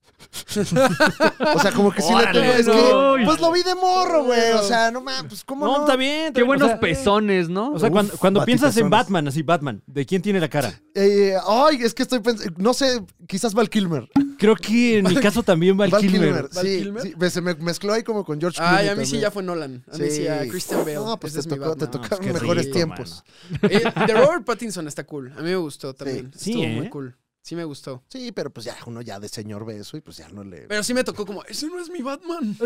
Speaker 6: o sea, como que sí la
Speaker 3: Órale,
Speaker 6: tengo. Es
Speaker 2: no.
Speaker 6: que, pues lo vi de morro, güey. O sea, no mames, pues cómo no.
Speaker 3: no, está bien. está
Speaker 2: Qué
Speaker 3: bien,
Speaker 2: buenos
Speaker 3: o sea,
Speaker 2: pezones, ¿no?
Speaker 3: O sea,
Speaker 6: Uf,
Speaker 3: cuando, cuando piensas en
Speaker 6: patipezones.
Speaker 3: Batman, así Batman, ¿de quién tiene la cara?
Speaker 6: Eh, ay, es que estoy pensando, no sé, quizás Val Kilmer.
Speaker 3: Creo que en mi caso también Val Kilmer.
Speaker 6: sí,
Speaker 4: ¿Val Kilmer?
Speaker 6: sí, me- se me mezcló ahí como con George Clooney.
Speaker 4: Ay, a mí sí
Speaker 6: también.
Speaker 4: ya fue Nolan. A mí sí,
Speaker 6: Sí.
Speaker 4: a Christian Bale.
Speaker 6: No, pues
Speaker 4: Ese
Speaker 6: te
Speaker 4: es mi
Speaker 6: tocó- te
Speaker 4: Batman.
Speaker 6: tocó.
Speaker 3: Ah, qué
Speaker 6: Mejores tiempos.
Speaker 3: mano.
Speaker 4: Eh, de Robert Pattinson está cool. A mí me gustó también.
Speaker 3: Sí,
Speaker 4: Estuvo
Speaker 3: ¿eh?
Speaker 4: muy cool. Sí me gustó.
Speaker 6: Sí, pero pues ya uno ya de señor ve eso y pues ya no le.
Speaker 4: Pero sí me tocó como, ese no es mi Batman.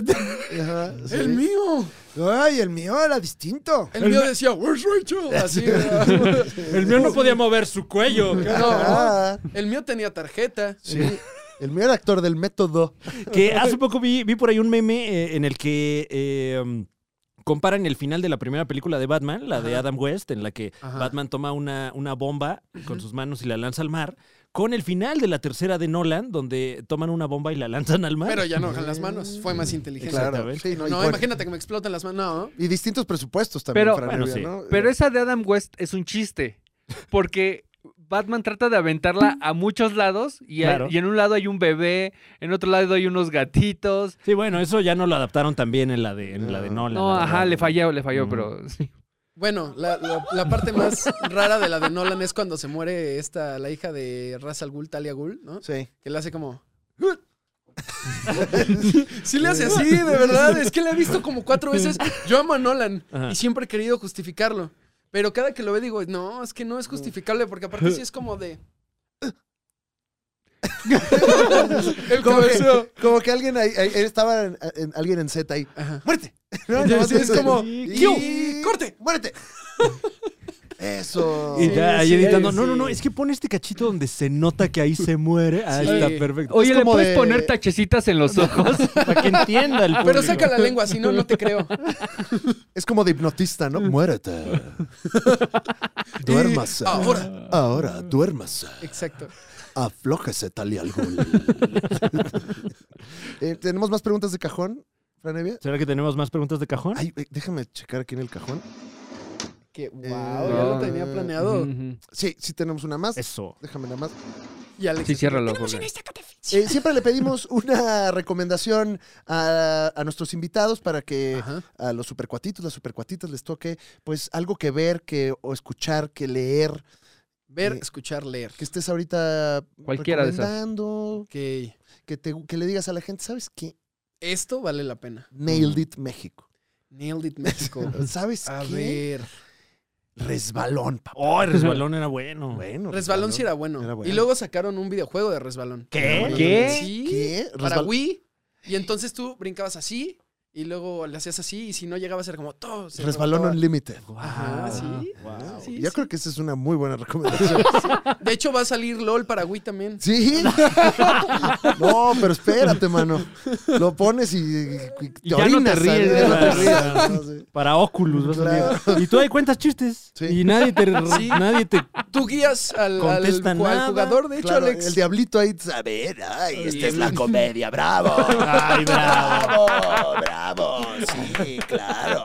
Speaker 6: Ajá, sí.
Speaker 4: El mío.
Speaker 6: Ay, el mío era distinto.
Speaker 4: El mío decía, where's Rachel? Así. ¿verdad?
Speaker 3: El mío no podía mover su cuello.
Speaker 6: Ajá.
Speaker 4: El mío tenía tarjeta.
Speaker 6: Ah. Sí. El mío era actor del método.
Speaker 3: Que hace poco vi, vi por ahí un meme eh, en el que eh, um, comparan el final de la primera película de Batman, la de Adam West, en la que
Speaker 4: Ajá.
Speaker 3: Batman toma una, una bomba con sus manos y la lanza al mar, con el final de la tercera de Nolan, donde toman una bomba y la lanzan al mar.
Speaker 4: Pero ya no, con las manos. Fue más inteligente.
Speaker 6: Claro.
Speaker 3: Exactamente.
Speaker 6: Sí, no, y,
Speaker 4: No,
Speaker 6: con-
Speaker 4: imagínate que me explotan las manos. No,
Speaker 6: y distintos presupuestos también.
Speaker 2: Pero-
Speaker 6: Fran
Speaker 3: bueno,
Speaker 6: Evia,
Speaker 3: sí.
Speaker 6: ¿no?
Speaker 2: Pero esa de Adam West es un chiste. Porque Batman trata de aventarla a muchos lados y, a-
Speaker 3: Claro.
Speaker 2: y en un lado hay un bebé, en otro lado hay unos gatitos.
Speaker 3: Sí, bueno, eso ya no lo adaptaron también en la de, en la de Nolan.
Speaker 2: No,
Speaker 3: la
Speaker 2: ajá,
Speaker 3: verdad.
Speaker 2: le falló, le falló,
Speaker 3: Mm.
Speaker 2: pero sí.
Speaker 4: Bueno, la, la- la parte más rara de la de Nolan es cuando se muere esta, la hija de Ra's al Ghul, Talia Ghul, ¿no?
Speaker 6: Sí.
Speaker 4: Que le hace como... Sí le hace así, de verdad. Es que la he visto como cuatro veces. Yo amo a Nolan
Speaker 3: Ajá.
Speaker 4: y siempre he querido justificarlo. Pero cada que lo ve digo, no, es que no es justificable porque aparte sí es como de... El
Speaker 6: Como
Speaker 4: cabeceo.
Speaker 6: que, como que alguien ahí, ahí- estaba en- en- alguien en set ahí.
Speaker 4: Ajá.
Speaker 6: ¡Muerte!
Speaker 4: Sí, sí, es como,
Speaker 6: Y-
Speaker 4: "Y- corte".
Speaker 6: ¡Muérete! Eso.
Speaker 3: Y ya ahí
Speaker 4: sí,
Speaker 3: editando.
Speaker 4: sí.
Speaker 3: No, no, no, es que pone este cachito donde se nota que ahí se muere. Ah,
Speaker 4: Sí.
Speaker 3: está perfecto.
Speaker 2: Oye, ¿le
Speaker 6: como
Speaker 2: puedes
Speaker 6: de-
Speaker 2: poner tachecitas en los ojos?
Speaker 3: Para que entienda el
Speaker 4: Pero
Speaker 3: público.
Speaker 4: saca la lengua, si no, no te creo.
Speaker 6: Es como de hipnotista, ¿no? Muérete. duérmase.
Speaker 4: Y ahora.
Speaker 6: Ahora, duérmase.
Speaker 4: Exacto.
Speaker 6: Aflójese, tal y algo. Eh, ¿Tenemos más preguntas de cajón, Fran Evia?
Speaker 3: ¿Será que tenemos más preguntas de cajón?
Speaker 6: Ay, eh, déjame checar aquí en el cajón.
Speaker 4: Que wow,
Speaker 6: Eh,
Speaker 4: ya lo tenía planeado.
Speaker 2: Ujú.
Speaker 6: Sí, sí tenemos una más.
Speaker 3: Eso.
Speaker 6: Déjame nada más.
Speaker 4: Y Alex.
Speaker 2: sí, ciérralo. Jorge.
Speaker 6: Eh, siempre le pedimos una recomendación a, a nuestros invitados para que
Speaker 4: Ajá.
Speaker 6: a los supercuatitos, las supercuatitas les toque pues algo que ver, que o escuchar, que leer,
Speaker 4: Ver,
Speaker 6: Eh,
Speaker 4: escuchar, leer.
Speaker 6: que estés ahorita
Speaker 2: Cualquiera de esas.
Speaker 6: recomendando,
Speaker 4: Ok.
Speaker 6: que, te, que le digas a la gente, ¿sabes qué?
Speaker 4: Esto vale la pena.
Speaker 6: Nailed it México.
Speaker 4: Nailed it México.
Speaker 6: ¿Sabes
Speaker 4: A
Speaker 6: qué?
Speaker 4: ver.
Speaker 6: Resbalón, papá.
Speaker 3: Oh, el resbalón era bueno.
Speaker 6: Bueno,
Speaker 4: Resbalón sí era bueno.
Speaker 6: Era bueno.
Speaker 4: Y luego sacaron un videojuego de resbalón.
Speaker 3: ¿Qué?
Speaker 2: ¿Qué?
Speaker 4: Sí.
Speaker 6: ¿Qué?
Speaker 4: Para
Speaker 6: Resbal-
Speaker 4: Wii. Y entonces tú brincabas así. Y luego le hacías así. Y si no llegabas, era como todo. se
Speaker 6: Resbalón
Speaker 4: rebotaba.
Speaker 6: Unlimited.
Speaker 4: Ajá, sí.
Speaker 3: Wow.
Speaker 4: Sí,
Speaker 6: Yo
Speaker 4: sí.
Speaker 6: creo que esa es una muy buena recomendación.
Speaker 4: Ah. De hecho, va a salir LOL para Wii también.
Speaker 6: ¿Sí? No, pero espérate, mano. Lo pones y, y te
Speaker 2: Y ya no te
Speaker 6: orinas,
Speaker 2: ríes,
Speaker 6: ¿sabes? Ya no te
Speaker 3: ¿verdad?
Speaker 6: ríes, ¿no? Sí.
Speaker 3: Para Oculus, vas a
Speaker 6: Claro.
Speaker 3: salir. Y tú ahí cuentas chistes.
Speaker 6: Sí.
Speaker 3: Y nadie te. Nadie te
Speaker 4: Tú guías al, al-
Speaker 3: Contesta
Speaker 4: al
Speaker 3: nada.
Speaker 4: jugador, de hecho,
Speaker 6: Claro,
Speaker 4: Alex.
Speaker 6: el diablito ahí, a ver, ay, esta es la comedia, bravo.
Speaker 3: Ay, bravo.
Speaker 6: Bravo, bravo, sí, claro.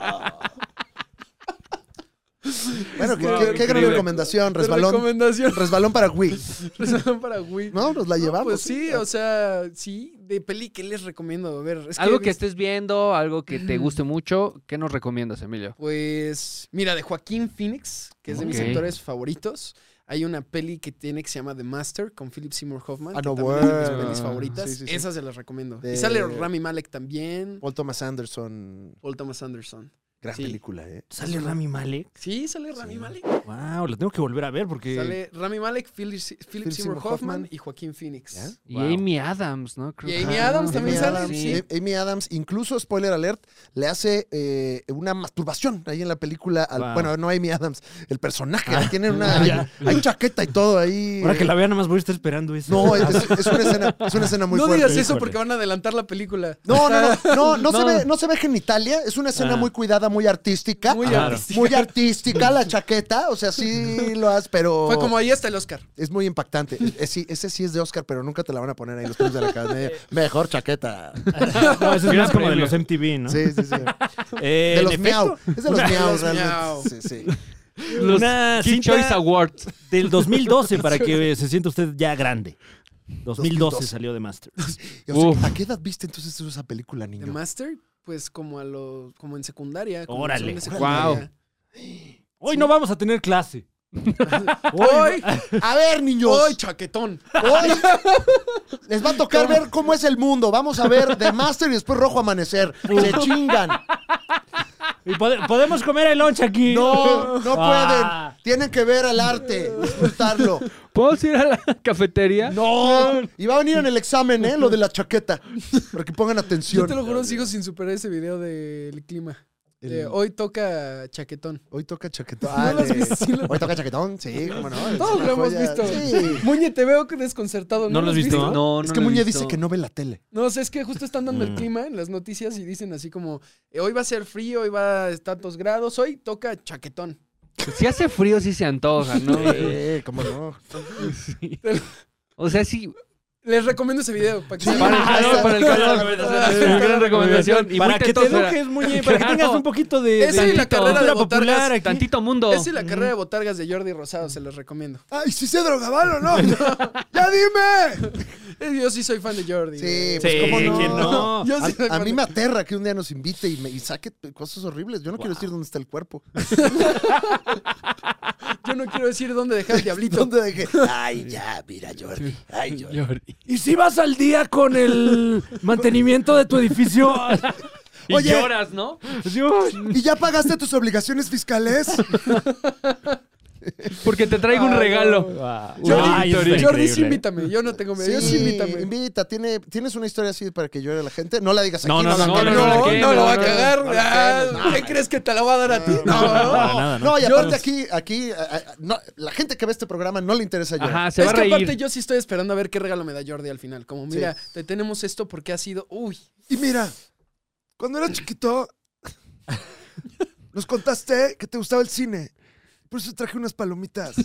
Speaker 6: Bueno, Bueno, qué-
Speaker 4: Wow,
Speaker 6: qué, qué gran
Speaker 2: increíble.
Speaker 6: recomendación.
Speaker 4: De
Speaker 6: Resbalón,
Speaker 4: Recomendación.
Speaker 6: resbalón para Wii.
Speaker 4: Resbalón para Wii.
Speaker 6: No, nos la
Speaker 4: No,
Speaker 6: llevamos.
Speaker 4: Pues sí, o sea, sí, de peli que les recomiendo. A ver, es
Speaker 2: algo
Speaker 4: he
Speaker 2: que
Speaker 4: visto-
Speaker 2: estés viendo, algo que te guste mucho, ¿qué nos recomiendas, Emilio?
Speaker 4: Pues, mira, de Joaquín Phoenix, que es de mis
Speaker 2: Ok.
Speaker 4: actores favoritos. Hay una peli que tiene que se llama The Master con Philip Seymour Hoffman.
Speaker 6: Ah,
Speaker 4: que
Speaker 6: no,
Speaker 4: también es de mis
Speaker 6: bueno.
Speaker 4: pelis favoritas.
Speaker 6: Sí, sí, sí.
Speaker 4: Esas se las recomiendo.
Speaker 6: De-
Speaker 4: Y sale Rami Malek también.
Speaker 6: Paul Thomas Anderson.
Speaker 4: Paul Thomas Anderson.
Speaker 6: Gran
Speaker 4: Sí.
Speaker 6: película, ¿eh?
Speaker 3: ¿Sale Rami Malek?
Speaker 4: Sí, sale Rami Malek.
Speaker 3: Wow, la tengo que volver a ver porque.
Speaker 4: Sale Rami Malek, Philip, Philip Seymour
Speaker 6: Seymour
Speaker 4: Hoffman,
Speaker 6: Hoffman.
Speaker 4: y Joaquín Phoenix.
Speaker 6: ¿Ya?
Speaker 2: Y
Speaker 3: Wow.
Speaker 2: Amy Adams, ¿no? Creo
Speaker 4: Y
Speaker 2: que-
Speaker 4: Amy Adams también
Speaker 6: Amy
Speaker 4: sale,
Speaker 6: Adams,
Speaker 4: sí.
Speaker 6: eh, Amy Adams, incluso, spoiler alert, le hace eh, una masturbación ahí en la película. al-
Speaker 3: Wow.
Speaker 6: Bueno, no Amy Adams, el personaje.
Speaker 4: Ah.
Speaker 6: Tiene una. Hay chaqueta y todo ahí.
Speaker 3: Ahora que la vea, nada más voy a estar esperando eso.
Speaker 6: No, es, es una escena, es una escena muy
Speaker 4: no
Speaker 6: fuerte.
Speaker 4: digas eso
Speaker 3: híjole.
Speaker 4: porque van a adelantar la película.
Speaker 6: No, no, no, no, no, Se
Speaker 2: No.
Speaker 6: ve, no se ve genitalia, es una escena
Speaker 3: Ah.
Speaker 6: muy cuidada, muy artística.
Speaker 4: Muy
Speaker 6: Muy
Speaker 3: Claro.
Speaker 6: artística. la chaqueta, o sea, sí lo has, pero
Speaker 4: Fue como ahí hasta el Oscar.
Speaker 6: es muy impactante. Es- sí, ese sí es de Oscar, pero nunca te la van a poner ahí los premios de la academia. Mejor chaqueta.
Speaker 3: No, eso es
Speaker 2: Gran
Speaker 3: más como de
Speaker 2: premio.
Speaker 3: los MTV, ¿no?
Speaker 6: Sí, sí, sí.
Speaker 3: Eh,
Speaker 6: De
Speaker 3: en
Speaker 6: los
Speaker 3: efecto,
Speaker 6: miau. Es de los
Speaker 3: una-
Speaker 6: miau,
Speaker 4: los miau.
Speaker 6: realmente. Sí, sí.
Speaker 2: Los
Speaker 3: Una
Speaker 2: Kid
Speaker 3: cinta-
Speaker 2: Choice Awards.
Speaker 3: Del 2012, para que eh, se sienta usted ya grande. 2012 salió de Master.
Speaker 6: Y, o sea,
Speaker 2: Uf.
Speaker 6: ¿A qué edad viste entonces tú esa película,
Speaker 4: The
Speaker 6: niño?
Speaker 4: Master, pues como a los, como en secundaria. como en
Speaker 3: Órale.
Speaker 4: segunda secundaria.
Speaker 3: Hoy no vamos a tener clase.
Speaker 4: Hoy,
Speaker 6: A ver, niños.
Speaker 4: hoy, chaquetón.
Speaker 6: Hoy les va a tocar ver cómo es el mundo. Vamos a ver The Master y después Rojo Amanecer. Se chingan.
Speaker 3: Y pode- podemos comer el lunch aquí.
Speaker 6: No, no
Speaker 3: Ah.
Speaker 6: pueden. Tienen que ver el arte, disfrutarlo.
Speaker 2: ¿Puedo ir a la cafetería?
Speaker 6: No. Y va a venir en el examen, ¿eh? Lo de la chaqueta. Para que pongan
Speaker 4: Yo
Speaker 6: atención.
Speaker 4: te lo juro, sigo sin superar ese video del clima. De
Speaker 6: El-
Speaker 4: hoy toca chaquetón.
Speaker 6: Hoy toca chaquetón.
Speaker 4: ¿No lo has visto? Sí lo-
Speaker 6: Hoy toca chaquetón, sí, cómo no. es
Speaker 4: Todos
Speaker 6: una
Speaker 4: lo hemos
Speaker 6: joya.
Speaker 4: visto.
Speaker 6: Sí.
Speaker 4: Muñe, te veo desconcertado.
Speaker 3: ¿No lo has visto?
Speaker 2: No,
Speaker 6: es
Speaker 2: no
Speaker 6: que
Speaker 2: lo he
Speaker 6: Muñe
Speaker 2: visto.
Speaker 6: dice que no ve la tele.
Speaker 4: No, o sea, es que justo están dando el
Speaker 3: Mm.
Speaker 4: clima en las noticias y dicen así como, eh, hoy va a ser frío, hoy va a estar tantos grados, hoy toca chaquetón.
Speaker 2: Si hace frío, sí se antoja, ¿no?
Speaker 6: Sí, cómo no.
Speaker 2: O sea, sí.
Speaker 4: Les recomiendo ese video. Para que se-
Speaker 2: Para el
Speaker 3: Ah,
Speaker 2: calor, Ah, para el calor. Es una gran recomendación. Y
Speaker 3: para
Speaker 2: muy
Speaker 3: que te
Speaker 2: tetosa.
Speaker 3: eduques, Muñe, para que
Speaker 2: Claro.
Speaker 3: tengas un poquito de,
Speaker 4: Esa
Speaker 3: de
Speaker 4: y la carrera de
Speaker 3: cultura
Speaker 4: botargas,
Speaker 3: popular eh. aquí.
Speaker 2: Tantito mundo.
Speaker 4: Esa y la carrera de botargas de Jordi Rosado, se los recomiendo.
Speaker 6: Ay, si se drogaban o no.
Speaker 4: ¡Ya dime! Eh, Yo sí soy fan de Jordi.
Speaker 6: Sí,
Speaker 4: güey.
Speaker 6: pues
Speaker 3: Sí,
Speaker 6: cómo
Speaker 3: que
Speaker 6: no.
Speaker 3: no.
Speaker 4: Yo sí soy
Speaker 6: A, a
Speaker 4: fan
Speaker 6: mí
Speaker 4: de-
Speaker 6: me aterra que un día nos invite y, me, y saque cosas horribles. Yo no quiero decir dónde está el cuerpo.
Speaker 4: Yo no quiero decir dónde dejar el diablito.
Speaker 6: ¿Dónde dejé? Ay, ya, mira, Jordi. Ay, Jordi.
Speaker 3: ¿Y si vas al día con el mantenimiento de tu edificio?
Speaker 2: Y
Speaker 6: Oye.
Speaker 2: lloras, ¿no?
Speaker 3: Así, "Ay,
Speaker 6: ¿Y ya pagaste tus obligaciones fiscales?
Speaker 2: Porque te traigo un
Speaker 4: Ay,
Speaker 2: regalo.
Speaker 4: Jordi,
Speaker 3: Ay, eso está
Speaker 4: Jordi sí
Speaker 3: increíble.
Speaker 4: invítame. Yo no tengo miedo. Yo sí invítame.
Speaker 6: invita. Tiene, ¿Tienes una historia así para que llore la gente? No la digas aquí.
Speaker 3: No, no,
Speaker 6: la
Speaker 3: no,
Speaker 6: acabes.
Speaker 3: no, no,
Speaker 4: No,
Speaker 3: ¿qué?
Speaker 4: no lo va a
Speaker 2: No, no,
Speaker 4: cagar.
Speaker 6: no, no,
Speaker 4: Ah, ¿Qué crees que te la va a dar a ti? No.
Speaker 3: Para nada, ¿no?
Speaker 6: No, y
Speaker 4: Yo-
Speaker 6: aparte aquí, aquí, a- a- no, la gente que ve este programa no le interesa llorar.
Speaker 2: Ajá, se va
Speaker 4: es
Speaker 2: a
Speaker 4: que aparte
Speaker 2: reír.
Speaker 4: yo sí estoy esperando a ver qué regalo me da Jordi al final. Como, mira, te tenemos esto porque ha sido... Uy,
Speaker 1: Y mira, cuando era chiquito, nos contaste que te gustaba el cine. Por eso traje unas palomitas.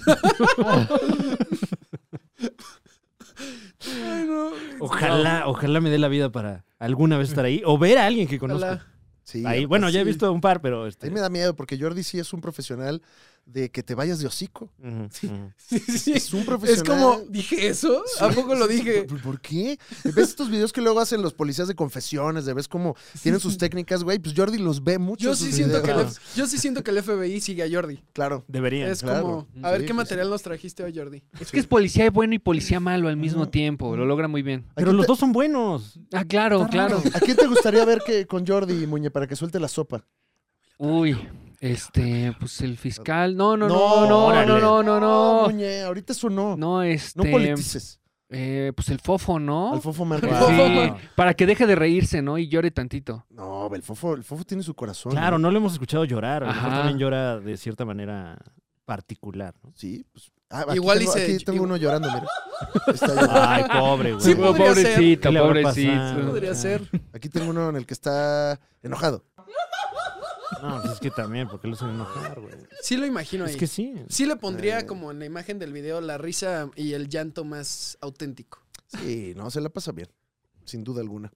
Speaker 3: Ojalá, ojalá me dé la vida para alguna vez estar ahí o ver a alguien que conozco.
Speaker 4: ojalá.
Speaker 6: Sí,
Speaker 3: Ahí,
Speaker 6: aparte,
Speaker 3: bueno, ya he
Speaker 6: sí.
Speaker 3: visto un par, pero este.
Speaker 6: Ahí me da miedo porque Jordi sí es un profesional de que te vayas de hocico.
Speaker 3: Ujú, ujú.
Speaker 4: Sí, sí.
Speaker 6: Es un
Speaker 4: Es
Speaker 6: profesional.
Speaker 4: como, ¿dije eso? ¿A poco lo dije?
Speaker 6: ¿Por, por qué? ¿Ves estos videos que luego hacen los policías de confesiones? De ves cómo tienen sus técnicas, güey. Pues Jordi los ve mucho.
Speaker 4: Yo
Speaker 6: sus
Speaker 4: sí, siento
Speaker 6: videos.
Speaker 4: que el, F- yo sí siento que el FBI sigue a Jordi.
Speaker 6: Claro.
Speaker 3: Deberían.
Speaker 4: Es
Speaker 6: claro.
Speaker 4: como, a ver
Speaker 6: Sí,
Speaker 4: qué
Speaker 6: sí,
Speaker 4: material nos trajiste hoy, Jordi.
Speaker 2: Es que es policía bueno y policía malo al mismo
Speaker 6: Ah.
Speaker 2: tiempo. Lo logra muy bien.
Speaker 3: Pero los dos son buenos.
Speaker 2: Ah, claro, claro.
Speaker 6: ¿A quién te gustaría ver que, con Jordi y Muñe para que suelte la sopa?
Speaker 2: Uy, este, pues el fiscal. No, no,
Speaker 6: No,
Speaker 2: no, no,
Speaker 3: órale.
Speaker 2: no, no, no.
Speaker 6: Muñe, ahorita eso no. No,
Speaker 2: No, este.
Speaker 6: politices.
Speaker 2: eh, pues el fofo, ¿no?
Speaker 6: Al Fofo Márquez.
Speaker 3: Wow.
Speaker 2: Sí, para que deje de reírse, ¿no? Y llore tantito.
Speaker 6: No, el Fofo, el Fofo tiene su corazón.
Speaker 3: Claro,
Speaker 6: ¿no?
Speaker 3: no lo hemos escuchado llorar. A lo mejor
Speaker 2: Ajá.
Speaker 3: también llora de cierta manera particular. ¿no?
Speaker 6: Sí, pues. ah, aquí
Speaker 4: Igual
Speaker 6: tengo,
Speaker 4: y se-
Speaker 6: aquí tengo
Speaker 4: igual-
Speaker 6: uno llorando, mira. Está llorando.
Speaker 3: Ay, pobre, güey.
Speaker 4: Sí,
Speaker 2: Oh,
Speaker 4: podría ser.
Speaker 2: pobrecito,
Speaker 3: ¿Qué le habrá pasado?
Speaker 2: pobrecito.
Speaker 4: Podría
Speaker 3: Ah.
Speaker 4: ser.
Speaker 6: Aquí tengo uno en el que está enojado.
Speaker 3: No, pues es que también, ¿por qué lo hacen enojar, güey?
Speaker 4: Sí lo imagino ahí.
Speaker 3: Es que sí.
Speaker 4: Sí le
Speaker 6: Eh.
Speaker 4: pondría como en la imagen del video la risa y el llanto más auténtico.
Speaker 6: Sí, no, se la pasa bien. Sin duda alguna.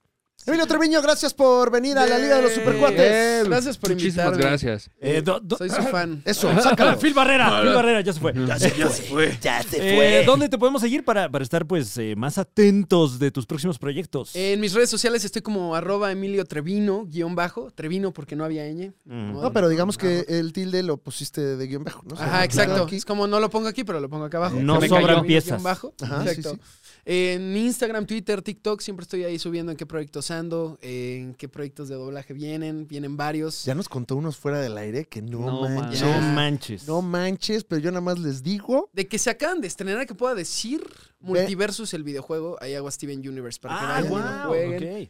Speaker 6: Emilio Treviño, gracias por venir a la Liga de los
Speaker 4: Yay.
Speaker 6: Supercuates.
Speaker 4: Gracias por
Speaker 2: Muchísimas
Speaker 4: invitarme.
Speaker 2: gracias.
Speaker 3: Eh, do- do- Ah,
Speaker 4: Soy su fan.
Speaker 6: Eso, sácalo.
Speaker 3: Phil Barrera, Phil Barrera, ya se fue.
Speaker 8: Ya se fue. Ya se
Speaker 3: Eh, ¿Dónde te podemos seguir para, para estar pues eh, más atentos de tus próximos proyectos?
Speaker 4: En mis redes sociales estoy como arroba Emilio Trevino, guión bajo. Trevino porque no había ñ.
Speaker 3: Mm.
Speaker 6: No, pero digamos que el tilde lo pusiste de guión bajo, ¿no?
Speaker 4: Ajá, exacto.
Speaker 6: Aquí.
Speaker 4: Es como no lo pongo aquí, pero lo pongo acá abajo.
Speaker 3: No
Speaker 4: Se me
Speaker 3: sobran
Speaker 4: cayó.
Speaker 3: piezas.
Speaker 4: Bajo.
Speaker 6: Ajá, sí,
Speaker 4: exacto.
Speaker 6: sí.
Speaker 4: En Instagram, Twitter, TikTok, siempre estoy ahí subiendo en qué proyectos ando, en qué proyectos de doblaje vienen, vienen varios.
Speaker 6: Ya nos contó unos fuera del aire que no,
Speaker 2: No
Speaker 6: manches.
Speaker 4: man-
Speaker 3: No manches.
Speaker 6: No manches, pero yo nada más les digo.
Speaker 4: De que se acaban de estrenar, que pueda decir Multiversus, el videojuego, ahí hago a Steven Universe para que
Speaker 3: ah,
Speaker 4: vayan y lo
Speaker 3: wow,
Speaker 4: jueguen.
Speaker 3: ok.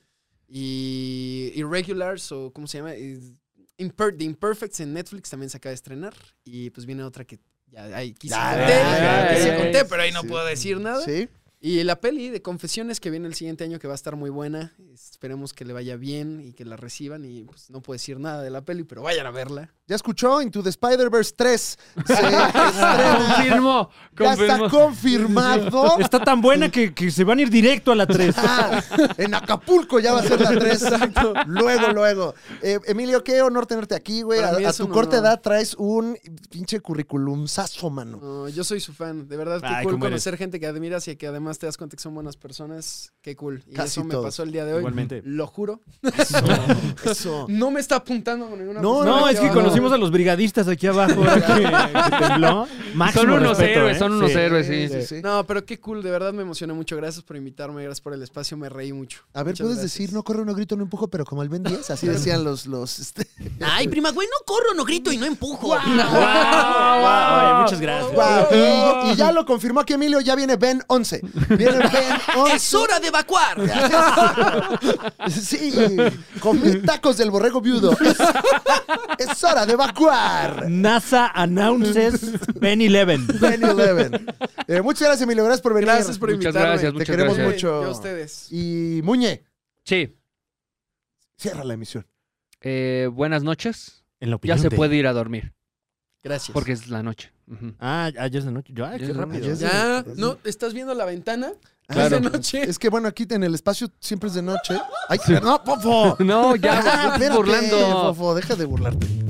Speaker 4: Y Irregulars, o ¿cómo se llama? Es- Imper- The Imperfects en Netflix también se acaba de estrenar. Y pues viene otra que ya ahí quise
Speaker 6: Ya,
Speaker 4: conté,
Speaker 6: ya,
Speaker 4: que sí
Speaker 2: ya,
Speaker 4: conté,
Speaker 6: ya.
Speaker 4: pero ahí no
Speaker 6: Sí.
Speaker 4: puedo decir nada.
Speaker 6: Sí.
Speaker 4: Y la peli de Confesiones que viene el siguiente año que va a estar muy buena. Esperemos que le vaya bien y que la reciban. Y pues no puedo decir nada de la peli, pero vayan a verla.
Speaker 6: Ya escuchó Into the Spider-Verse 3. Se estrena.
Speaker 2: Confirmo,
Speaker 6: Ya está
Speaker 2: confirmo.
Speaker 6: confirmado.
Speaker 3: Está tan buena que, que se van a ir directo a la 3.
Speaker 6: Ah, en Acapulco ya va a ser la 3. Luego, luego. Eh, Emilio, qué honor tenerte aquí, güey. A,
Speaker 4: Para mí
Speaker 6: a
Speaker 4: es
Speaker 6: tu
Speaker 4: un
Speaker 6: corta
Speaker 4: honor.
Speaker 6: edad traes un pinche curriculumzazo, mano.
Speaker 4: No, yo soy su fan. De verdad, qué
Speaker 3: Ay,
Speaker 4: cool
Speaker 3: cómo eres.
Speaker 4: conocer gente que admiras y que además te das cuenta que son buenas personas. Qué cool. Y
Speaker 6: Casi
Speaker 4: eso me
Speaker 6: todos.
Speaker 4: pasó el día de hoy.
Speaker 3: Igualmente.
Speaker 4: Lo juro.
Speaker 6: Eso.
Speaker 4: No me está apuntando con ninguna
Speaker 3: No,
Speaker 4: persona
Speaker 3: no, es que
Speaker 4: va.
Speaker 3: conocimos a los brigadistas aquí abajo. ahora que- que tembló. Máximo
Speaker 2: Son unos
Speaker 3: respeto,
Speaker 2: héroes,
Speaker 3: ¿eh?
Speaker 2: son unos
Speaker 3: Sí.
Speaker 2: héroes, sí.
Speaker 4: No, pero qué cool, de verdad me emocioné mucho. Gracias por invitarme, gracias por el espacio, me reí mucho.
Speaker 6: A ver,
Speaker 4: Muchas
Speaker 6: ¿puedes
Speaker 4: gracias.
Speaker 6: decir no corre, no grito, no empujo, pero como el Ben 10? Así decían los... los este,
Speaker 8: Ay, prima, güey, no corro, no grito y no empujo.
Speaker 3: Wow, wow, oye, muchas gracias.
Speaker 6: Guau, Y, y ya lo confirmó aquí Emilio, ya viene Ben 11. Viene Ben 11.
Speaker 8: Es hora de evacuar.
Speaker 6: Sí, comí tacos del borrego viudo. Es, es hora de evacuar.
Speaker 3: NASA announces Ben 11.
Speaker 6: Ben 11. Eh, muchas gracias, Emilio. Gracias por venir.
Speaker 4: Gracias por
Speaker 2: Muchas
Speaker 4: invitarme.
Speaker 2: gracias,
Speaker 6: Te
Speaker 2: muchas
Speaker 6: queremos
Speaker 2: gracias.
Speaker 6: mucho.
Speaker 4: Yo a ustedes.
Speaker 6: Y Muñe,
Speaker 2: Sí.
Speaker 6: cierra la emisión.
Speaker 2: eh, buenas noches.
Speaker 3: En la opinión
Speaker 2: Ya se
Speaker 3: de-
Speaker 2: puede ir a dormir,
Speaker 4: Gracias.
Speaker 2: porque es la noche. Ujú.
Speaker 3: Ah, ayer de noche. Yo, ay,
Speaker 2: Ayer
Speaker 3: qué
Speaker 2: de
Speaker 3: rápido.
Speaker 6: noche.
Speaker 4: Ya, ¿no? ¿Estás viendo la ventana?
Speaker 2: Claro.
Speaker 4: Es de noche.
Speaker 6: Ah, Es que bueno, aquí en el espacio siempre es de noche. Ay, no, Fofo. Ah,
Speaker 2: No, ya, me estás
Speaker 6: Espérate,
Speaker 2: burlando.
Speaker 6: Fofo, deja de burlarte.